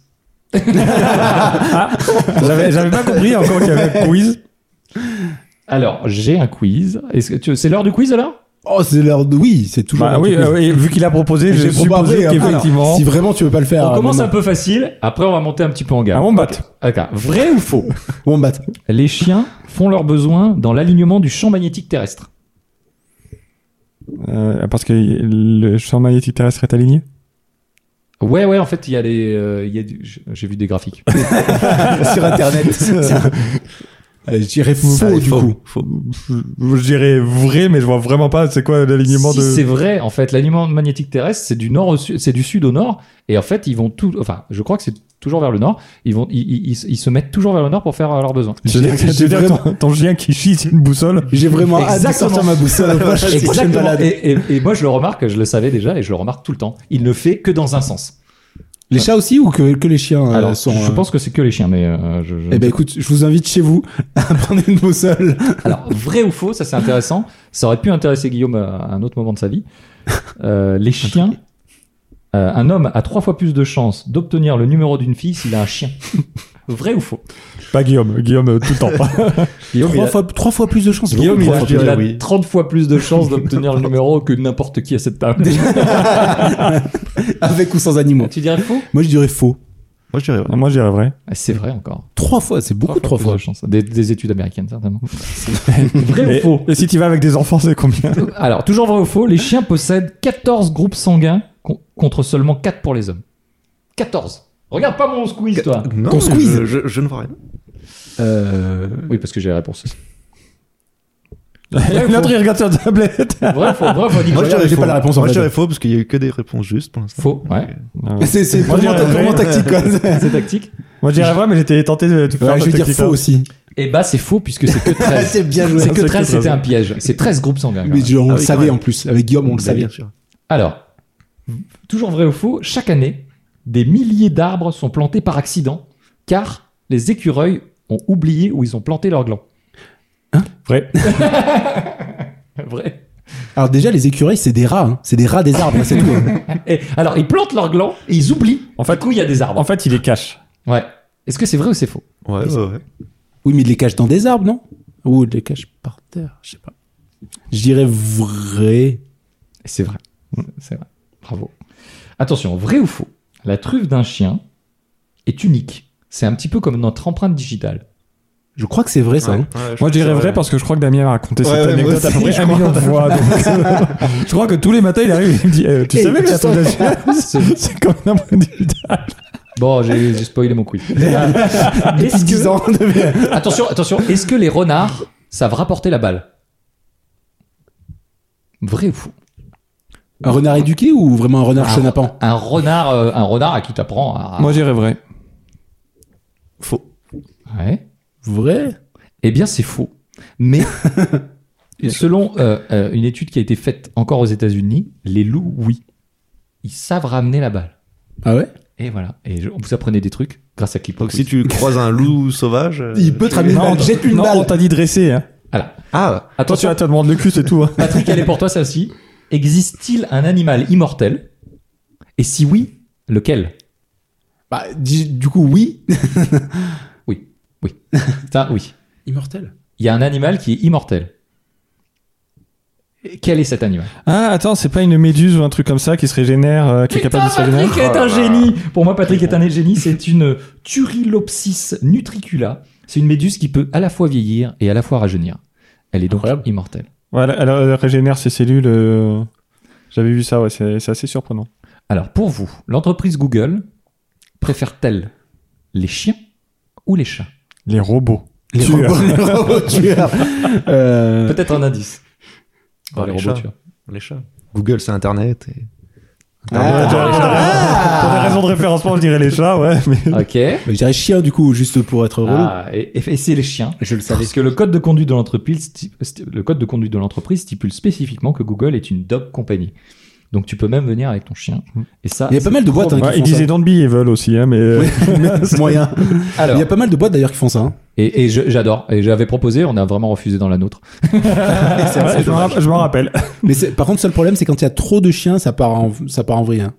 Speaker 2: J'avais j'avais pas compris encore qu'il y avait un quiz.
Speaker 3: Alors, j'ai un quiz. Est-ce que tu... c'est l'heure du quiz alors
Speaker 1: Oh, c'est l'heure de. Oui, c'est toujours.
Speaker 2: Bah
Speaker 1: l'heure
Speaker 2: oui,
Speaker 1: du quiz.
Speaker 2: euh, oui, vu qu'il a proposé, je
Speaker 1: J'ai
Speaker 2: supposais
Speaker 3: hein,
Speaker 1: probablement-
Speaker 2: qu'effectivement.
Speaker 1: hein.
Speaker 2: euh,
Speaker 1: Si vraiment tu veux pas le faire. euh,
Speaker 3: On commence un
Speaker 1: maintenant.
Speaker 3: peu facile. Après, on va monter un petit peu en gamme.
Speaker 2: Un wombat.
Speaker 1: Ah
Speaker 3: D'accord. Vrai ou faux
Speaker 1: Bon, bat.
Speaker 3: Les chiens font leurs besoins dans l'alignement du champ magnétique terrestre.
Speaker 2: Euh, parce que le champ magnétique terrestre est aligné.
Speaker 3: Ouais, ouais. En fait, il y a des, euh, il y a du- j'ai vu des
Speaker 1: [laughs]
Speaker 3: graphiques.
Speaker 1: Sur internet. [laughs] Euh, Je dirais faux,
Speaker 4: Ça,
Speaker 1: du
Speaker 4: faux,
Speaker 1: coup.
Speaker 4: faux.
Speaker 2: Je je dirais vrai, mais je vois vraiment pas c'est quoi l'alignement
Speaker 3: si
Speaker 2: de.
Speaker 3: c'est vrai, en fait, l'alignement magnétique terrestre, c'est du nord au sud, c'est du sud au nord, et en fait, ils vont tout, enfin, je crois que c'est toujours vers le nord. Ils vont, ils, ils- ils- ils se mettent toujours vers le nord pour faire euh, leurs besoins.
Speaker 2: Je veux dire,
Speaker 1: J'ai-
Speaker 2: je veux
Speaker 1: j'ai
Speaker 2: dire,
Speaker 1: vraiment-
Speaker 2: ton, ton chien qui chie, c'est une boussole.
Speaker 1: J'ai vraiment hâte de
Speaker 3: Exactement.
Speaker 1: sortir ma [laughs] boussole au prochain- prochaine
Speaker 3: Exactement.
Speaker 1: balade.
Speaker 3: Et, et- et moi, je le remarque, je le savais déjà, et je le remarque tout le temps. Il ne fait que dans un sens.
Speaker 1: Les chats aussi ou que, que les chiens euh,
Speaker 3: Alors,
Speaker 1: sont.
Speaker 3: je
Speaker 1: euh,
Speaker 3: pense que c'est que les chiens, mais euh, je, je-
Speaker 1: Eh ben écoute, je vous invite chez vous [laughs] à prendre une boussole.
Speaker 3: alors vrai ou faux, ça c'est intéressant. Ça aurait pu intéresser Guillaume à, à un autre moment de sa vie. Euh, les chiens. euh, un homme a trois fois plus de chances d'obtenir le numéro d'une fille s'il a un
Speaker 1: [laughs]
Speaker 3: chien. vrai ou faux
Speaker 2: Pas Guillaume, Guillaume euh, tout
Speaker 3: [laughs]
Speaker 2: le temps.
Speaker 3: Guillaume,
Speaker 1: Trois fois, trois fois plus de chance.
Speaker 3: Guillaume, il a,
Speaker 1: Trois fois plus
Speaker 3: il a
Speaker 1: de- oui.
Speaker 3: 30 fois plus de chances
Speaker 1: [laughs]
Speaker 3: d'obtenir le numéro que n'importe qui à cette table.
Speaker 1: Avec ou sans animaux.
Speaker 3: tu dirais faux
Speaker 1: Moi, je dirais faux.
Speaker 4: Moi, je dirais ouais.
Speaker 2: Moi, je dirais vrai.
Speaker 3: Ah, C'est vrai encore.
Speaker 1: Trois fois, c'est beaucoup trois
Speaker 3: plus
Speaker 1: fois.
Speaker 3: de chances. Des, des études américaines, certainement.
Speaker 2: Et,
Speaker 3: [laughs] vrai ou faux
Speaker 2: et si tu vas avec des enfants, c'est combien
Speaker 3: [laughs] Alors, toujours vrai ou faux, les chiens possèdent 14 groupes sanguins con- contre seulement 4 pour les hommes. 14 Regarde pas mon squeeze, toi
Speaker 4: Non,
Speaker 1: Qu'on
Speaker 4: mais
Speaker 1: squeeze.
Speaker 4: Je, je- je ne vois rien.
Speaker 1: Euh,
Speaker 3: Oui, parce que j'ai la réponse.
Speaker 2: [laughs]
Speaker 3: ou faux
Speaker 2: L'autre, il regarde sur sa
Speaker 3: [laughs]
Speaker 2: tablette.
Speaker 3: [laughs] Vrai ou faux Vrai ou faux Nicolas
Speaker 4: Moi, je dirais
Speaker 1: j'ai
Speaker 4: faux.
Speaker 1: pas la réponse, en
Speaker 4: Moi, je
Speaker 1: fait.
Speaker 4: dirais faux parce qu'il y a eu que des réponses justes pour l'instant.
Speaker 3: Faux, ouais.
Speaker 1: C'est c'est
Speaker 2: Moi, je
Speaker 1: vraiment
Speaker 2: dirais
Speaker 1: vraiment
Speaker 2: vrai.
Speaker 1: tactique. quoi.
Speaker 3: [laughs] C'est tactique.
Speaker 2: Moi, je dirais vrai, mais j'étais tenté de te faire
Speaker 1: Ouais, je
Speaker 2: cette
Speaker 1: vais dire
Speaker 2: technique-là.
Speaker 1: faux aussi.
Speaker 3: Eh bah, c'est faux, puisque c'est que 13.
Speaker 1: hein. Ah, C'est bien
Speaker 3: [laughs]
Speaker 1: joué.
Speaker 3: c'est que
Speaker 2: c'est
Speaker 3: 13,
Speaker 2: que 13.
Speaker 3: c'était un piège. C'est 13 groupes sanguins. quand
Speaker 1: Mais
Speaker 3: même.
Speaker 1: je- on
Speaker 4: Ah
Speaker 1: le
Speaker 4: oui,
Speaker 1: savait
Speaker 4: ouais.
Speaker 1: en plus. Avec Guillaume, on le savait.
Speaker 4: Bien sûr.
Speaker 3: Alors, toujours vrai ou faux, chaque année, des milliers d'arbres sont plantés par accident, car les écureuils ont oublié où ils ont planté leurs glands.
Speaker 2: Vrai.
Speaker 3: Vrai.
Speaker 1: Alors déjà, les écureuils, c'est des rats. hein. C'est des rats des arbres, hein, c'est tout. hein.
Speaker 3: Et, alors, ils plantent leurs glands et ils oublient.
Speaker 2: En fait-
Speaker 3: du coup, il y a des arbres.
Speaker 2: En fait, il est cash.
Speaker 3: Ouais. Est-ce que c'est vrai ou c'est faux
Speaker 4: Ouais, ouais, ouais.
Speaker 1: Oui, mais il les cache dans des arbres, non Ou il les cache par terre Je sais pas. Je dirais vrai.
Speaker 3: C'est vrai. Mm. C'est vrai. Bravo. Attention, vrai ou faux La truffe d'un chien est unique. C'est un petit peu comme notre empreinte digitale.
Speaker 1: Je crois que c'est vrai, ça.
Speaker 4: Ouais,
Speaker 1: hein.
Speaker 4: ouais, je
Speaker 2: Moi, je dirais
Speaker 4: pense
Speaker 2: vrai
Speaker 4: que
Speaker 2: parce que je crois que Damien a raconté
Speaker 4: Ouais,
Speaker 2: cette
Speaker 4: ouais, moi
Speaker 2: anecdote à
Speaker 4: aussi,
Speaker 2: peu près
Speaker 4: je
Speaker 2: un million de fois. donc, euh, je crois que tous les matins, il arrive il me dit euh, Tu
Speaker 1: Et
Speaker 2: savais que
Speaker 1: tu
Speaker 2: la
Speaker 1: sais- [laughs]
Speaker 2: tendance- c'est c'est comme un individuel.
Speaker 3: Bon, j'ai j'ai spoilé mon quiz. Est-ce que-
Speaker 1: 10 ans de-
Speaker 3: Attention, attention. Est-ce que les renards savent rapporter la balle Vrai ou faux
Speaker 1: Un renard éduqué ou vraiment un renard chenapan
Speaker 3: Un renard, euh, un renard à qui t'apprends à.
Speaker 2: Moi, j'irais vrai.
Speaker 4: Faux.
Speaker 3: Ouais.
Speaker 1: Vrai
Speaker 3: Eh bien, c'est faux.
Speaker 1: [laughs]
Speaker 3: Mais selon euh, euh, une étude qui a été faite encore aux États-Unis, les loups, oui, ils savent ramener la balle.
Speaker 1: Ah ouais
Speaker 3: Et voilà. Et je- vous apprenez des trucs grâce à qui
Speaker 4: Donc si tu croises un loup sauvage. euh,
Speaker 1: Il peut te ramener une
Speaker 2: Non,
Speaker 1: balle. Jette une
Speaker 2: non,
Speaker 1: balle.
Speaker 2: on t'a dit dresser. Hein.
Speaker 3: Voilà.
Speaker 4: Ah,
Speaker 2: Toi, tu
Speaker 1: [laughs]
Speaker 3: Attention,
Speaker 2: vas te demander le cul, c'est tout. hein.
Speaker 3: Patrick, elle est pour toi celle-ci. Existe-t-il un animal immortel Et si oui, lequel
Speaker 1: Bah, dis- du coup,
Speaker 3: [laughs]
Speaker 1: oui.
Speaker 3: Ça, oui.
Speaker 1: Immortel.
Speaker 3: Il y a un animal qui est immortel. Et Quel est cet animal
Speaker 2: Ah, attends, c'est pas une méduse ou un truc comme ça qui se régénère, euh, qui est capable de se régénérer
Speaker 3: Patrick est
Speaker 4: Oh là
Speaker 3: un
Speaker 4: là.
Speaker 3: génie Pour moi, Patrick est un génie. C'est une Turylopsis nutricula. C'est une méduse qui peut à la fois vieillir et à la fois rajeunir. Elle est donc
Speaker 1: Incroyable.
Speaker 3: immortelle.
Speaker 2: Voilà, elle, elle régénère ses cellules. euh, J'avais vu ça, ouais, c'est c'est assez surprenant.
Speaker 3: Alors, pour vous, l'entreprise Google préfère-t-elle les chiens ou les chats
Speaker 2: Les robots.
Speaker 1: Les
Speaker 2: Tueur.
Speaker 1: robots, les [laughs] robots tueurs. Euh,
Speaker 3: Peut-être un indice.
Speaker 4: Bah,
Speaker 3: les
Speaker 4: les
Speaker 3: robots,
Speaker 4: chats.
Speaker 3: tu vois.
Speaker 4: les chats. Google, c'est Internet. et-
Speaker 1: Ah.
Speaker 2: Pour des raisons de référencement, je dirais les chats, ouais. Mais...
Speaker 1: [laughs]
Speaker 3: Ok.
Speaker 1: je dirais chien, du coup, juste pour être relou.
Speaker 3: Ah, et, et- et c'est les chiens. Je le savais. Parce que le code de conduite de l'entreprise, sti- sti- le code de conduite de l'entreprise stipule spécifiquement que Google est une dog compagnie. Donc tu peux même venir avec ton chien. Et ça.
Speaker 1: Mm. Il y a pas mal de boîtes hein,
Speaker 2: Ouais,
Speaker 1: qui
Speaker 2: ils
Speaker 1: font
Speaker 2: disaient Don't Be Evil aussi, hein, mais euh, [laughs]
Speaker 1: ça. [laughs] moyen. Il
Speaker 3: Alors,
Speaker 1: y a pas mal de boîtes d'ailleurs qui font ça. hein.
Speaker 3: et, et je- j'adore. Et j'avais proposé, on a vraiment refusé dans la nôtre.
Speaker 2: ouais, je m'en rapp- je m'en rappelle.
Speaker 1: Mais c'est- par contre, seul problème, c'est quand il y a trop de chiens, ça part en, ça part en vrille. hein.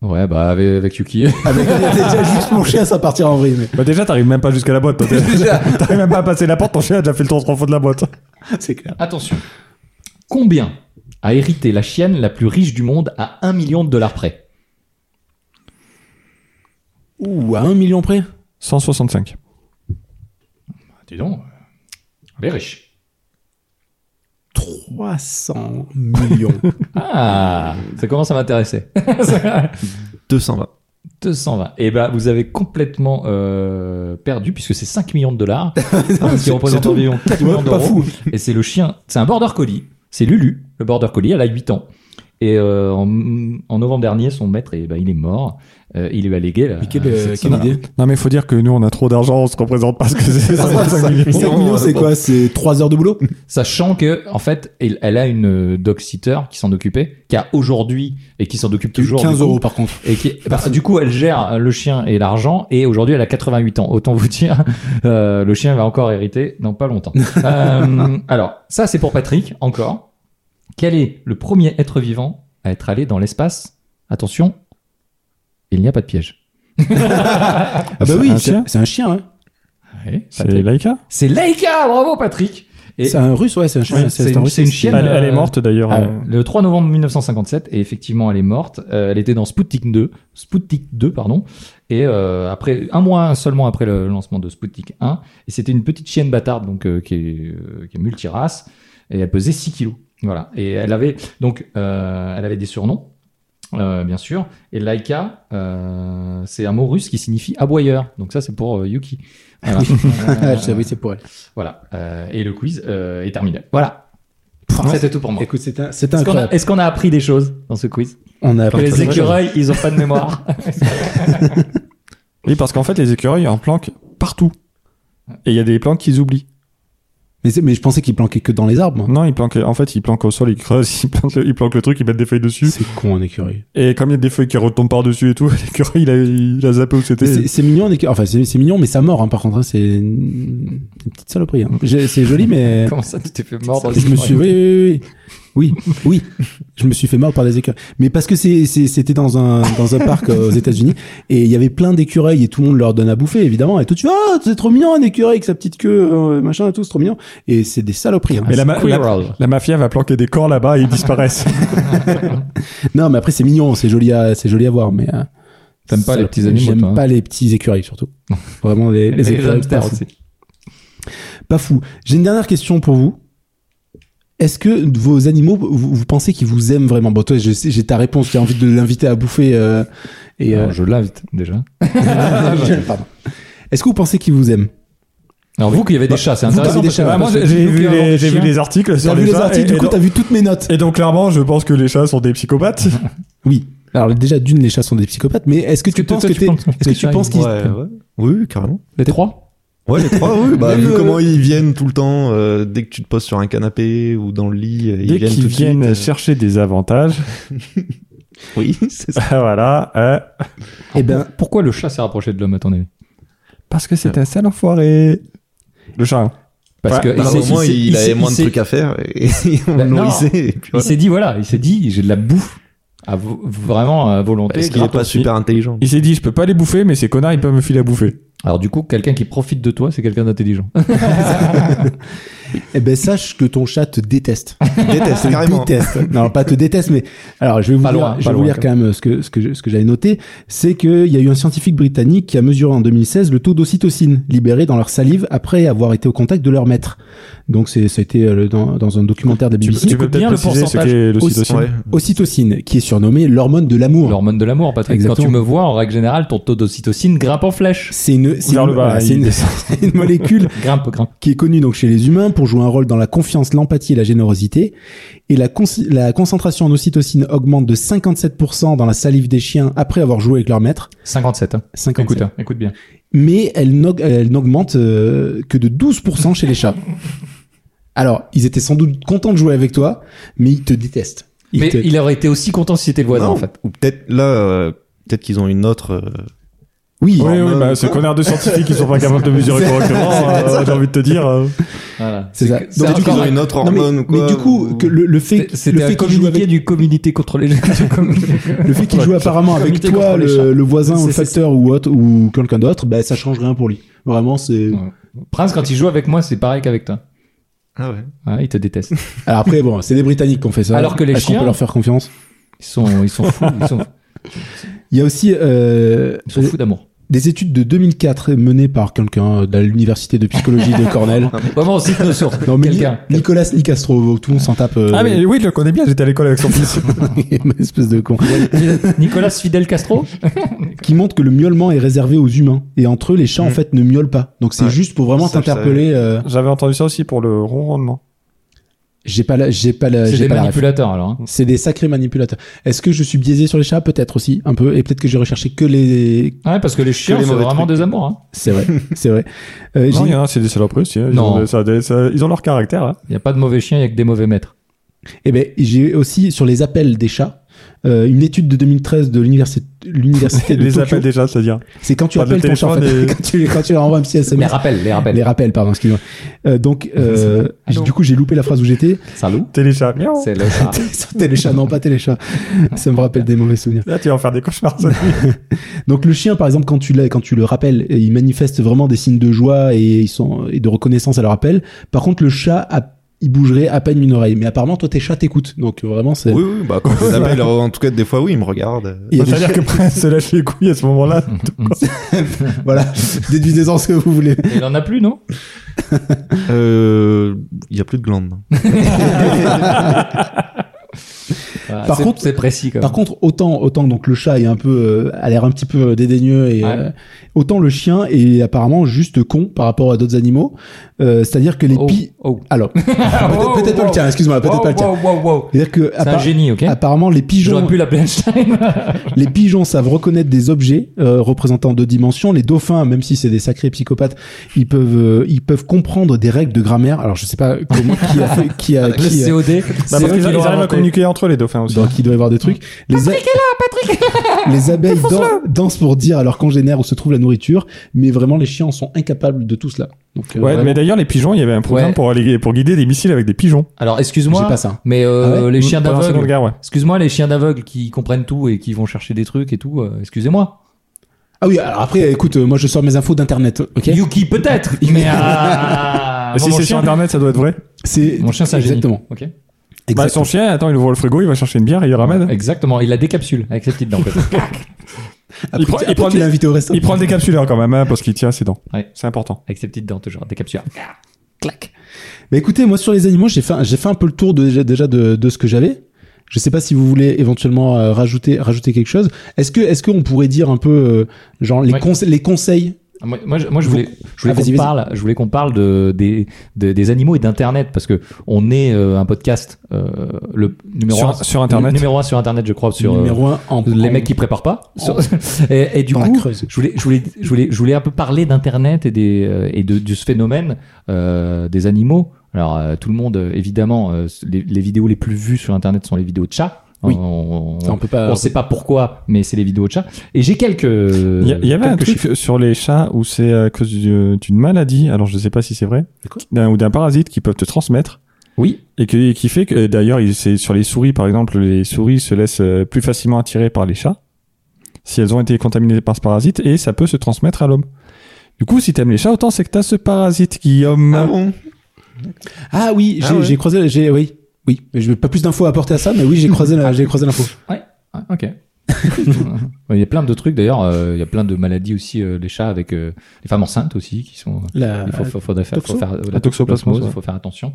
Speaker 3: Ouais, bah avec, avec Yuki.
Speaker 1: Avec déjà juste mon chien, ça partira en vrille. mais
Speaker 2: Bah déjà, t'arrives même pas jusqu'à la
Speaker 1: [laughs]
Speaker 2: boîte. toi. T'arrives même pas à passer la porte, ton chien a déjà fait le tour trois fois de la boîte.
Speaker 1: C'est clair.
Speaker 3: [laughs] Attention. Combien a hérité la chienne la plus riche du monde à 1 million de dollars près
Speaker 1: Ouh, à un million près
Speaker 2: 165.
Speaker 3: Dis donc. Elle est riche.
Speaker 1: 300 [laughs] millions.
Speaker 3: Ah, ça commence à m'intéresser.
Speaker 4: 220.
Speaker 3: 220. Et ben, vous avez complètement euh, perdu puisque c'est 5 millions de
Speaker 1: [laughs]
Speaker 3: dollars, ce qui représente
Speaker 1: tout.
Speaker 3: environ 4
Speaker 1: Ouais,
Speaker 3: millions
Speaker 1: pas
Speaker 3: d'euros.
Speaker 1: fou.
Speaker 3: Et c'est le chien, c'est un border collie, c'est Lulu, le border collie, elle a 8 ans. Et euh, en, en novembre dernier, son maître, eh ben, il est mort. Euh, il est allégué. Là,
Speaker 1: Mais quelle,
Speaker 3: euh,
Speaker 1: euh,
Speaker 3: cette
Speaker 1: quelle
Speaker 3: semaine.
Speaker 1: idée
Speaker 2: Non, mais faut dire que nous, on a trop d'argent, on se représente pas ce que [laughs] c'est. 165
Speaker 1: Mais
Speaker 2: millions.
Speaker 1: 5 millions, c'est quoi C'est 3 heures de [laughs] boulot
Speaker 3: Sachant que, en fait, elle, elle a une euh, dog sitter qui s'en occupait, qui a aujourd'hui et qui s'en occupe toujours. du
Speaker 1: 15
Speaker 3: coup.
Speaker 1: euros par contre.
Speaker 3: Et qui, bah, du coup, elle gère le chien et l'argent. Et aujourd'hui, elle a 88 ans. Autant vous dire, [laughs] euh, le chien va encore hériter dans pas longtemps. Euh, alors, ça, c'est pour Patrick, encore. Quel est le premier être vivant à être allé dans l'espace Attention, il n'y a pas de piège.
Speaker 1: Ah bah
Speaker 2: c'est
Speaker 1: oui,
Speaker 2: un
Speaker 1: c'est
Speaker 2: chien
Speaker 1: c'est un chien. hein.
Speaker 3: Ouais,
Speaker 2: C'est
Speaker 3: Patrick.
Speaker 2: Laika
Speaker 3: C'est Laika Bravo, Patrick Et
Speaker 1: C'est un russe, ouais, c'est un chien.
Speaker 2: Ouais,
Speaker 3: c'est
Speaker 1: c'est- c'est un
Speaker 3: une-
Speaker 1: russe.
Speaker 3: c'est une chienne.
Speaker 2: elle, elle
Speaker 3: euh,
Speaker 2: est morte d'ailleurs.
Speaker 3: Ah,
Speaker 2: euh.
Speaker 3: le 3 novembre 1957 et effectivement elle est morte Euh, elle était dans Sputnik 2 Sputnik 2 pardon et euh, après un mois seulement après le lancement de Sputnik 1 et c'était une petite chienne bâtarde donc euh, qui est euh, qui est multirace et elle pesait 6 kilos voilà et elle avait donc euh, elle avait des surnoms euh, bien sûr et Laika euh, c'est un mot russe qui signifie aboyeur donc ça c'est pour euh, Yuki voilà,
Speaker 1: [laughs]
Speaker 3: Euh,
Speaker 1: Ah, je sais, oui, c'est pour elle.
Speaker 3: Voilà. Euh, et le quiz euh, est terminé voilà
Speaker 1: Pouah,
Speaker 3: c'était tout pour moi
Speaker 1: Écoute, Ah, c'est un,
Speaker 3: est-ce
Speaker 1: c'est
Speaker 3: qu'on a,
Speaker 1: incroyable.
Speaker 3: est-ce qu'on a appris des choses dans ce quiz
Speaker 1: On a
Speaker 3: Que
Speaker 1: appris
Speaker 3: les
Speaker 1: plein de choses.
Speaker 3: écureuils, ils ont pas de [laughs] mémoire.
Speaker 2: Oui, parce qu'en fait, les écureuils en planquent partout. Et il y a des planques qu'ils oublient.
Speaker 1: Mais, c'est- mais je pensais qu'il planquait que dans les arbres. moi.
Speaker 2: Non, ils planquent, en fait, ils planquent au sol, ils creusent, [laughs] ils planquent, le, ils planquent le truc, ils mettent des feuilles dessus.
Speaker 1: C'est con un écureuil.
Speaker 2: Et comme il y a des feuilles qui retombent par-dessus et tout, [laughs] l'écureuil, il a, il a zappé où
Speaker 1: Mais
Speaker 2: c'était.
Speaker 1: C'est c'est mignon un écureuil. Enfin, c'est c'est mignon, mais ça mord. hein, par contre, hein, c'est une... une petite saloperie. hein. J'ai- C'est joli, mais
Speaker 3: Comment ça, tu t'es fait mordre
Speaker 1: je me suis. Oui, oui, oui. Oui, oui. Je me suis fait mal par les écureuils. Mais parce que c'est- c'est- c'était dans un, dans un parc euh, aux États-Unis et il y avait plein d'écureuils et tout le monde leur donne à bouffer, évidemment. Et tout de suite, ah, c'est trop mignon un écureuil avec sa petite queue, euh, machin et tout, c'est trop mignon. Et c'est des saloperies. hein.
Speaker 2: Mais la, ma- la-
Speaker 3: Squirrel.
Speaker 2: la mafia va planquer des corps là-bas et
Speaker 1: [laughs]
Speaker 2: ils disparaissent.
Speaker 1: Non, mais après, c'est mignon, c'est joli à, c'est joli à voir, mais. euh,
Speaker 3: T'aimes pas les
Speaker 1: saloperies.
Speaker 3: petits animaux,
Speaker 1: J'aime
Speaker 3: toi, hein.
Speaker 1: pas les petits
Speaker 3: [laughs]
Speaker 1: écureuils, surtout. Vraiment, les, les
Speaker 3: Et
Speaker 1: écureuils, pas
Speaker 3: hamsters
Speaker 1: fou.
Speaker 3: aussi.
Speaker 1: Pas fou. J'ai une dernière question pour vous. Est-ce que vos animaux, vous, vous pensez qu'ils vous aiment vraiment Bon, toi, je sais, j'ai ta réponse. J'ai envie de l'inviter à bouffer. euh, et euh,
Speaker 3: Alors, Ah, Je l'invite déjà. Ah,
Speaker 1: [laughs] Pardon. Est-ce que vous pensez qu'ils vous aiment
Speaker 3: Alors vous qu'il y avait des chats, c'est
Speaker 1: Vous
Speaker 3: intéressant.
Speaker 1: avez des
Speaker 3: parce que-
Speaker 1: chats,
Speaker 2: Bah, moi,
Speaker 3: parce que
Speaker 2: j'ai
Speaker 3: tu nous
Speaker 2: vu,
Speaker 3: fais un
Speaker 2: les, j'ai vu
Speaker 3: chien.
Speaker 2: les articles
Speaker 1: T'as
Speaker 2: sur
Speaker 1: vu
Speaker 2: les
Speaker 1: les
Speaker 2: chats.
Speaker 1: articles,
Speaker 2: et,
Speaker 1: du coup,
Speaker 2: et
Speaker 1: t'as
Speaker 2: donc,
Speaker 1: vu toutes mes notes.
Speaker 2: et donc, clairement, je pense que les chats sont des psychopathes.
Speaker 1: Oui. Alors déjà, d'une, les chats sont des psychopathes, mais est-ce que tu
Speaker 3: que toi,
Speaker 1: penses que
Speaker 3: tu
Speaker 1: t'es-
Speaker 3: penses que
Speaker 1: est-ce que
Speaker 3: les
Speaker 1: tu
Speaker 3: chats,
Speaker 1: penses
Speaker 3: ils euh,
Speaker 1: qu'ils
Speaker 4: Ouais, ouais. Oui, oui, carrément.
Speaker 3: Les trois
Speaker 4: Ouais, les trois, oui. Bah,
Speaker 1: Même,
Speaker 4: vu
Speaker 1: euh,
Speaker 4: comment ils viennent tout le temps, euh, dès que tu te poses sur un canapé ou dans le lit, euh, ils
Speaker 2: Dès
Speaker 4: viennent
Speaker 2: qu'ils
Speaker 4: tout de
Speaker 2: viennent
Speaker 4: suite.
Speaker 2: chercher des avantages, [laughs]
Speaker 4: Oui, [laughs] c'est ça.
Speaker 2: voilà, euh,
Speaker 1: Eh ben,
Speaker 3: Pourquoi le chat s'est rapproché de l'homme à ton avis
Speaker 2: parce que c'est un sale enfoiré. Le chat. hein.
Speaker 3: Parce que
Speaker 2: Ouais,
Speaker 4: Par
Speaker 3: s'est-
Speaker 4: moment,
Speaker 3: s'est-
Speaker 4: il,
Speaker 3: s'est-
Speaker 4: avait moins de
Speaker 3: s'est-
Speaker 4: trucs à faire et [laughs] on
Speaker 3: Bah,
Speaker 4: le
Speaker 3: non.
Speaker 4: nourrissait. et puis
Speaker 3: Il
Speaker 4: voilà.
Speaker 3: s'est dit voilà, il s'est dit j'ai de la bouffe à vo- vraiment à volonté.
Speaker 4: Parce qu'il Bah, est
Speaker 3: gratos.
Speaker 4: pas super intelligent.
Speaker 2: Il s'est dit, je peux pas les bouffer, mais ces connards, ils peuvent me filer à bouffer.
Speaker 3: Alors du coup, quelqu'un qui profite de toi, c'est quelqu'un d'intelligent.
Speaker 1: eh ben, sache que ton chat
Speaker 3: [laughs]
Speaker 1: te déteste.
Speaker 4: Il déteste
Speaker 1: te
Speaker 4: carrément.
Speaker 1: déteste. Non, pas te déteste, mais alors je vais vous
Speaker 3: Pas
Speaker 1: lire,
Speaker 3: loin,
Speaker 1: je
Speaker 3: pas
Speaker 1: vais vous
Speaker 3: loin,
Speaker 1: lire
Speaker 3: quand
Speaker 1: quand même euh, ce que ce que je- ce que j'avais noté, c'est qu'il y a eu un scientifique britannique qui a mesuré en 2016 le taux d'ocytocine libéré dans leur salive après avoir été au contact de leur maître. Donc c'est ça a été euh, le- dans, dans un documentaire de la BBC.
Speaker 3: écoutes bien le pourcentage.
Speaker 2: qu'est
Speaker 1: Aussi,
Speaker 2: l'ocytocine
Speaker 4: Ouais.
Speaker 1: Ocytocine, qui est surnommée l'hormone de l'amour.
Speaker 3: L'hormone de l'amour, Patrick.
Speaker 1: Exactement.
Speaker 3: Quand tu me vois, en règle générale, ton taux d'ocytocine grimpe en flèche.
Speaker 1: C'est une, c'est
Speaker 2: Vers
Speaker 1: une-
Speaker 2: le bas,
Speaker 1: voilà,
Speaker 2: il
Speaker 1: [laughs] c'est une- une molécule
Speaker 3: Grimpe, grimpe.
Speaker 1: qui est connu donc chez les humains pour jouer un rôle dans la confiance, l'empathie et la générosité. Et la, con- la concentration en ocytocine augmente de 57% dans la salive des chiens après avoir joué avec leur maître.
Speaker 3: 57. Hein.
Speaker 1: 57.
Speaker 3: Écoute, hein, écoute bien.
Speaker 1: Mais elle n'aug- elle n'augmente euh, que de 12% chez les chats. Alors, ils étaient sans doute contents de jouer avec toi, mais ils te détestent. Ils
Speaker 3: Mais
Speaker 1: te-
Speaker 3: il aurait été aussi content si c'était le voisin,
Speaker 4: Non,
Speaker 3: en fait.
Speaker 4: Ou peut-être là, euh, peut-être qu'ils ont une autre. euh,
Speaker 1: Oui,
Speaker 2: Oui,
Speaker 1: [laughs]
Speaker 2: oui,
Speaker 4: Hormone.
Speaker 2: bah, ces connards de scientifiques, ils sont pas capables de mesurer correctement, euh, j'ai envie de te dire. euh.
Speaker 3: Voilà.
Speaker 1: c'est ça.
Speaker 3: C'est
Speaker 1: Donc,
Speaker 4: peut-être
Speaker 1: du coup,
Speaker 4: qu'ils ont
Speaker 3: Ah, encore-
Speaker 4: une autre
Speaker 1: non, mais,
Speaker 4: hormone ou quoi.
Speaker 1: mais du coup,
Speaker 4: ou-
Speaker 1: que le, le fait, le
Speaker 3: C'était un
Speaker 1: fait qu'ils jouent
Speaker 3: communiqué
Speaker 1: avec
Speaker 3: du comité contre les
Speaker 1: [laughs] Le fait qu'il joue apparemment avec
Speaker 3: Comité
Speaker 1: toi,
Speaker 3: contre les
Speaker 1: le,
Speaker 3: chats.
Speaker 1: le voisin ou le
Speaker 3: C'est- c'est-
Speaker 1: facteur ou autre ou quelqu'un d'autre, bah, ça change rien pour lui. Vraiment, c'est.
Speaker 3: Ouais. Prince, quand il joue avec moi, c'est pareil qu'avec toi.
Speaker 4: Ah ouais.
Speaker 3: Hein, il te déteste.
Speaker 1: Alors après, bon, c'est des Britanniques qui ont fait ça.
Speaker 3: Alors que les
Speaker 1: Est-ce qu'on
Speaker 3: chiens-
Speaker 1: peut leur faire confiance.
Speaker 3: Ils sont, ils sont fous. Ils sont,
Speaker 1: Il y a aussi euh,
Speaker 3: ils sont fous d'amour.
Speaker 1: des études de 2004 menées par quelqu'un euh, de l'université de psychologie de Cornell.
Speaker 3: Vraiment, on cite nos
Speaker 1: [laughs]
Speaker 3: sources.
Speaker 1: Non, mais
Speaker 3: Quelqu'un.
Speaker 1: Ni- Nicolas Nicastro, tout le monde s'en tape. euh, [laughs]
Speaker 2: Ah, mais oui, je le connais bien, j'étais à l'école avec son fils.
Speaker 1: espèce de con.
Speaker 3: Nicolas Fidel
Speaker 1: Euh,
Speaker 3: Castro
Speaker 1: Qui montre que le miaulement est réservé aux humains. Et entre eux, les chats, en
Speaker 4: Mm.
Speaker 1: fait, ne miaulent pas. Donc c'est
Speaker 4: Ouais.
Speaker 1: juste pour vraiment
Speaker 4: Ça, je
Speaker 1: t'interpeller. euh,
Speaker 2: J'avais entendu ça aussi pour le ronronnement.
Speaker 1: j'ai pas la, j'ai pas la,
Speaker 3: C'est
Speaker 1: j'ai
Speaker 3: des
Speaker 1: pas la ref.
Speaker 3: manipulateurs, alors. hein.
Speaker 1: C'est des sacrés manipulateurs. Est-ce que je suis biaisé sur les chats Peut-être aussi, un peu. Et peut-être que j'ai recherché que les.
Speaker 3: Ouais, parce que les chiens,
Speaker 4: les
Speaker 3: c'est
Speaker 4: mauvais
Speaker 3: vraiment
Speaker 4: trucs.
Speaker 3: des amours. hein.
Speaker 1: C'est
Speaker 2: [laughs]
Speaker 1: vrai, c'est vrai. Euh,
Speaker 2: Non,
Speaker 1: j'ai-
Speaker 2: il y en a, c'est des saloperies aussi. hein, Ils,
Speaker 3: Non.
Speaker 2: ont, ça- des- ça- ils ont leur caractère. hein.
Speaker 3: Il n'y a pas de mauvais chiens, il n'y a que des mauvais maîtres.
Speaker 1: eh ben, j'ai aussi sur les appels des chats. euh, une étude de 2013 de l'université, l'université de
Speaker 2: [laughs] les
Speaker 1: Tokyo.
Speaker 2: appels déjà, c'est-à-dire.
Speaker 1: C'est quand tu
Speaker 2: Pas de
Speaker 1: appelles ton chat, en fait.
Speaker 2: téléphone et-
Speaker 1: [laughs] quand, tu, quand tu leur envoies un petit
Speaker 3: Les
Speaker 1: SMS.
Speaker 3: rappels, les
Speaker 1: Les
Speaker 3: rappels.
Speaker 1: rappels, pardon, excuse-moi. Euh,
Speaker 2: [laughs]
Speaker 1: donc, euh,
Speaker 2: Ah
Speaker 3: Allô
Speaker 1: du coup, j'ai loupé la phrase où j'étais.
Speaker 3: Salut.
Speaker 2: Téléchat. Miaou.
Speaker 3: C'est le chat.
Speaker 1: [laughs] téléchat, non pas téléchat. Ça me rappelle des mauvais souvenirs.
Speaker 2: Là, tu vas en faire des
Speaker 3: [laughs]
Speaker 2: cauchemars. ça.
Speaker 1: Donc le chien, par exemple, quand tu, l'as- quand tu le rappelles, il manifeste vraiment des signes de joie et, ils sont, et de reconnaissance à leur appel. Par contre, le chat, a- il bougerait à peine une oreille. Mais apparemment, toi, tes chats t'écoutent. Donc vraiment, c'est...
Speaker 4: Oui, oui, bah quand
Speaker 1: [laughs]
Speaker 4: je les appelle, euh, en tout cas, des fois, oui, ils me regardent.
Speaker 1: Il y a
Speaker 3: [laughs]
Speaker 1: des-
Speaker 2: C'est-à-dire que Prince se lâche les couilles à ce moment-là. Bah,
Speaker 1: voilà, déduisez-en ce que vous
Speaker 3: [laughs]
Speaker 1: voulez.
Speaker 3: Il en a plus, non
Speaker 4: Euh, Il y a plus de glandes.
Speaker 3: Voilà,
Speaker 1: Par
Speaker 3: c'est-
Speaker 1: contre-
Speaker 3: c'est précis quand même.
Speaker 1: Par contre, autant, autant donc le chat est un peu, euh, a l'air un petit peu dédaigneux et
Speaker 3: Ouais.
Speaker 1: euh, autant le chien est apparemment juste con par rapport à d'autres animaux. Euh, C'est-à-dire que les
Speaker 3: Oh,
Speaker 1: pi-
Speaker 3: oh. [laughs]
Speaker 1: alors peut-être
Speaker 3: Oh,
Speaker 1: peut-être pas le
Speaker 3: wow.
Speaker 1: tien, excuse-moi, peut-être
Speaker 3: Wow,
Speaker 1: pas le tien.
Speaker 3: wow, wow, wow.
Speaker 1: C'est-à-dire que
Speaker 3: oh, C'est un
Speaker 1: appa-
Speaker 3: génie, ok
Speaker 1: apparemment les
Speaker 3: J'aurais
Speaker 1: pigeons,
Speaker 3: pu l'appeler Einstein.
Speaker 1: les pigeons savent reconnaître des objets euh, représentant deux dimensions. Les dauphins, même si c'est des sacrés psychopathes, ils peuvent euh, ils peuvent comprendre des règles de grammaire. Alors je sais pas comment, qui a fait, qui a
Speaker 3: Le
Speaker 1: qui euh,
Speaker 3: COD.
Speaker 1: a-
Speaker 2: [laughs] Bah, parce qu'ils
Speaker 3: qui
Speaker 2: ils
Speaker 3: l'ont
Speaker 2: arrivent à
Speaker 3: inventé.
Speaker 2: communiquer entre eux, les dauphins bien aussi.
Speaker 1: Donc il doit y avoir des trucs. Les Patrick Les abeilles dan- dansent pour dire à leurs congénères où se trouve la nourriture, mais vraiment les chiens sont incapables de tout cela. Donc euh,
Speaker 2: Ouais,
Speaker 1: vraiment,
Speaker 2: mais d'ailleurs, les pigeons, il y avait un programme
Speaker 3: Ouais.
Speaker 2: pour, aller, pour guider des missiles avec des pigeons.
Speaker 3: Alors,
Speaker 1: j'ai
Speaker 3: excuse-moi,
Speaker 1: pas ça.
Speaker 3: mais euh,
Speaker 1: Ah ouais
Speaker 3: les chiens
Speaker 2: Pendant la Seconde
Speaker 3: d'aveugle.
Speaker 2: Guerre, ouais.
Speaker 3: Excuse-moi, les chiens d'aveugle qui comprennent tout et qui vont chercher des trucs et tout. euh, excusez-moi.
Speaker 1: Ah oui, alors après, écoute, euh, moi je sors mes infos d'internet, ok
Speaker 3: Yuki peut-être, mais ah,
Speaker 2: Et si
Speaker 3: mon
Speaker 2: c'est
Speaker 3: chien-
Speaker 2: sur Internet, ça doit être vrai.
Speaker 1: C'est
Speaker 3: Mon chien, c'est un génie.
Speaker 1: exactement.
Speaker 3: Ok.
Speaker 2: Bah,
Speaker 1: Exactement.
Speaker 2: son chien, attends, il ouvre le frigo, il va chercher une bière et il ramène.
Speaker 3: Exactement, il la décapsule avec ses petites dents. en fait. [laughs]
Speaker 1: Après,
Speaker 2: il prend-
Speaker 1: tu-
Speaker 2: il
Speaker 1: après,
Speaker 2: prend
Speaker 1: tu
Speaker 2: des-
Speaker 1: l'as invité au restaurant.
Speaker 2: Il prend des capsuleurs quand même, hein, parce qu'il tient ses dents.
Speaker 3: Ouais.
Speaker 2: C'est important.
Speaker 3: avec ses petites dents, toujours décapsule. Clac.
Speaker 1: Bah écoutez, moi sur les animaux, j'ai fait, j'ai fait un peu le tour de, déjà- déjà de, de ce que j'avais. Je sais pas si vous voulez éventuellement euh, rajouter, rajouter quelque chose. Est-ce que, est-ce qu'on pourrait dire un peu, euh, genre, les,
Speaker 3: Ouais.
Speaker 1: conse- les conseils
Speaker 3: Ah, Moi, moi, je- moi, je voulais, je voulais
Speaker 1: Ah, vas-y,
Speaker 3: qu'on
Speaker 1: vas-y.
Speaker 3: parle, je voulais qu'on parle de, des, de- des animaux et d'internet parce que on est euh, un podcast euh, le numéro
Speaker 2: Sur-
Speaker 3: un
Speaker 2: sur Internet.
Speaker 3: numéro un sur internet, je crois, sur euh,
Speaker 1: Numéro un, en,
Speaker 3: les
Speaker 1: en-
Speaker 3: mecs qui préparent pas.
Speaker 2: Oh.
Speaker 1: en-
Speaker 3: [laughs] et, et du
Speaker 1: dans la
Speaker 3: coup,
Speaker 1: Creuse.
Speaker 3: je voulais, je voulais, je voulais, je voulais un peu parler d'internet et des euh, et de, de ce phénomène euh, des animaux. Alors euh, tout le monde, euh, évidemment, euh, les, les vidéos les plus vues sur internet sont les vidéos de chats.
Speaker 1: Oui.
Speaker 3: On,
Speaker 1: Ça, on peut
Speaker 2: euh,
Speaker 1: pas.
Speaker 3: ne sait pas pourquoi, mais c'est les vidéos de chats. Et j'ai quelques.
Speaker 2: Il y, a- il y avait un
Speaker 3: quelques
Speaker 2: truc
Speaker 3: chiffres.
Speaker 2: sur les chats où c'est à cause du- euh, d'une maladie, alors je sais pas si c'est vrai,
Speaker 1: quoi
Speaker 2: d'un- ou d'un parasite qui peuvent te transmettre.
Speaker 3: Oui.
Speaker 2: Et, que- et qui fait que, d'ailleurs, il- c'est sur les souris, par exemple, les souris se laissent euh, plus facilement attirer par les chats, si elles ont été contaminées par ce parasite, et ça peut se transmettre à l'homme. Du coup, si t'aimes les chats, autant c'est que t'as ce parasite qui homme.
Speaker 4: Ah bon
Speaker 1: Ah oui, j'ai
Speaker 4: Ah ouais.
Speaker 1: j'ai croisé, j'ai, oui. Oui, je n'ai pas plus d'infos à apporter à ça, mais oui, j'ai
Speaker 3: [laughs]
Speaker 1: croisé, la- j'ai croisé l'info.
Speaker 3: Ah, ok. [laughs] il y a plein de trucs d'ailleurs. euh, il y a plein de maladies aussi euh, les chats avec euh, les femmes enceintes aussi qui sont. euh,
Speaker 1: La-
Speaker 3: il faut, faut- faudrait faire,
Speaker 1: Euh, toxo-
Speaker 3: faut faire
Speaker 2: la toxoplasmose,
Speaker 3: Il
Speaker 2: ouais.
Speaker 3: faut faire attention.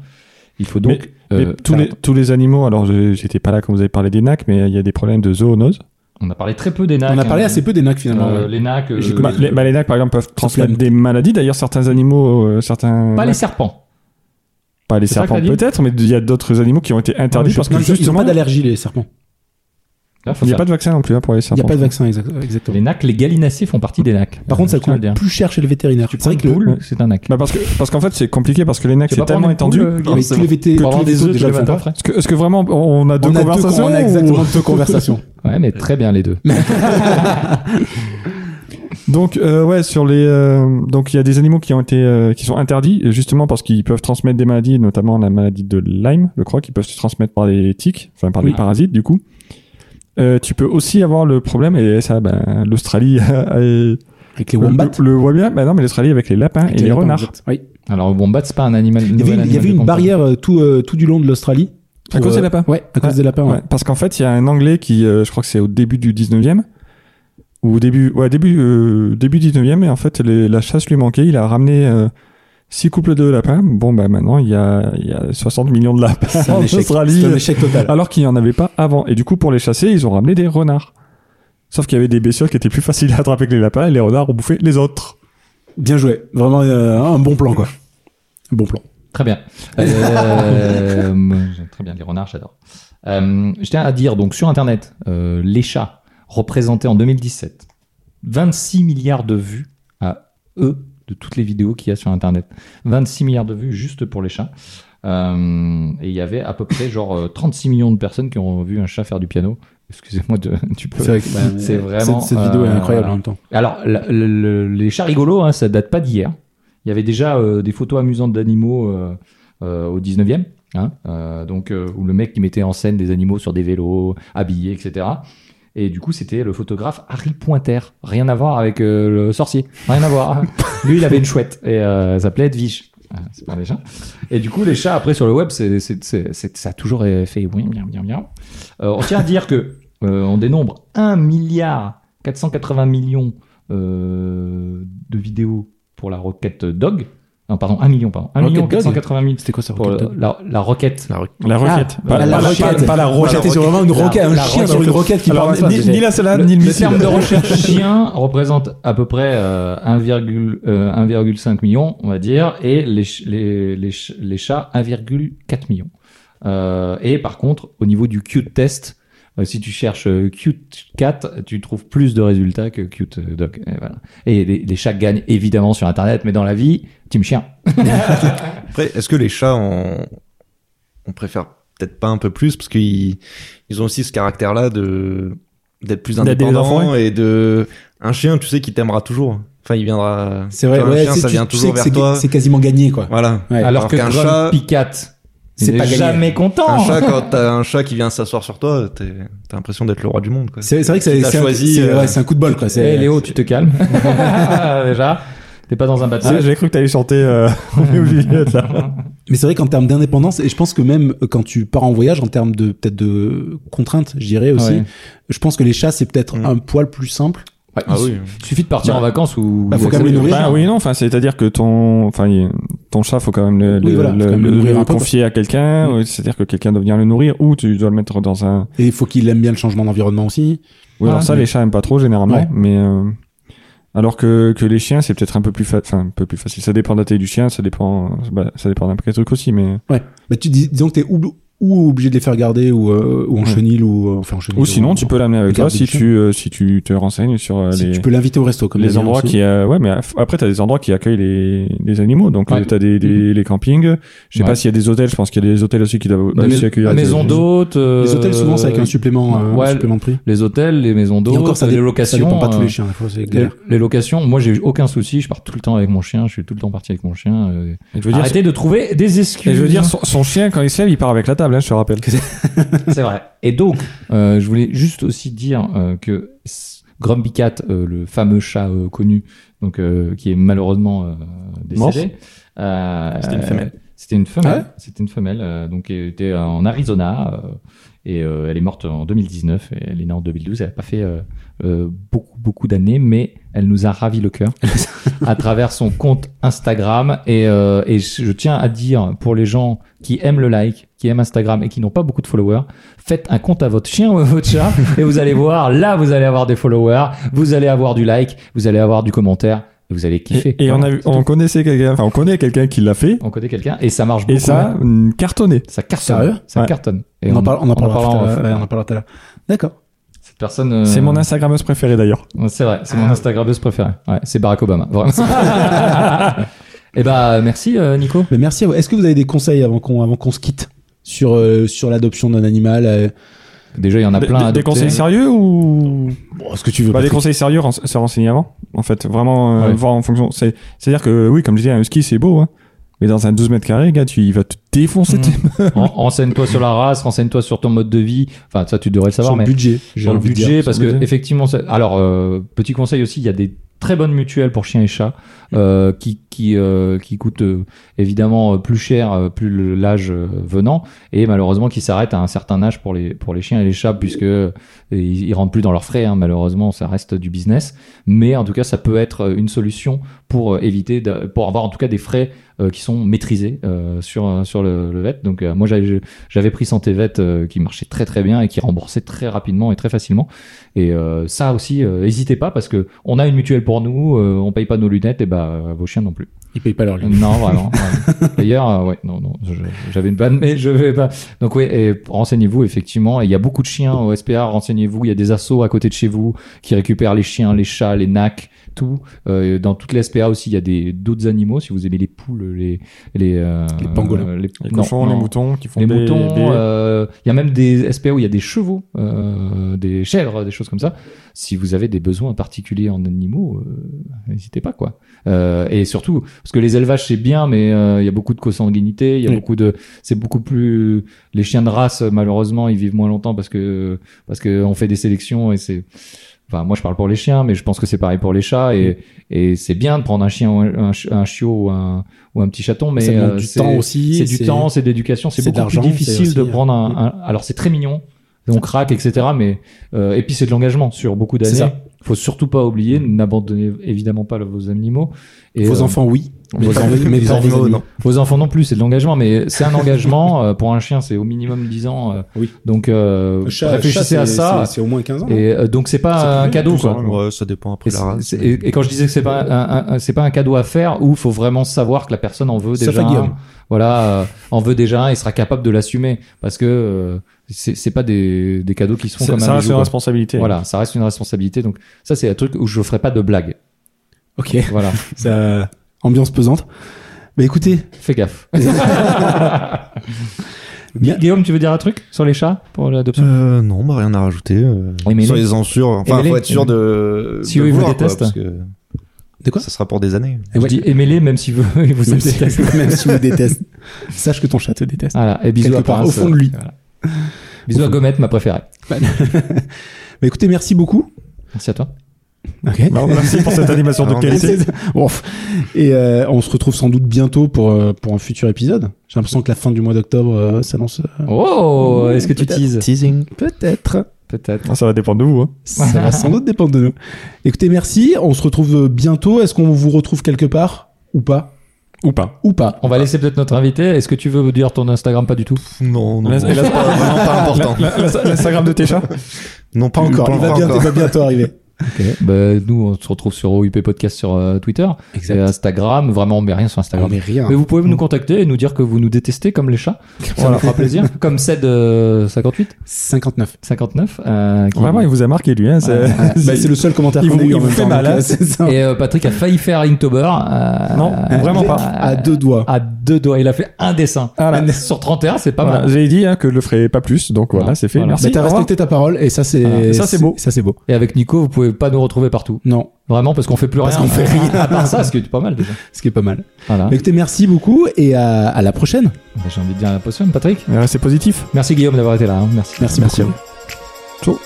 Speaker 3: Il faut donc.
Speaker 2: Mais
Speaker 3: euh,
Speaker 2: tous,
Speaker 3: faire
Speaker 2: les, tous les animaux, alors je- j'étais pas là quand vous avez parlé des nacs, mais euh, il y a des problèmes de zoonoses.
Speaker 3: On a parlé très peu des nacs.
Speaker 1: On a parlé
Speaker 3: hein.
Speaker 1: assez peu des nacs finalement.
Speaker 3: Euh,
Speaker 1: ouais.
Speaker 3: les nacs. euh,
Speaker 2: Bah, les, bah, les nacs, par exemple, peuvent transmettre
Speaker 1: plein.
Speaker 2: des maladies. D'ailleurs, certains animaux, euh, certains.
Speaker 3: Pas les serpents.
Speaker 2: pas les
Speaker 3: c'est ça que
Speaker 2: serpents
Speaker 3: t'as dit
Speaker 2: peut-être, mais il y a d'autres animaux qui ont été interdits parce
Speaker 1: Non,
Speaker 2: que
Speaker 1: ils ont- ils ont
Speaker 2: justement,
Speaker 1: pas d'allergie, les serpents.
Speaker 3: Là, faut
Speaker 2: il n'y a
Speaker 3: faire-
Speaker 2: pas de vaccin non plus hein, pour les
Speaker 1: Il n'y
Speaker 2: serpents.
Speaker 1: a pas de vaccin, exact- exactement.
Speaker 3: Les nacs, les gallinacés font partie des nacs. Euh,
Speaker 1: Par contre, ça
Speaker 3: je tiens à
Speaker 1: coûte
Speaker 3: le dire.
Speaker 1: plus cher chez le vétérinaire. C'est vrai que
Speaker 3: Une
Speaker 1: le-
Speaker 3: poule, c'est un nac.
Speaker 2: Bah, parce que parce qu'en fait, c'est compliqué parce que les nacs
Speaker 3: Tu
Speaker 2: c'est
Speaker 3: vas pas
Speaker 2: tellement
Speaker 3: prendre une
Speaker 2: étendu.
Speaker 3: poule, euh,
Speaker 1: Oui, tous les VT,
Speaker 2: Que
Speaker 1: tous
Speaker 3: avoir
Speaker 1: les
Speaker 3: des
Speaker 1: vétos
Speaker 3: œufs
Speaker 1: déjà
Speaker 3: tous
Speaker 1: le
Speaker 3: les
Speaker 1: font pas.
Speaker 3: matins.
Speaker 2: Est-ce que, est-ce que vraiment on a deux
Speaker 1: On a, deux,
Speaker 2: conversations
Speaker 1: on a
Speaker 2: ou-
Speaker 1: exactement deux conversations.
Speaker 3: Ouais, mais très bien les deux.
Speaker 2: Donc euh, ouais sur les euh, donc il y a des animaux qui ont été euh, qui sont interdits euh, justement parce qu'ils peuvent transmettre des maladies notamment la maladie de Lyme je crois qui peuvent se transmettre par les tiques enfin par les
Speaker 1: Oui.
Speaker 2: parasites du coup euh, tu peux aussi avoir le problème et ça ben l'Australie [laughs] et-
Speaker 1: [laughs] Avec les
Speaker 2: le,
Speaker 1: wombats.
Speaker 2: le Wombat, ben non mais l'Australie avec les lapins
Speaker 1: Avec
Speaker 2: et les,
Speaker 1: lapins,
Speaker 2: renards
Speaker 1: exact. Oui.
Speaker 3: Alors, le wombat, c'est pas un animal.
Speaker 1: Il y avait,
Speaker 3: nouvel
Speaker 1: une- il y
Speaker 3: animal
Speaker 1: avait
Speaker 3: de
Speaker 1: une
Speaker 3: compagnie.
Speaker 1: barrière euh, tout, euh, tout du long de l'Australie.
Speaker 2: À
Speaker 1: pour,
Speaker 2: cause des
Speaker 1: euh,
Speaker 2: lapins
Speaker 1: Ouais, à cause des lapins. ouais.
Speaker 2: Ouais, parce qu'en fait il y a un anglais qui euh, je crois que c'est au début du 19e ou début ouais début euh, début 19e et en fait les- la chasse lui manquait il a ramené euh, six couples de lapins bon bah maintenant il y a il y a 60 millions de lapins
Speaker 1: [laughs] C'est
Speaker 2: en
Speaker 1: un échec.
Speaker 2: Australie euh,
Speaker 1: C'est un échec total.
Speaker 2: alors qu'il n'y en avait pas avant et du coup pour les chasser ils ont ramené des renards sauf qu'il y avait des bestioles qui étaient plus faciles à attraper que les lapins et les renards ont bouffé les autres
Speaker 1: [laughs] Bien joué. Vraiment euh, un bon plan, quoi. Un Bon plan.
Speaker 3: Très
Speaker 1: [laughs]
Speaker 3: bien. Euh, j'aime très bien, les renards, j'adore. Euh, je tiens à dire, donc, sur Internet, euh, les chats représentaient en 2017 26 milliards de vues à eux de toutes les vidéos qu'il y a sur Internet. 26 milliards de vues juste pour les chats. Euh, et il y avait à peu près genre euh, 36 millions de personnes qui ont vu un chat faire du piano. Excusez-moi, de- tu peux.
Speaker 1: vrai que, bah,
Speaker 3: [laughs] C'est
Speaker 1: euh,
Speaker 3: vraiment,
Speaker 1: Cette, cette vidéo est
Speaker 3: euh,
Speaker 1: incroyable
Speaker 3: voilà.
Speaker 1: en même temps.
Speaker 3: Alors, la- le- le- les chats rigolos, hein, ça date pas d'hier. Il y avait déjà euh, des photos amusantes d'animaux euh, euh, au 19e. Hein, euh, donc, euh, où le mec qui mettait en scène des animaux sur des vélos, habillés, etc. Et du coup, c'était le photographe Harry Pointer. Rien à voir avec euh, le sorcier. Rien à voir. Lui, il avait une chouette. Et euh, elle s'appelait Edwige. Ah, C'est pas des chats. Et du coup, les chats, après, sur le web, c'est, c'est- c'est- c'est- ça a toujours euh, fait bien, bien, bien, bien. on tient à dire que euh, on dénombre 1 milliard 480 millions euh, de vidéos pour la requête Dog. Non, pardon, 1 million, pardon. 1
Speaker 1: Rocket
Speaker 3: million
Speaker 1: Dog
Speaker 3: 480 000
Speaker 1: C'était quoi ça
Speaker 3: pour le- la, la requête.
Speaker 2: la requête
Speaker 3: Ah, la
Speaker 1: la
Speaker 3: requête.
Speaker 1: requête. Pas la roquette. C'est vraiment une
Speaker 3: La-
Speaker 1: roquette. Un
Speaker 3: la
Speaker 1: chien sur
Speaker 3: roquette.
Speaker 1: une roquette qui
Speaker 2: alors
Speaker 1: parle.
Speaker 2: ni, ni la salade ni le,
Speaker 3: Le
Speaker 2: missile.
Speaker 3: terme de recherche chien représente à peu près euh, 1,5 euh, 1,5 million, on va dire, et les, ch- les, les, ch- les chats 1,4 million. Euh, et par contre, au niveau du cute test, euh, si tu cherches euh, cute cat, tu trouves plus de résultats que cute euh, dog. Et, voilà. et les, les chats gagnent évidemment sur Internet, mais dans la vie, team chien.
Speaker 4: Après, est-ce que les chats, on, on préfère peut-être pas un peu plus parce qu'ils ils ont aussi ce caractère-là de d'être plus
Speaker 2: D'être des
Speaker 4: indépendant
Speaker 2: enfants,
Speaker 4: et de un chien, tu sais, qui t'aimera toujours. Enfin, il viendra.
Speaker 1: C'est vrai,
Speaker 4: Enfin,
Speaker 1: ouais,
Speaker 4: un chien,
Speaker 1: c'est-
Speaker 4: ça
Speaker 1: tu-
Speaker 4: vient
Speaker 1: tu sais
Speaker 4: toujours
Speaker 1: que
Speaker 4: vers
Speaker 1: c'est-
Speaker 4: toi.
Speaker 1: C'est quasiment gagné, quoi.
Speaker 4: Voilà.
Speaker 1: Ouais.
Speaker 3: Alors,
Speaker 4: alors
Speaker 3: que
Speaker 4: qu'un
Speaker 3: Drum
Speaker 4: chat-
Speaker 3: Picate,
Speaker 1: C'est
Speaker 3: il n'est
Speaker 1: pas gagné.
Speaker 3: jamais content.
Speaker 1: Oh.
Speaker 4: Un chat, quand t'as un chat qui vient s'asseoir sur toi, t'es- t'as l'impression d'être le roi du monde. Quoi.
Speaker 1: C'est c'est vrai que c'est
Speaker 4: T'as
Speaker 1: c'est un,
Speaker 4: choisi,
Speaker 1: c'est-
Speaker 4: euh,
Speaker 1: ouais, c'est un coup de bol, quoi.
Speaker 3: Eh
Speaker 1: C'est
Speaker 3: Léo, tu te calmes. [laughs] Déjà, t'es pas dans un bateau.
Speaker 2: Ah, J'avais cru que t'allais chanter euh, [laughs] Roméo et Juliette, là.
Speaker 1: Mais c'est vrai qu'en termes d'indépendance, et je pense que même euh, quand tu pars en voyage, en termes de peut-être de contraintes, je dirais aussi,
Speaker 3: Ouais.
Speaker 1: je pense que les chats c'est peut-être
Speaker 4: Mm.
Speaker 1: un poil plus simple.
Speaker 3: Ouais,
Speaker 4: Ah
Speaker 3: il
Speaker 4: oui.
Speaker 3: su- suffit de partir
Speaker 2: Bah,
Speaker 3: en vacances ou.
Speaker 1: bah, faut quand même les nourrir.
Speaker 2: Bah oui, non, enfin, c'est-à-dire que ton, enfin, il- ton chat, faut quand même le,
Speaker 1: Oui,
Speaker 2: le-
Speaker 1: voilà,
Speaker 2: le-
Speaker 1: faut quand même le
Speaker 2: le-
Speaker 1: nourrir
Speaker 2: le
Speaker 1: un peu,
Speaker 2: confier à quelqu'un, ou c'est-à-dire que quelqu'un doit venir le nourrir, ou tu dois le mettre dans un.
Speaker 1: Et il faut qu'il aime bien le changement d'environnement aussi.
Speaker 2: Oui, alors
Speaker 3: Ah,
Speaker 2: ça,
Speaker 3: oui.
Speaker 2: les chats aiment pas trop généralement,
Speaker 1: Ouais.
Speaker 2: mais euh, alors que, que les chiens, c'est peut-être un peu plus fa- enfin, un peu plus facile. Ça dépend de la taille du chien, ça dépend, bah, ça dépend d'un paquet de trucs aussi, mais
Speaker 1: Bah tu dis, disons que t'es ou, ou obligé de les faire garder ou, euh, ou en
Speaker 2: Ouais.
Speaker 1: chenille ou euh, enfin en chenille.
Speaker 2: ou sinon, tu peux l'amener avec toi
Speaker 1: garde
Speaker 2: si
Speaker 1: du chien.
Speaker 2: tu, euh, si tu te renseignes sur euh,
Speaker 1: si
Speaker 2: les.
Speaker 1: tu peux l'inviter au resto comme
Speaker 2: les
Speaker 1: Daniel
Speaker 2: endroits
Speaker 1: aussi.
Speaker 2: qui euh, ouais mais af- après t'as des endroits qui accueillent les, les animaux donc
Speaker 3: Ouais.
Speaker 2: euh, t'as des, des-
Speaker 1: Mm-hmm.
Speaker 2: les campings je sais
Speaker 3: Ouais.
Speaker 2: pas s'il y a des hôtels je pense qu'il Bah, y a des hôtels aussi qui doivent
Speaker 3: La
Speaker 2: aussi accueillir des-
Speaker 3: maison d'hôtes.
Speaker 1: Les hôtels souvent c'est avec un supplément, euh, un
Speaker 3: euh, ouais,
Speaker 1: supplément de prix.
Speaker 3: Les hôtels, les maisons d'hôtes,
Speaker 1: Et encore ça,
Speaker 3: les
Speaker 1: dé- ça
Speaker 3: locations.
Speaker 1: dépend
Speaker 3: euh,
Speaker 1: pas tous les chiens. des fois, c'est
Speaker 3: les,
Speaker 1: galère.
Speaker 3: les locations, moi j'ai eu aucun souci, je pars tout le temps avec mon chien, je suis tout le temps parti avec mon chien. euh,
Speaker 2: Et je veux dire
Speaker 3: Arrêtez de trouver des
Speaker 2: et
Speaker 3: excuses.
Speaker 2: je veux dire son, son chien quand il se lève il part avec la table hein, je te rappelle
Speaker 3: [laughs] c'est vrai. Et donc, euh, je voulais juste aussi dire euh, que s- Grumpy Cat, euh, le fameux chat euh, connu, donc euh, qui est malheureusement euh, décédé, euh,
Speaker 4: C'était une femelle.
Speaker 3: euh, C'était une femelle.
Speaker 1: Ah ouais
Speaker 3: C'était une femelle. euh, donc, elle était en Arizona euh, et euh, elle est morte en 2019. Et elle est née en 2012. Elle n'a pas fait euh, euh, beaucoup, beaucoup d'années, mais elle nous a ravi le cœur [laughs] à travers son compte Instagram. Et, euh, et je je tiens à dire pour les gens qui aiment le like, qui aiment Instagram et qui n'ont pas beaucoup de followers, faites un compte à votre chien ou à votre chat et vous allez voir. Là, vous allez avoir des followers, vous allez avoir du like, vous allez avoir du commentaire et vous allez kiffer.
Speaker 2: et, et on a vu- on connaissait quelqu'un enfin on connaît quelqu'un qui l'a fait
Speaker 3: on connaît quelqu'un et ça marche
Speaker 2: et
Speaker 3: beaucoup.
Speaker 2: ça mm, cartonné
Speaker 3: Ça cartonne.
Speaker 1: Sérieux
Speaker 3: ça
Speaker 2: Ouais.
Speaker 3: cartonne. Et
Speaker 1: On en parle, on en
Speaker 3: parle
Speaker 1: parlera tout à l'heure.
Speaker 3: en-
Speaker 1: Ouais, on en parlera tout à l'heure. D'accord.
Speaker 3: Cette personne. euh,
Speaker 2: c'est mon instagrammeuse préférée d'ailleurs
Speaker 3: C'est vrai, c'est
Speaker 2: Ah
Speaker 3: mon Instagrammeuse préférée. Ouais, c'est Barack Obama.
Speaker 2: [laughs]
Speaker 3: Vraiment. Eh bah, merci, euh, Nico.
Speaker 1: Mais merci. à vous. Est-ce que vous avez des conseils avant qu'on avant qu'on se quitte sur euh, sur l'adoption d'un animal euh,
Speaker 3: Déjà, il y en a
Speaker 2: des,
Speaker 3: plein à
Speaker 2: des- des
Speaker 3: adopter.
Speaker 2: conseils sérieux ou
Speaker 1: bon, ce que tu veux
Speaker 2: Bah, des
Speaker 1: Patrick.
Speaker 2: conseils sérieux, ren- se renseigner avant. En fait, vraiment euh,
Speaker 3: Ouais.
Speaker 2: voir en fonction. C'est, à dire que oui, comme je disais, un husky c'est beau, hein, mais dans un 12 mètres carrés, gars, tu il va te défoncer.
Speaker 3: Mm.
Speaker 2: tes-
Speaker 3: Ren- Renseigne-toi sur la race, renseigne-toi sur ton mode de vie. Enfin, ça, tu devrais le savoir,
Speaker 1: sur le
Speaker 3: mais
Speaker 1: budget. j'ai
Speaker 3: sur le
Speaker 1: envie de
Speaker 3: budget,
Speaker 1: dire.
Speaker 3: parce
Speaker 2: sur le
Speaker 3: que
Speaker 2: budget.
Speaker 3: effectivement, ça- alors euh, petit conseil aussi, il y a des très bonnes mutuelles pour chiens et chats
Speaker 1: Mm.
Speaker 3: euh, qui qui euh, qui coûtent euh, évidemment euh, plus cher euh, plus le- l'âge euh, venant et malheureusement qui s'arrêtent à un certain âge pour les pour les chiens et les chats puisque euh, ils, ils rentrent plus dans leurs frais hein, malheureusement ça reste du business mais en tout cas ça peut être euh, une solution pour euh, éviter d'a- pour avoir en tout cas des frais euh, qui sont maîtrisés euh, sur euh, sur le, le vet donc euh, moi j'avais j'avais pris santé vet euh, qui marchait très très bien et qui remboursait très rapidement et très facilement et euh, ça aussi, euh, n'hésitez pas parce que on a une mutuelle pour nous, euh, on paye pas nos lunettes et bah euh, vos chiens non plus.
Speaker 1: Ils payent pas leur ligne.
Speaker 3: Non vraiment. ouais. D'ailleurs, euh, ouais, non non, je- j'avais une panne mais je vais pas. Donc oui, et renseignez-vous effectivement. Et Il y a beaucoup de chiens au SPA, renseignez-vous. Il y a des assos à côté de chez vous qui récupèrent les chiens, les chats, les nacs, tout. Euh, dans toutes les SPA aussi, il y a des d'autres animaux. Si vous aimez les poules, les les euh,
Speaker 1: Les pangolins.
Speaker 3: les,
Speaker 2: Les
Speaker 3: non,
Speaker 2: cochons,
Speaker 3: non.
Speaker 2: les moutons qui font
Speaker 3: Les
Speaker 2: des,
Speaker 3: moutons,
Speaker 2: des-
Speaker 3: euh, il y a même des SPA où il y a des chevaux, euh, des chèvres, des choses comme ça. Si vous avez des besoins particuliers en animaux, euh, n'hésitez pas quoi. Euh, et surtout, parce que les élevages c'est bien, mais euh, il y a beaucoup de consanguinité, il y a
Speaker 1: Oui.
Speaker 3: beaucoup de, c'est beaucoup plus les chiens de race malheureusement ils vivent moins longtemps parce que parce que on fait des sélections et c'est Enfin, moi, je parle pour les chiens, mais je pense que c'est pareil pour les chats. Et, et c'est bien de prendre un chien, ou un, un ch- un chiot ou un, ou un petit chaton, mais
Speaker 1: ça demande
Speaker 3: euh,
Speaker 1: du
Speaker 3: c'est-
Speaker 1: temps aussi.
Speaker 3: c'est du temps, c'est de l'éducation, c'est
Speaker 1: c'est de
Speaker 3: beaucoup plus
Speaker 1: l'argent, c'est
Speaker 3: difficile
Speaker 1: aussi,
Speaker 3: de
Speaker 1: euh,
Speaker 3: prendre un, un- Alors c'est très mignon, on craque, etc. Mais euh, et puis c'est de l'engagement sur beaucoup
Speaker 1: C'est
Speaker 3: d'années.
Speaker 1: ça.
Speaker 3: Faut surtout pas oublier, n'abandonnez évidemment pas vos animaux. Et,
Speaker 1: Vos
Speaker 3: euh,
Speaker 1: enfants, oui.
Speaker 3: vos
Speaker 1: Mais,
Speaker 3: enfants-
Speaker 1: mais les
Speaker 3: vos
Speaker 1: animaux,
Speaker 4: animaux,
Speaker 1: non.
Speaker 3: vos enfants non plus, c'est de l'engagement, mais c'est un engagement [laughs] euh, pour un chien, c'est au minimum 10 ans. euh,
Speaker 1: Oui.
Speaker 3: Donc euh, réfléchissez à ça.
Speaker 1: C'est au moins 15 ans.
Speaker 3: Et euh, donc c'est
Speaker 1: C'est
Speaker 3: pas un
Speaker 1: plus
Speaker 3: cadeau
Speaker 2: tout ça,
Speaker 3: quoi.
Speaker 2: hein.
Speaker 4: Ouais, ça dépend
Speaker 3: Et,
Speaker 4: après la
Speaker 3: c'est-
Speaker 4: race.
Speaker 3: c'est- et- et quand je disais que c'est pas un, un- un- c'est pas un cadeau à faire, où faut vraiment savoir que la personne en veut
Speaker 1: Ça
Speaker 3: déjà
Speaker 1: fait Guillaume.
Speaker 3: un, voilà, euh, en veut déjà un et sera capable de l'assumer parce que euh, c'est c'est pas des, des cadeaux qui se font
Speaker 2: ça
Speaker 3: comme
Speaker 2: ça
Speaker 3: un
Speaker 2: reste
Speaker 3: bijou.
Speaker 2: une
Speaker 3: quoi.
Speaker 2: responsabilité.
Speaker 3: Voilà, ça reste une responsabilité. Donc ça c'est un truc où je ferai pas de blague.
Speaker 1: Ok. [laughs]
Speaker 3: Voilà,
Speaker 1: Ça, [laughs] ambiance pesante. Bah écoutez,
Speaker 3: fais gaffe.
Speaker 1: Il y a-
Speaker 3: Guillaume, tu veux dire un truc sur les chats pour l'adoption
Speaker 4: Euh, non, bah rien à rajouter. euh,
Speaker 3: Oui, mais les-
Speaker 4: soyez en sûrs. Enfin,
Speaker 3: Aimez-les,
Speaker 4: faut être sûr de.
Speaker 3: Si
Speaker 4: de
Speaker 3: eux, ils vous
Speaker 4: vouloir, quoi,
Speaker 3: détestent.
Speaker 4: parce que
Speaker 1: De quoi
Speaker 4: Ça sera pour des années.
Speaker 1: Eh
Speaker 3: Je dis aimez-les même si vous, [laughs] ils vous
Speaker 1: Même si-
Speaker 3: détestez.
Speaker 1: même si vous déteste. [laughs] Sache que ton chat te déteste.
Speaker 3: Voilà, et bisous
Speaker 1: Quelque
Speaker 3: à
Speaker 1: part,
Speaker 3: Prince,
Speaker 1: au fond de lui.
Speaker 3: voilà. Bisous à Gomette, ma préférée.
Speaker 1: Mais écoutez, merci beaucoup.
Speaker 3: Merci à toi.
Speaker 1: Ok.
Speaker 2: Bah, merci
Speaker 3: [laughs]
Speaker 2: pour cette animation de
Speaker 4: Alors,
Speaker 2: qualité.
Speaker 1: [laughs] Bon. Et euh, on se retrouve sans doute bientôt pour, euh, pour un futur épisode. J'ai l'impression que la fin du mois d'octobre euh, s'annonce. euh,
Speaker 3: Oh, est-ce que tu
Speaker 1: peut-être.
Speaker 3: teases
Speaker 4: Teasing.
Speaker 1: Peut-être.
Speaker 3: Peut-être.
Speaker 2: Ça va dépendre de vous. hein.
Speaker 1: Ça va sans doute dépendre de nous. Écoutez, merci. On se retrouve euh, bientôt. Est-ce qu'on vous retrouve quelque part ou pas
Speaker 2: Ou pas.
Speaker 1: Ou pas
Speaker 3: On va laisser peut-être notre invité. Est-ce que tu veux dire ton Instagram Pas du tout.
Speaker 4: Non, non.
Speaker 2: Là,
Speaker 4: non.
Speaker 2: là, c'est pas-
Speaker 4: Vraiment pas important.
Speaker 2: La- la- L'Instagram de tes chats
Speaker 4: Non,
Speaker 1: Pas encore. Il va, bien- il va bientôt arriver.
Speaker 3: Bah, nous, on se retrouve sur OUP Podcast sur euh, Twitter. Et Instagram. Vraiment, on met rien Mmh. sur
Speaker 1: Non,
Speaker 3: Instagram.
Speaker 1: mais rien.
Speaker 3: Mais vous pouvez nous contacter et nous dire que vous nous détestez comme les [laughs] chats. Ça nous fera plaisir. Comme Ced 58,
Speaker 1: 59.
Speaker 3: 59. euh, qui-
Speaker 2: Vraiment, il vous a marqué, lui. Hein. [laughs] c'est-
Speaker 1: Bah, c'est le seul commentaire
Speaker 2: Il
Speaker 1: qu'on
Speaker 2: vous-
Speaker 1: a eu
Speaker 2: il
Speaker 1: en
Speaker 2: vous
Speaker 1: même
Speaker 2: fait
Speaker 1: temps,
Speaker 2: mal,
Speaker 1: donc,
Speaker 2: hein.
Speaker 1: euh, c'est ça.
Speaker 3: Et euh, Patrick a failli faire Inktober. euh,
Speaker 2: Non,
Speaker 3: euh,
Speaker 2: vraiment pas.
Speaker 1: À deux doigts.
Speaker 3: À deux doigts. Il a fait un dessin.
Speaker 2: Voilà.
Speaker 3: Un- [laughs] Sur 31, c'est pas
Speaker 2: Voilà,
Speaker 3: mal.
Speaker 2: J'ai dit hein, que je le ferai pas plus, donc voilà,
Speaker 3: Voilà.
Speaker 2: c'est fait.
Speaker 3: Voilà.
Speaker 2: Merci.
Speaker 1: Mais Bah, t'as
Speaker 2: au revoir.
Speaker 1: respecté ta parole et ça c'est
Speaker 2: Ah, ça, c'est beau.
Speaker 1: Ça c'est beau.
Speaker 3: Et avec Nico, vous pouvez pas nous retrouver partout.
Speaker 1: Non,
Speaker 3: Vraiment, parce qu'on fait plus
Speaker 1: Parce
Speaker 3: rien.
Speaker 1: qu'on fait rien.
Speaker 3: [laughs] À
Speaker 2: [laughs]
Speaker 3: part ça, ce qui est pas mal déjà.
Speaker 1: ce qui est pas mal.
Speaker 3: Voilà.
Speaker 1: Mais Écoutez, merci beaucoup et à, à la prochaine.
Speaker 3: J'ai envie de dire un potion, Patrick.
Speaker 2: Mais restez Euh, positif.
Speaker 3: Merci Guillaume d'avoir été là. hein. Merci.
Speaker 1: Merci, merci.
Speaker 2: Ciao.